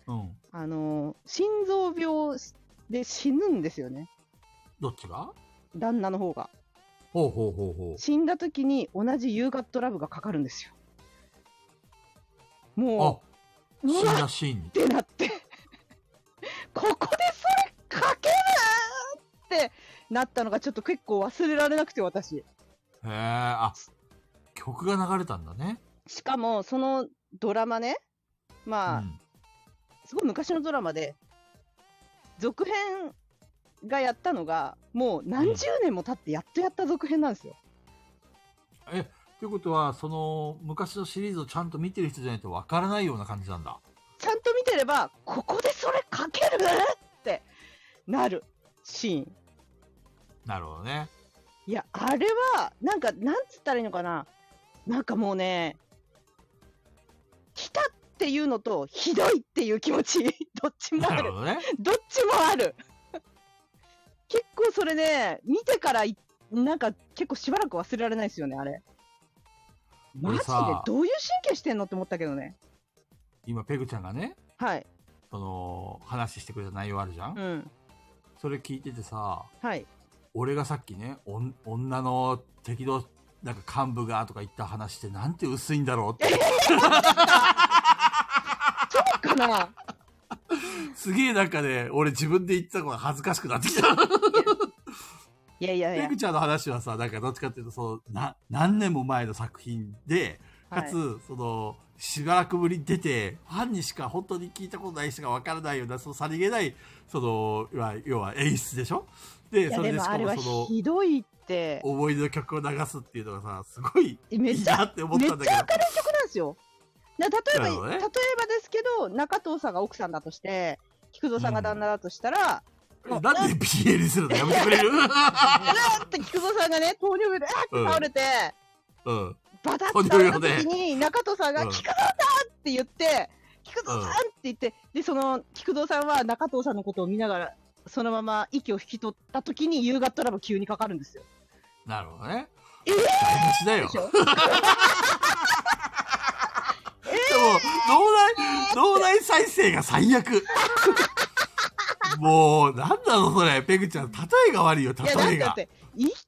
うん。
あの、心臓病で死ぬんですよね。
どっちが
旦那の方が。
ほうほうほうほう。
死んだ時に同じ You Got Love がかかるんですよ。
あ
も、う、
死
うんわっ
だシーンに。
てなって、 ここでそれかけるってなったのがちょっと結構忘れられなくて、私。
へえ、あ、曲が流れたんだね。
しかも、そのドラマね、
う
まあ、
ん。
すごい昔のドラマで、続編がやったのが、もう何十年も経ってやっとやった続編なんですよ。
え、ということは、その、昔のシリーズをちゃんと見てる人じゃないとわからないような感じなんだ。
ちゃんと見てれば、ここでそれかけるってなるシーン。
なるほどね。
いや、あれは、なんか、なんつったらいいのかな。なんかもうね、来たっていうのと、ひどいっていう気持ち、 どっちもあ
な
る
る。ほどね。
どっちもある。結構それね、見てからい、なんか結構しばらく忘れられないですよね、あれ。 マ
俺
ジで
さ、
どういう神経してんのって思ったけどね。
今、ペグちゃんがね、
はい。
その、話してくれた内容あるじゃん、
うん。
それ聞いててさ、
はい。
俺がさっきね、おん女の敵の、なんか幹部がとか言った話ってなんて薄いんだ ろうって、
かな
すげえなんかね、俺自分で言ってたことが恥ずかしくなってきた。
いやいやい
ペ
や
グ。ちゃんの話はさ、なんかどっちかっていうと、その、な、何年も前の作品で、かつ、
はい
その、しばらくぶりに出て、ファンにしか本当に聞いたことない人がわからないような、そのさりげない、その、要は要は演出でしょで、
いや
それ
で
で
も
し
あ
か
れ
も
は
その、
ひどいって、
思い出の曲を流すっていうのがさ、すごい
め
い
っ
い
ちゃ
なって思ったんだけ
めっちゃ
ど。
曲なんですよ。な例えば、
なるほどね
例えばですけど、中藤さんが奥さんだとして、菊蔵さんが旦那だとしたら、
なんで BL にするのやめてく れる
うわーって菊蔵さんがね、糖尿病で、あーって倒れて、
うん。
バタッ
糖
と
尿
倒れた
病で
時に、中藤さんが、
うん
菊蔵さんって言って、菊蔵さんって言って、で、その、菊蔵さんは中藤さんのことを見ながら、そのまま息を引き取った時に、優雅トラブ急にかかるんですよ。
なるほどね。
え
え
ー
台無しだよ。
でしょ
でも、脳内、脳内再生が最悪。もう、なんなのそれ、ペグちゃん。例えが悪いよ、
いや、な
例え
んかだ
が
っ。て、息を引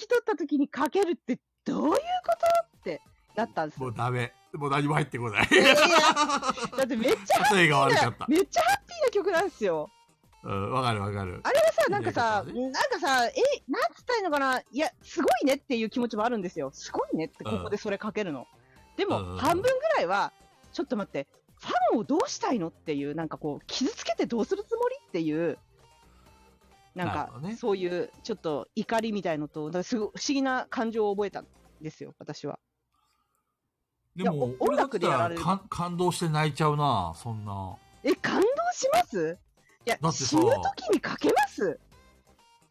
き取った時にかけるって、どういうことってなったんです
も
よ
う。ダメ。もう何も入ってこない。
いやいやだってめっちゃハッ
例えが悪か
ピー
っ
な
た。
めっちゃハッピーな曲なんですよ。
うん、わかるわかる。
あれはさ、なんかさ、
いい
なんかさ、え、なんつったらいいのかな、いや、すごいねっていう気持ちもあるんですよ。すごいねって、ここでそれかけるの。で
うん
も、半分ぐらいは、ちょっと待って、ファンをどうしたいのっていう、なんかこう、傷つけてどうするつもりっていう、なん
なる
か
ほど、ね
そういう、ちょっと怒りみたいのと、だからすごい不思議な感情を覚えたんですよ、私は。
でも
いや、お
俺だった
音楽でやら
ら
れる
感感動して泣いちゃうな、そんな。
え、感動しますいや
だっ、てさ
死ぬ時にかけます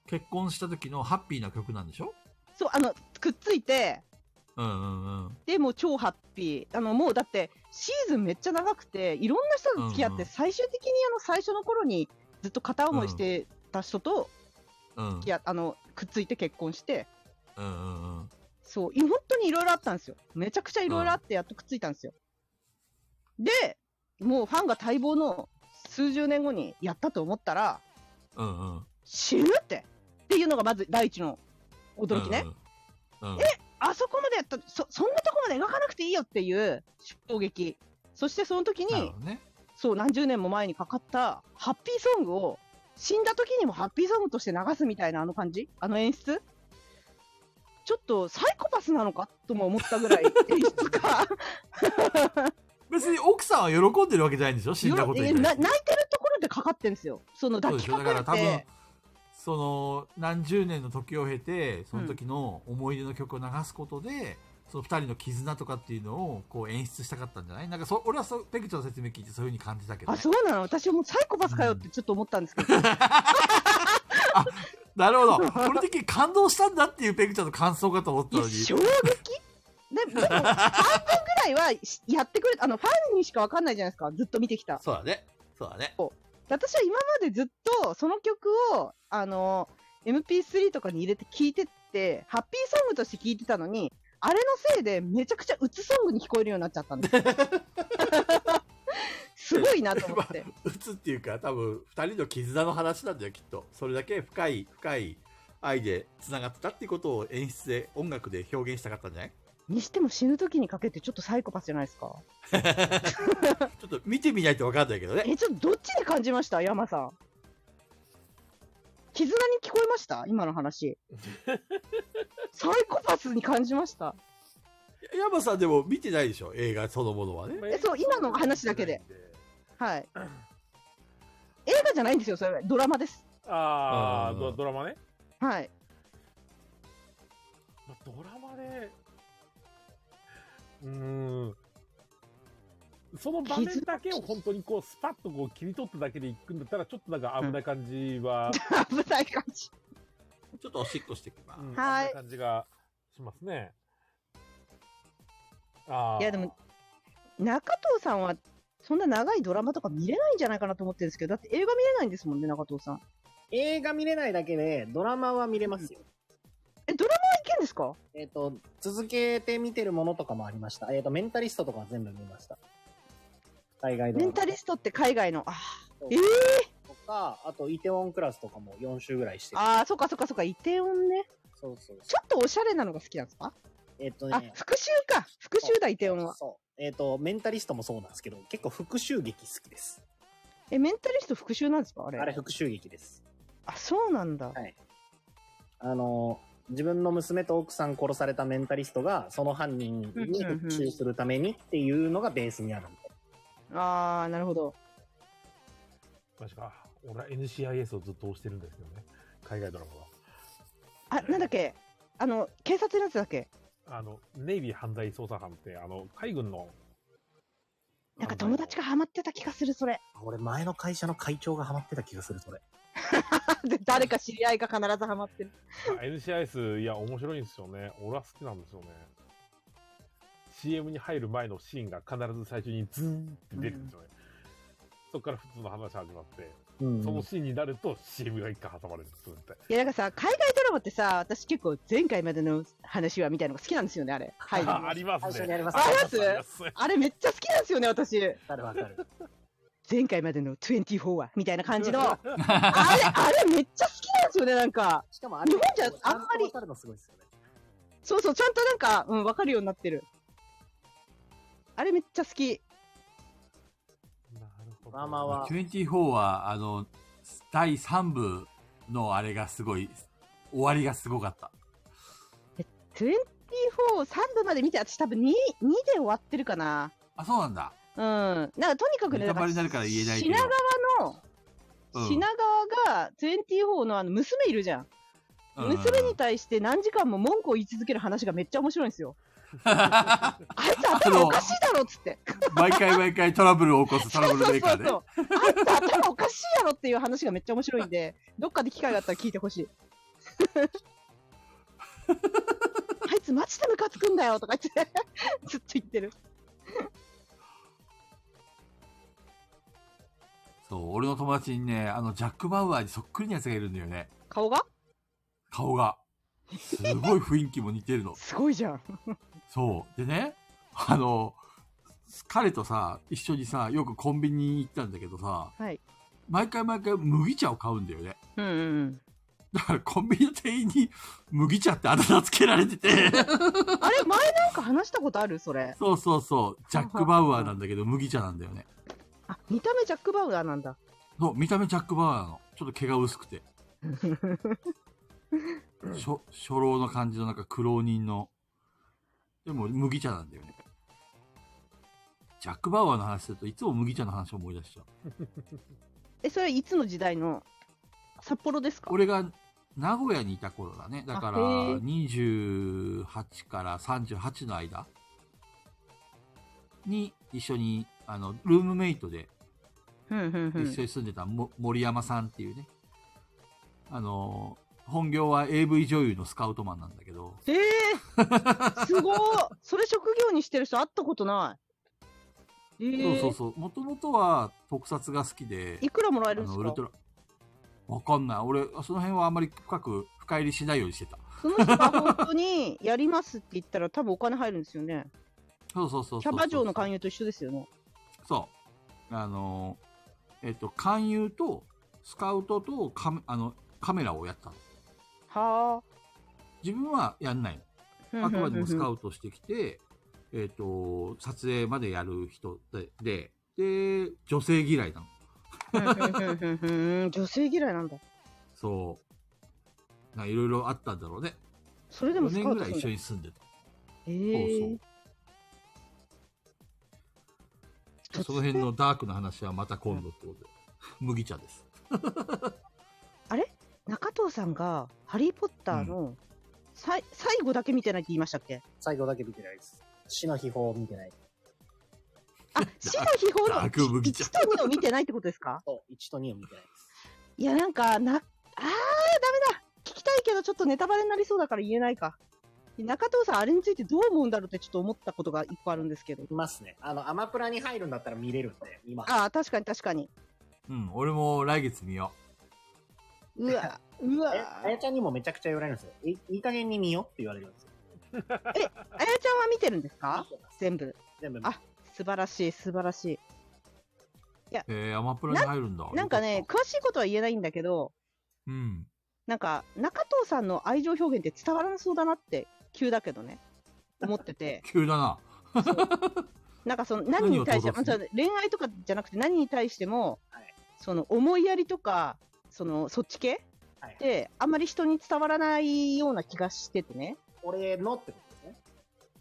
結婚した時のハッピーな曲なんでしょ
そう、あの、くっついて、
うんうんうん。
でもう超ハッピー。あの、もうだって、シーズンめっちゃ長くて、いろんな人と付き合って、
うんうん
最終的にあの、最初の頃にずっと片思いしてた人と、
うん
い。や、あの、くっついて結婚して、
うんうんうん。
そう、い本当にいろいろあったんですよ。めちゃくちゃいろいろあって、やっとくっついたんですよ。で、もうファンが待望の数十年後にやったと思ったら、
うんうん。
死ぬってっていうのがまず第一の驚きね。
うんうん。うん
あそこまでやったそ、そんなとこまで描かなくていいよっていう衝撃。そしてその時
なる
に
ほ、どね。
そう、何十年も前にかかったハッピーソングを、死んだ時にもハッピーソングとして流すみたいなあの感じあの演出ちょっとサイコパスなのかとも思ったぐ らい演出が、
別に奥さんは喜んでるわけじゃないんでしょ死んだこと
え
に
な
対して
泣いてるところでかかってんですよ。その
そう
抱
で
き
しょ
か
だ
か
から
れ
多分
て。
その何十年の時を経てその時の思い出の曲を流すことで、その二人の絆とかっていうのをこう演出したかったんじゃないなんかそ俺はそうペグちゃんの説明聞いてそういう風に感じたけど、
あ、
ね、
そうなの私はもうサイコパスかよってちょっと思ったんですけど。
な るほどこれ的に感動したんだっていうペグちゃんの感想かと思っ
い
た
や
のに
衝撃ででも半分ぐらいはしやってくれあのファンにしかわかんないじゃないですかずっと見てきた
そうだねそうだね
私は今までずっとその曲をあの MP3 とかに入れて聴いてってハッピーソングとして聴いてたのにあれのせいでめちゃくちゃうつソングに聞こえるようになっちゃったんですよすごいなと思って
打つっていうか多分二人の絆の話なんだよきっとそれだけ深い深い愛でつながってたっていうことを演出で音楽で表現したかったんじゃない
にしても死ぬ時にかけてちょっとサイコパスじゃないですか
ちょっと見てみないと分かんないけどね。
えちょっとどっちで感じました山さん絆に聞こえました今の話サイコパスに感じました
山さんでも見てないでしょ映画そのものはね。
えそう今の話だけで。 はい映画じゃないんですよそれはドラマです
ああ、
うん
ドドラ マね。
はい
まあドラマで、うーん。その場面だけを本当にこう、スパッとこう切り取っただけでいくんだったら、ちょっとなんか危ない感じ は、
危ない感じ。
ちょっとおしっこしてきます。
うん、危
はい
ない感じがしますね。ああ。
いやでも、中藤さんは、そんな長いドラマとか見れないんじゃないかなと思ってるんですけど、だって映画見れないんですもんね、中藤さん。
映画見れないだけで、ドラマは見れますよ。
え、ドラマはいけんですか
えっ、と、続けて見てるものとかもありました。えっ、と、メンタリストとかは全部見ました。海外ド
メ
ラ
ン
マ
タリストって海外の、あ
そ
ー
う
えー、
とか、あと、イテウォンクラスとかも4週ぐらいしてる。
ああ、そっかそっかそっか、イテウォンね。
そうそうそう
ちょっとおしゃれなのが好きなんですか
えっ、と
あ
ね、、
復讐か。復讐だ、イテウォンは。
そう。えっ、と、メンタリストもそうなんですけど、結構復讐劇好きです。
え、メンタリスト復讐なんですかあれ。
あれ復讐劇です。
あ、そうなんだ。
はいあの、自分の娘と奥さん殺されたメンタリストが、その犯人に復讐するためにっていうのがベースにあるんで。
ああ、なるほど。
マジか。俺は NCIS をずっと押してるんですけどね。海外ドラマは。
あ、なんだっけあの、警察のやつだっけ
あの、ネイビー犯罪捜査班って、あの、海軍の。
なんか友達がハマってた気がする、それ。
あ俺、前の会社の会長がハマってた気がする、それ。
で誰か知り合いが必ずハマってる。
あの。あ NCIS、いや、面白いんですよね。俺は好きなんですよね。CM に入る前のシーンが必ず最初にズーンって出るんですよね。そこから普通の話始まって、
うん
そのシーンになると CM が一回挟まれるんですよ、絶対。
いや、なんかさ、海外ドラマってさ、私結構前回までの話はみたいなのが好きなんですよね、あれ。はい。
ああります
最初に
ね。
あります。
あります
ありますね
あれめっちゃ好きなんですよね、私。
わかるわかる。
前回までの24は、みたいな感じ の。あれ、あれめっちゃ好きなんですよね、なんか。
しかもあれ、
日本じゃあんまり
わかるのすごいですよね。
そうそう、ちゃんとなんか、うん、わかるようになってる。あれめっちゃ好き。
なるほ
ド
ど。
ラマは
24は、あの、第3部のあれがすごい、終わりがすごかった。
24、3部まで見て、私多分2、2で終わってるかな。
あ、そうなんだ。
うん。なんかとにかくね、
ネタバレになるから言えないけど
品川の、
うん
品川が24のあの娘いるじゃん。
うん
娘に対して何時間も文句を言い続ける話がめっちゃ面白いんです よ。あいつ頭おかしいだろっつって。
毎回毎回トラブルを起こすト
そう
ラ
そ
ブルメ
う
ーカ
そ
ー
う
で。
そう。あいつ頭おかしいやろっていう話がめっちゃ面白いん で、どっかで機会があったら聞いてほしい。 あいつマジでムカつくんだよとか言って、 ずっと言ってる。
そう、俺の友達にね、あの、ジャック・バウアーにそっくりなやつがいるんだよね。
顔が
顔が。すごい雰囲気も似てるの。
すごいじゃん。
そう。でね、あの、彼とさ、一緒にさ、よくコンビニに行ったんだけどさ、
はい。
毎回毎回麦茶を買うんだよね。
うんうんうん。
だからコンビニの店員に麦茶ってあだ名つけら れてて、
あれ前なんか話したことあるそれ。
そうそうそう、ジャック・バウアーなんだけど麦茶なんだよね。
あ、見た目ジャック・バウアーなんだ。
そう、見た目ジャック・バウアーなの。ちょっと毛が薄 くて。しょ初老の感じのなんか苦労人の。でも麦茶なんだよね。ジャック・バウアーの話するといつも麦茶の話を思い出しちゃう。
え、それいつの時代の札幌ですか
俺が名古屋にいた頃だね。だから
あへえ
28から38の間に一緒に、あの、ルームメイトで
うんうんう
一緒
ん。
に住んでたも、森山さんっていうね。あのー、本業は AV 女優のスカウトマンなんだけど、
えー、すごいそれ職業にしてる人会ったことない。え
そう
ー、
そうそう。もともとは特撮が好きで、
いくらもら
あ
えるんです
の、ウル
か
トラ、わかんない。俺、その辺はあんまり深く深入りしないようにしてた。
その人が本当にやりますって言ったら多分お金入るんですよね。
そうそうそうそう
キ
そう。
ャバ嬢の勧誘と一緒ですよね。
そう。あのー、えっと、勧誘と、スカウトとカメ、あの、カメラをやったの。
は
自分はやんない
あ。
の。あくまでもスカ
ウ
ウトしてきて、えっと、撮影までやる人で、で、で、女性嫌いなの。
女性嫌いなんだ。
そう。ないろいろあったんだろうね。
それでも
4
ス
年
カウ
ぐ
ト
ら
す
い
るんだ
一緒。に住んでた。
え
そう
ー、
そう。その辺のダークな話はまた今度ってことで。麦茶です。
中藤さんが「ハリー・ポッターの」さい最後だけ見てないって言いましたっけ
最後だけ見てないです。
死の秘宝を見てない。
あ、死の秘宝
ダ
の
ーク武器じゃん
1と2を見てないってことですか
そう、1と2を見てないです。
いや、なんか、な、あー、ダメだ聞きたいけど、ちょっとネタバレになりそうだから言えないか。中藤さん、あれについてどう思うんだろうってちょっと思ったことが一個あるんですけど。
いますね。あの、アマプラに入るんだったら見れるんで、今。
ああ、確かに確かに。
うん、俺も来月見よ
うわ、う
え
わ。
あやちゃんにもめちゃくちゃ言われるんですよ。いいい加減に見よって言われるんですよ。
あやちゃんは見てるんですか全部。
全部見て
あ素晴らしい、素晴らしい。
う。えー、アマプラに入るんだ。
なんかね、詳しいことは言えないんだけど、
うん。、
なんか、中藤さんの愛情表現って伝わらなそうだなって、急だけどね、思ってて
急だな。
なんかその、何に対しても、
何をどうぞ
そう恋愛とかじゃなくて何に対しても、
はい
その、思いやりとか、その、そっち系
はい
って、あんまり人に伝わらないような気がしててね、
俺のってことですね。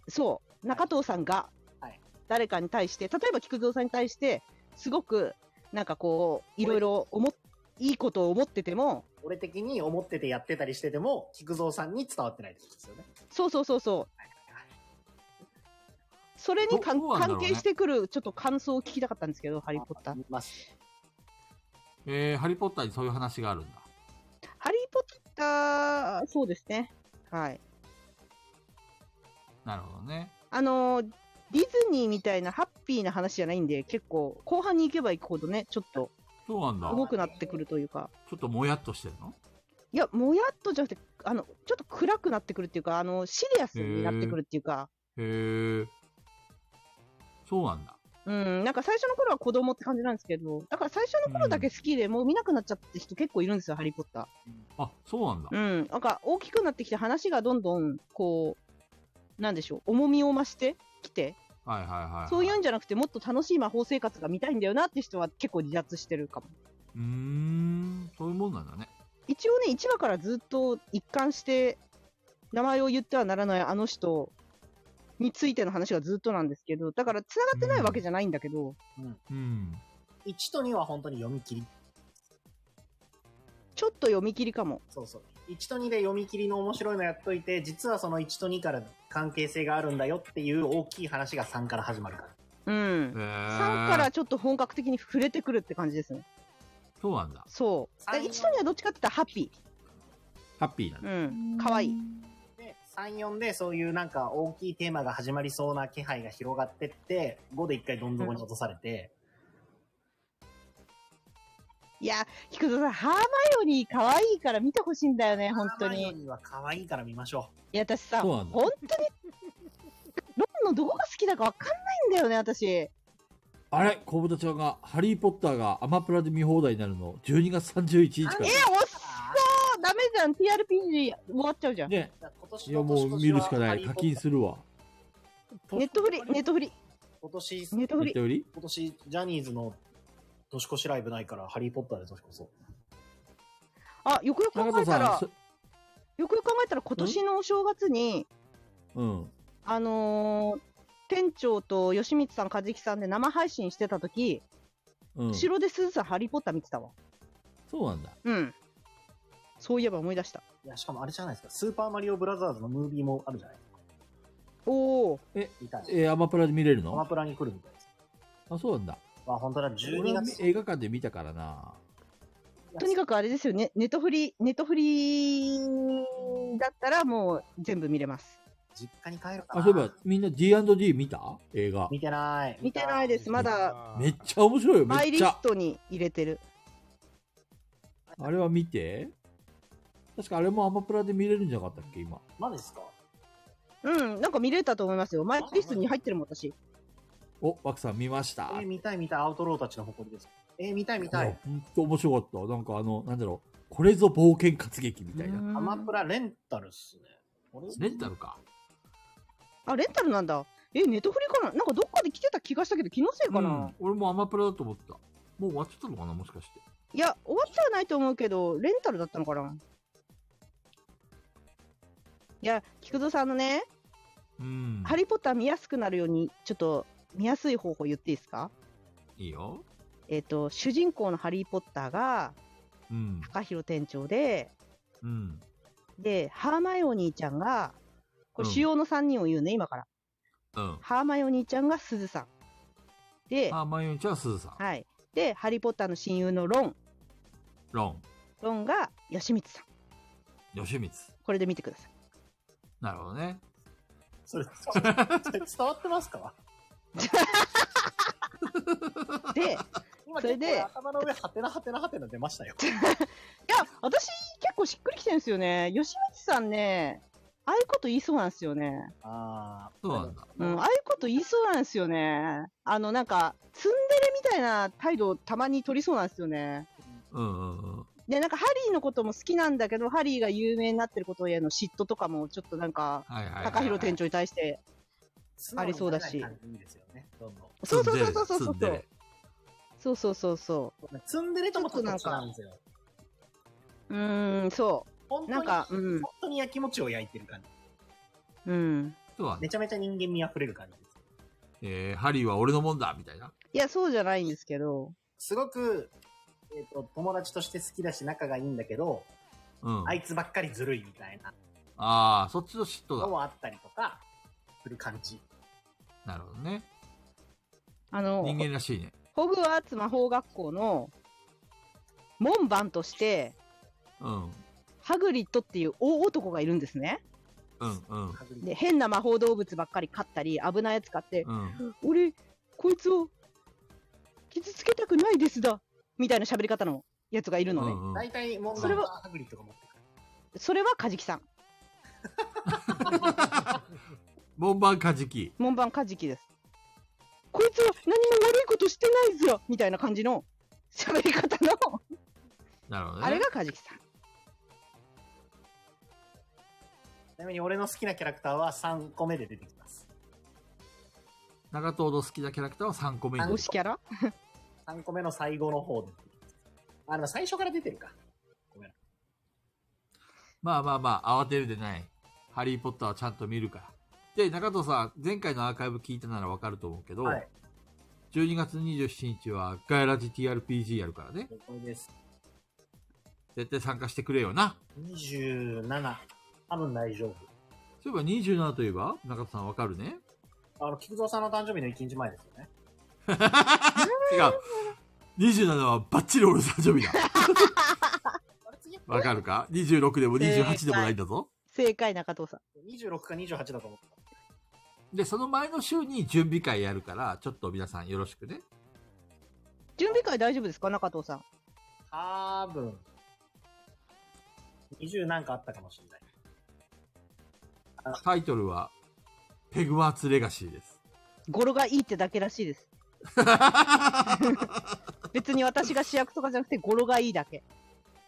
そう、中藤さんが
はい、
誰かに対して、例えば菊蔵さんに対して、すごく、なんかこう、いろいろ思っ、いいことを思ってても、
俺的に思っててやってたりしてても、菊蔵さんに伝わってないってことですよね。
そうそうそうそう。それにかん
どどうなんだろ
関
うね
係してくるちょっと感想を聞きたかったんですけど、ハリー・ポッター。
見ますね。
えー、ハリーポッターにそういう話があるんだ。
ハリー・ポッター、そうですね。はい。
なるほどね。
あのーディズニーみたいなハッピーな話じゃないんで、結構、後半に行けば行くほどね、ちょっと
そうなんだ。
重くなってくるというか、
ちょっともやっとしてるの
いや、もやっとじゃなくて、あの、ちょっと暗くなってくるっていうか、あの、シリアスになってくるっていうか、
へえ。そうなんだ。
うん、なんか最初の頃は子供って感じなんですけど、だから最初の頃だけ好きで、もう見なくなっちゃった人結構いるんですよ、ハリー・ポッター。
あ、そうなんだ。
うん、なんか大きくなってきて話がどんどんこうなんでしょう重みを増してきて
はいはいはいはい。
そういうんじゃなくてもっと楽しい魔法生活が見たいんだよなって人は結構離脱してるかも
うーん、そういうもんなんだね。
一応ね1話からずっと一貫して名前を言ってはならないあの人についての話がずっとなんですけどだから繋がってないわけじゃないんだけど、
うん。
1と2は本当に読み切り。
ちょっと読み切りかも
そうそう。1と2で読み切りの面白いのやっといて、実はその1と2から関係性があるんだよっていう大きい話が3から始まるか
う
ら。
ん
えー、
3からちょっと本格的に触れてくるって感じですね
そうなんだ。
そう
三は
1とにはどっちかって言ったらハッピ
ハッピーなんだ。
ーうん可愛い
で、3、4でそういうなんか大きいテーマが始まりそうな気配が広がってって、5で一回どん底に落とされて、
いや、菊蔵さん、ハーマイオニー可愛いから見てほしいんだよね、本当
ハーマイオ
に。い
ニーは可愛いから見ましょ
や、私さ、
そう
本
なんだ
当に、ロンのどこが好きだかわかんないんだよね、私。
あれ小豚ちゃんが、ハリーポッターがアマプラで見放題になるの、12月31日か
え、おっそうダメじゃん、TRPG 終わっちゃうじゃん。
ね
う。じゃあ今年
いや、もう見るしかない。課金するわ。
ネットフリ、ネットフリ、
今年、
ネットフ
言っ
リ
た。より
今年、ジャニーズの年越しライブないから、ハリーポッターで年越そう。
あ、よくよく
中
考え
田
た
さん
ら、
そ、
よくよく考えたら今年のお正月に、
うん。
あのー店長と吉光さん、和樹さんで生配信してた時、
うん。
後ろで鈴さん、ハリーポッター見てたわ。
そうなんだ。
うん。そういえば思い出した。
いや、しかもあれじゃないですか、スーパーマリオブラザーズのムービーもあるじゃないですか。
おー。
みたいな。
えーアマプラで見れる
アマ
の
プラに来るみたいです。
あ、そうなんだ。
まあ、本当だ、
俺
12
は
月。
映画館で見たからな。
とにかくあれですよね、ネットフリ、ネットフリだったらもう全部見れます。
実家に帰るかな。
あ、そういえば、みんな D&D 見た映画。
見てない。
見てないです、まだ
めっちゃ面白いよ、
マ
め
イ
っ
リ
ちゃ
ス。トに入れてる。
あれは見て。確かあれもアマプラで見れるんじゃなかったっけ、今。
まだですか
うん、なんか見れたと思いますよ。マイリストに入ってるもん、私。
お、ワクさん見ました。
えー、見たい見たい、アウトローたちの誇りです。えー、見たい見た
ほ
い
ら。ほんと面白かった。なんかあの、なんだろう。これぞ冒険活劇みたいな。
アマ
あ、
プラレンタルっすね。あれ
レンタルか。
レンタルなんだ。え、ネットフリかななんかどっかで来てた気がしたけど、気のせいかな、
うん俺もアマプラだと思った。もう終わっちゃったのかな、もしかして。
いや、終わってはないと思うけど、レンタルだったのかないや、菊蔵さんあのね、
うん。
ハリーポッター見やすくなるように、ちょっと見やすい方法言っていいですか
いいよ。
えっ、と、主人公のハリーポッターが、
うん。
高広店長で、
うん。
で、ハーマイオニーちゃんが、これ主要の3人を言うね、今から。
うん。
ハーマイオニーちゃんがすずさん。で、
あ、まゆみちゃんはすずさん。
はい。で、ハリー・ポッターの親友のロン。
ロン、
ロンが吉光さん。
吉光。
これで見てください。
なるほどね。
それ、それ伝わってますか
で、いや、
今
それ
結
で
構頭の上、はてなはてなはてな出ま したよ。
私結構しっくりきてるんですよね。吉光さんね、ああいうこと言いそうなんですよね。
ああ。
そうなんだ。
うん、ああいうこと言いそうなんですよね。あの、なんか、ツンデレみたいな態度をたまに取りそうなんですよね。
うんうんうん。
で、なんか、ハリーのことも好きなんだけど、ハリーが有名になってることへの嫉妬とかも、ちょっとなんか、
はいはいはい、はい。
高弘店長に対して、
素直にならない感じいいですよね。どんどん。
そうそうそうそう
ツ
そう
ンデ
そ
レ
う。そうそうそうそ
ツンデレともちょっと違うんですよ。
う。うーん、そ
本
う。
当
なん
に、
か
本、
うん、
当に焼き餅を焼いてる感じ。
うん。
そうなんだ
めちゃめちゃ人間味あふれる感じです。
えー、ハリーは俺のもんだみたいな。
いや、そうじゃないんですけど、
すごく、えっ、と、友達として好きだし仲がいいんだけど、
うん。
あいつばっかりずるいみたいな
ああ、そっちの嫉妬
の
だ。
もあったりとか、する感じ。
なるほどね。
あの、
人間らしいね。
ホグワーツ魔法学校の門番として、
うん。
ハグリッドっていう大男がいるんですね。
うんうん。
ハグリッド
で、変な魔法動物ばっかり飼ったり、危ないやつ飼って、
うん。
俺、こいつを傷つけたくないですだみたいな喋り方のやつがいるのね。
うんうん
大体、もう、
それは
ハグリッドが持ってくる。
それはカジキさん。
門番カジキ。
門番カジキです。こいつは何も悪いことしてないぞみたいな感じの喋り方の、
なるほどね。
あれがカジキさん。
ちなみに俺の好きなキャラクターは3個目で出てきます。
長藤の好きなキャラクターは3個目に出
推
て
しキャラ
3個目の最後の方で出てきます。あ、でも最初から出てるか。ごめん。
まあまあまあ、慌てるでない。ハリーポッターはちゃんと見るから。で、中藤さん、前回のアーカイブ聞いたならわかると思うけど、
はい
12月27日はガイラジ TRPG やるからね。
これです。
絶対参加してくれよな。
27。多分大丈夫。
そういえば27といえば、中藤さんわかるね。
あの、菊蔵さんの誕生日の1日前ですよね。
違う。27はバッチリ俺の誕生日だ。わかるか ?26 でも28でもないんだぞ。
正解中藤さん。
26か28だと思った。
で、その前の週に準備会やるから、ちょっと皆さんよろしくね。
準備会大丈夫ですか中藤さん。
多分、20なんかあったかもしれない。
タイトルは、ペグワーツレガシーです。
語呂がいいってだけらしいです。別に私が主役とかじゃなくて語呂がいいだけ。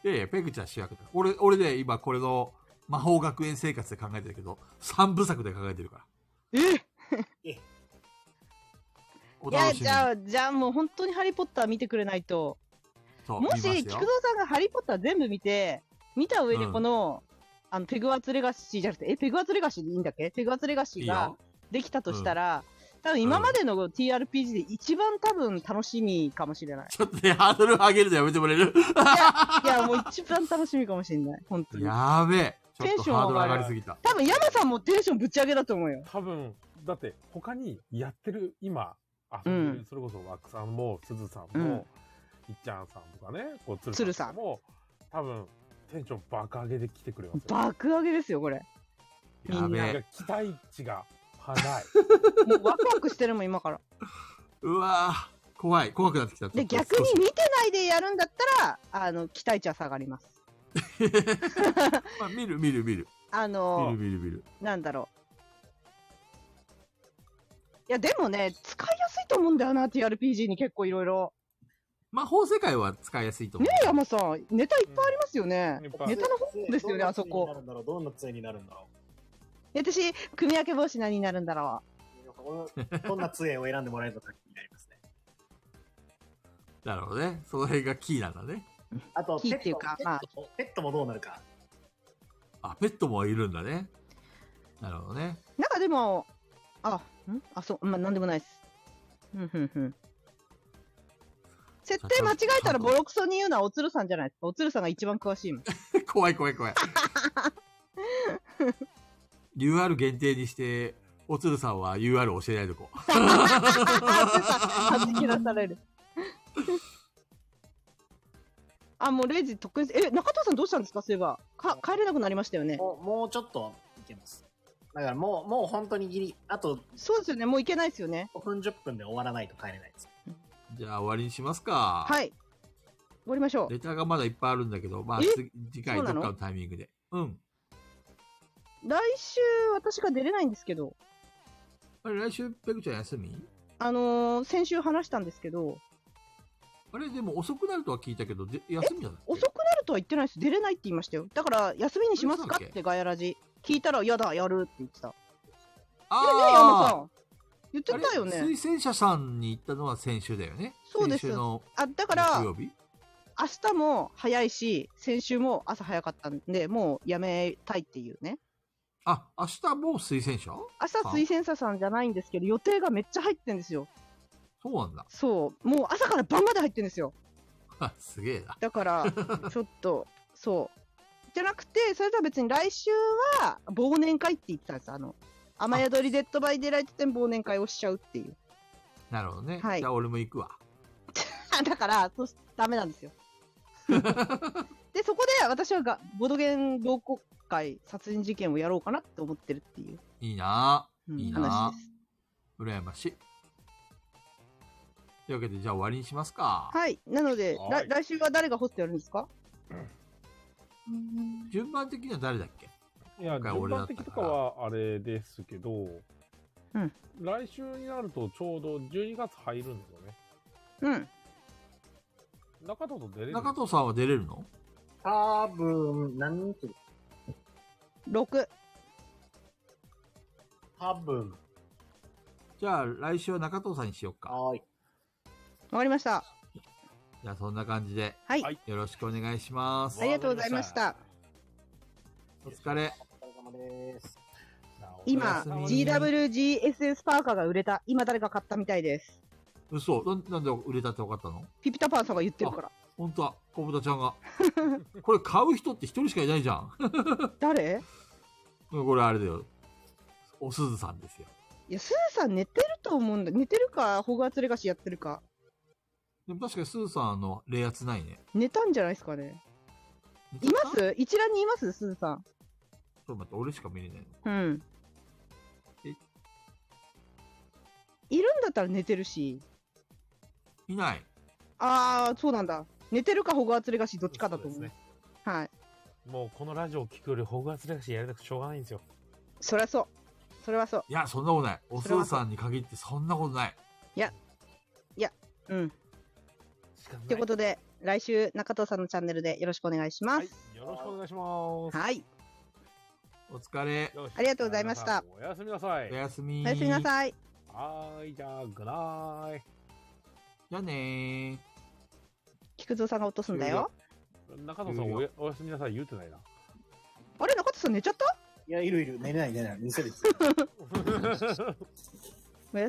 いやいや、ペグちゃん主役だ。俺、俺で今これの魔法学園生活で考えてるけど、三部作で考えてるから。
え
お
いや、
楽し
じ
みに。
ゃあ、じゃあもう本当にハリーポッター見てくれないと。
そう
も
見ます
し、
よ
菊蔵さんがハリーポッター全部見て、見た上で
うん
この、あの、ペグワーツレガシーじゃなくて、え、ペグワーツレガシーでいいんだっけペグワーツレガシ
いい
ーが
よ。
できたとしたら、多分今までの TRPG で一番多分楽しみかもしれない。
ちょっとね、ハードル上げるのやめてもらえる
いや、もう一番楽しみかもしれない。本当に。
やーべえ。ち
テ
ょ
ンシ
っと
ョン
ハー
上
ドル
が
上
る
がりすぎた。
多分山さんもテンションぶち上げだと思うよ。
多分、だって他にやってる、今、あ、
うん
それこそ枠さんも、すずさん
う
も
ん、
いっちゃんさんとかね、こう、
鶴
鶴
さ
さ
ん
んも、多分、テンション爆上げで来てくれますよ。
爆上げですよ、これ。みんな
やべ
なんか
え。
期待値が高い。
もうワクワクしてるもん、今から。
うわー怖い。怖くなってきた。
で、
ちょっ
逆
と少し
に見てないでやるんだったら、あの、期待値は下がります。
まあ、見る見る見る。
あ
見
の
る見る見る。
なんだろう。いや、でもね、使いやすいと思うんだよな、TRPG に結構いろいろ。
魔法世界は使いやすいと思
ね
う。
え、山さん、ネタいっぱいありますよね。
いっぱいあ
ネ
る
タの方ですよね、あそ
どんな杖にな
こ。
るんだろうどんな杖になるんだろ
私、組み分け帽子何になるんだろ
うどんな杖を選んでもらえるのか気になりますね。
なるほどね。その辺がキーなんだね。
あと、
木
ペ
ってい
ッ
う
ト
か
ペ
まあ
ットもペットもどうなるか。
あ、ペットもいるんだね。なるほどね。
う。なんかでも、あ、んあ、そう、まあ、なんでもないです。うん、ふん、ふん。設定間違えたらボロクソに言うのはおつるさんじゃないですか。おつるさんが一番詳しいもん。
怖い怖い怖い。UR 限定にして、おつるさんは UR 教えないとこ。
はじき出される。あ、もうレジ特に、え、中藤さんどうしたんですかそういえば。か、帰れなくなりましたよね。
もう、もうちょっといけます。だからもう、もう本当にギリ、あと
そうですよね。もう行けないですよね。
5分10分で終わらないと帰れないです。
じゃあ終わりにしますか。
はい。終わりましょう。
レターがまだいっぱいあるんだけど、まあ、
え
次次回
そ
ど
う
っ
な
か
の
のタイミングで。うん。
来週、私が出れないんですけど、
あれ、来週、ペグちゃん休み
あのー先週話したんですけど、
あれ、でも遅くなるとは聞いたけど、で休みじゃない
遅くなるとは言ってないです。出れないって言いましたよ。だから、休みにしますか
そうだっ
っ
け
てガヤラジ。聞いたら、やだ、やるって言ってた。
あ
いやいや、山さん。言ってたよ
あれ
ね。
推薦者さんに行ったのは先週だよね。
そうです
先週の
あ、だか
木
ら、
曜日
明日も早いし、先週も朝早かったんで、もうやめたいっていうね。
あ、明日もう推薦者
明日推薦者さんじゃないんですけど、予定がめっちゃ入ってんですよ。
そうなんだ。
そう。もう朝から晩まで入ってんですよ。
あすげえな。
だ から、ちょっと、そう。じゃなくて、それとは別に来週は忘年会って言ってたんです。あの、雨宿りデッドバイデイライト展忘年会をしちゃうっていう。
なるほどね。
はい
じゃあ俺も行くわ。
あ だから、そうしダメなんですよ。で、そこで私はがボドゲン同好会殺人事件をやろうかなって思ってるっていう、
いいな
うん
いいな
話です。
羨ましい。というわけで、じゃあ終わりにしますか。
はい。なので、
はい
ら来週は誰がホストやるんですか
順番的には誰だっけ
いや、
今回
順
俺だっ
番
た
的
から
とかはあれですけど、
うん
来週になるとちょうど12月入るんですよね。
うん。
中藤と出れる
中藤さんは出れるの
多分、何日
6。
多分。
じゃあ来週は中藤さんにしようか。
はーい。
わかりました。
じゃあそんな感じで
はい。
はい
よろしくお願いします。
ありがとうございました。
お疲れ。
お疲れ様です。
今、
おやすみ
GWGSS パーカーが売れた。今誰か買ったみたいです。
嘘なんなんで売れたって分かったの
ピピタパンさんが言ってるから。
本当は、小豚ちゃんが。 これ買う人って一人しかいないじゃん。
誰
これあれだよ。おすずさんですよ。
いや、スーさん寝てると思うんだ。寝てるか、ホグワーツレガシーやってるか。
でも確かにすずさんあの冷圧ないね。
寝たんじゃないですかね。い
ちょ
ま
っ
す一覧にいますスーさん。
と待って、俺しか見れないの。
うん。
え
いるんだったら寝てるし。
いない。
あー、そうなんだ。寝てるか、ホグワーツレガシーどっちかだと思う。
そうです
はい。
もうこのラジオを聞くより、ホグワーツレガシーやりたくてしょうがないんですよ。
そりゃそう。それはそう。
いや、そんなことない。おすずさんに限ってそんなことな
う
い。
ん。
しかない
ということで、来週、中藤さんのチャンネルでよろしくお願いしま
はい
す。。
よろしくお願いします。
はい。
お疲れ。
よし
ありがとうございました。
おやすみなさい
お。やすみ。
おやすみなさい。
はーい、じゃあ、グナイ。
じゃあねー。
菊蔵さんが落とすんだよ。
中野さんおや、おやすみなさい言うてないな。
あれ、中藤さん寝ちゃった
いや、いるいる。寝れない、寝れない。見せる。
おやすみ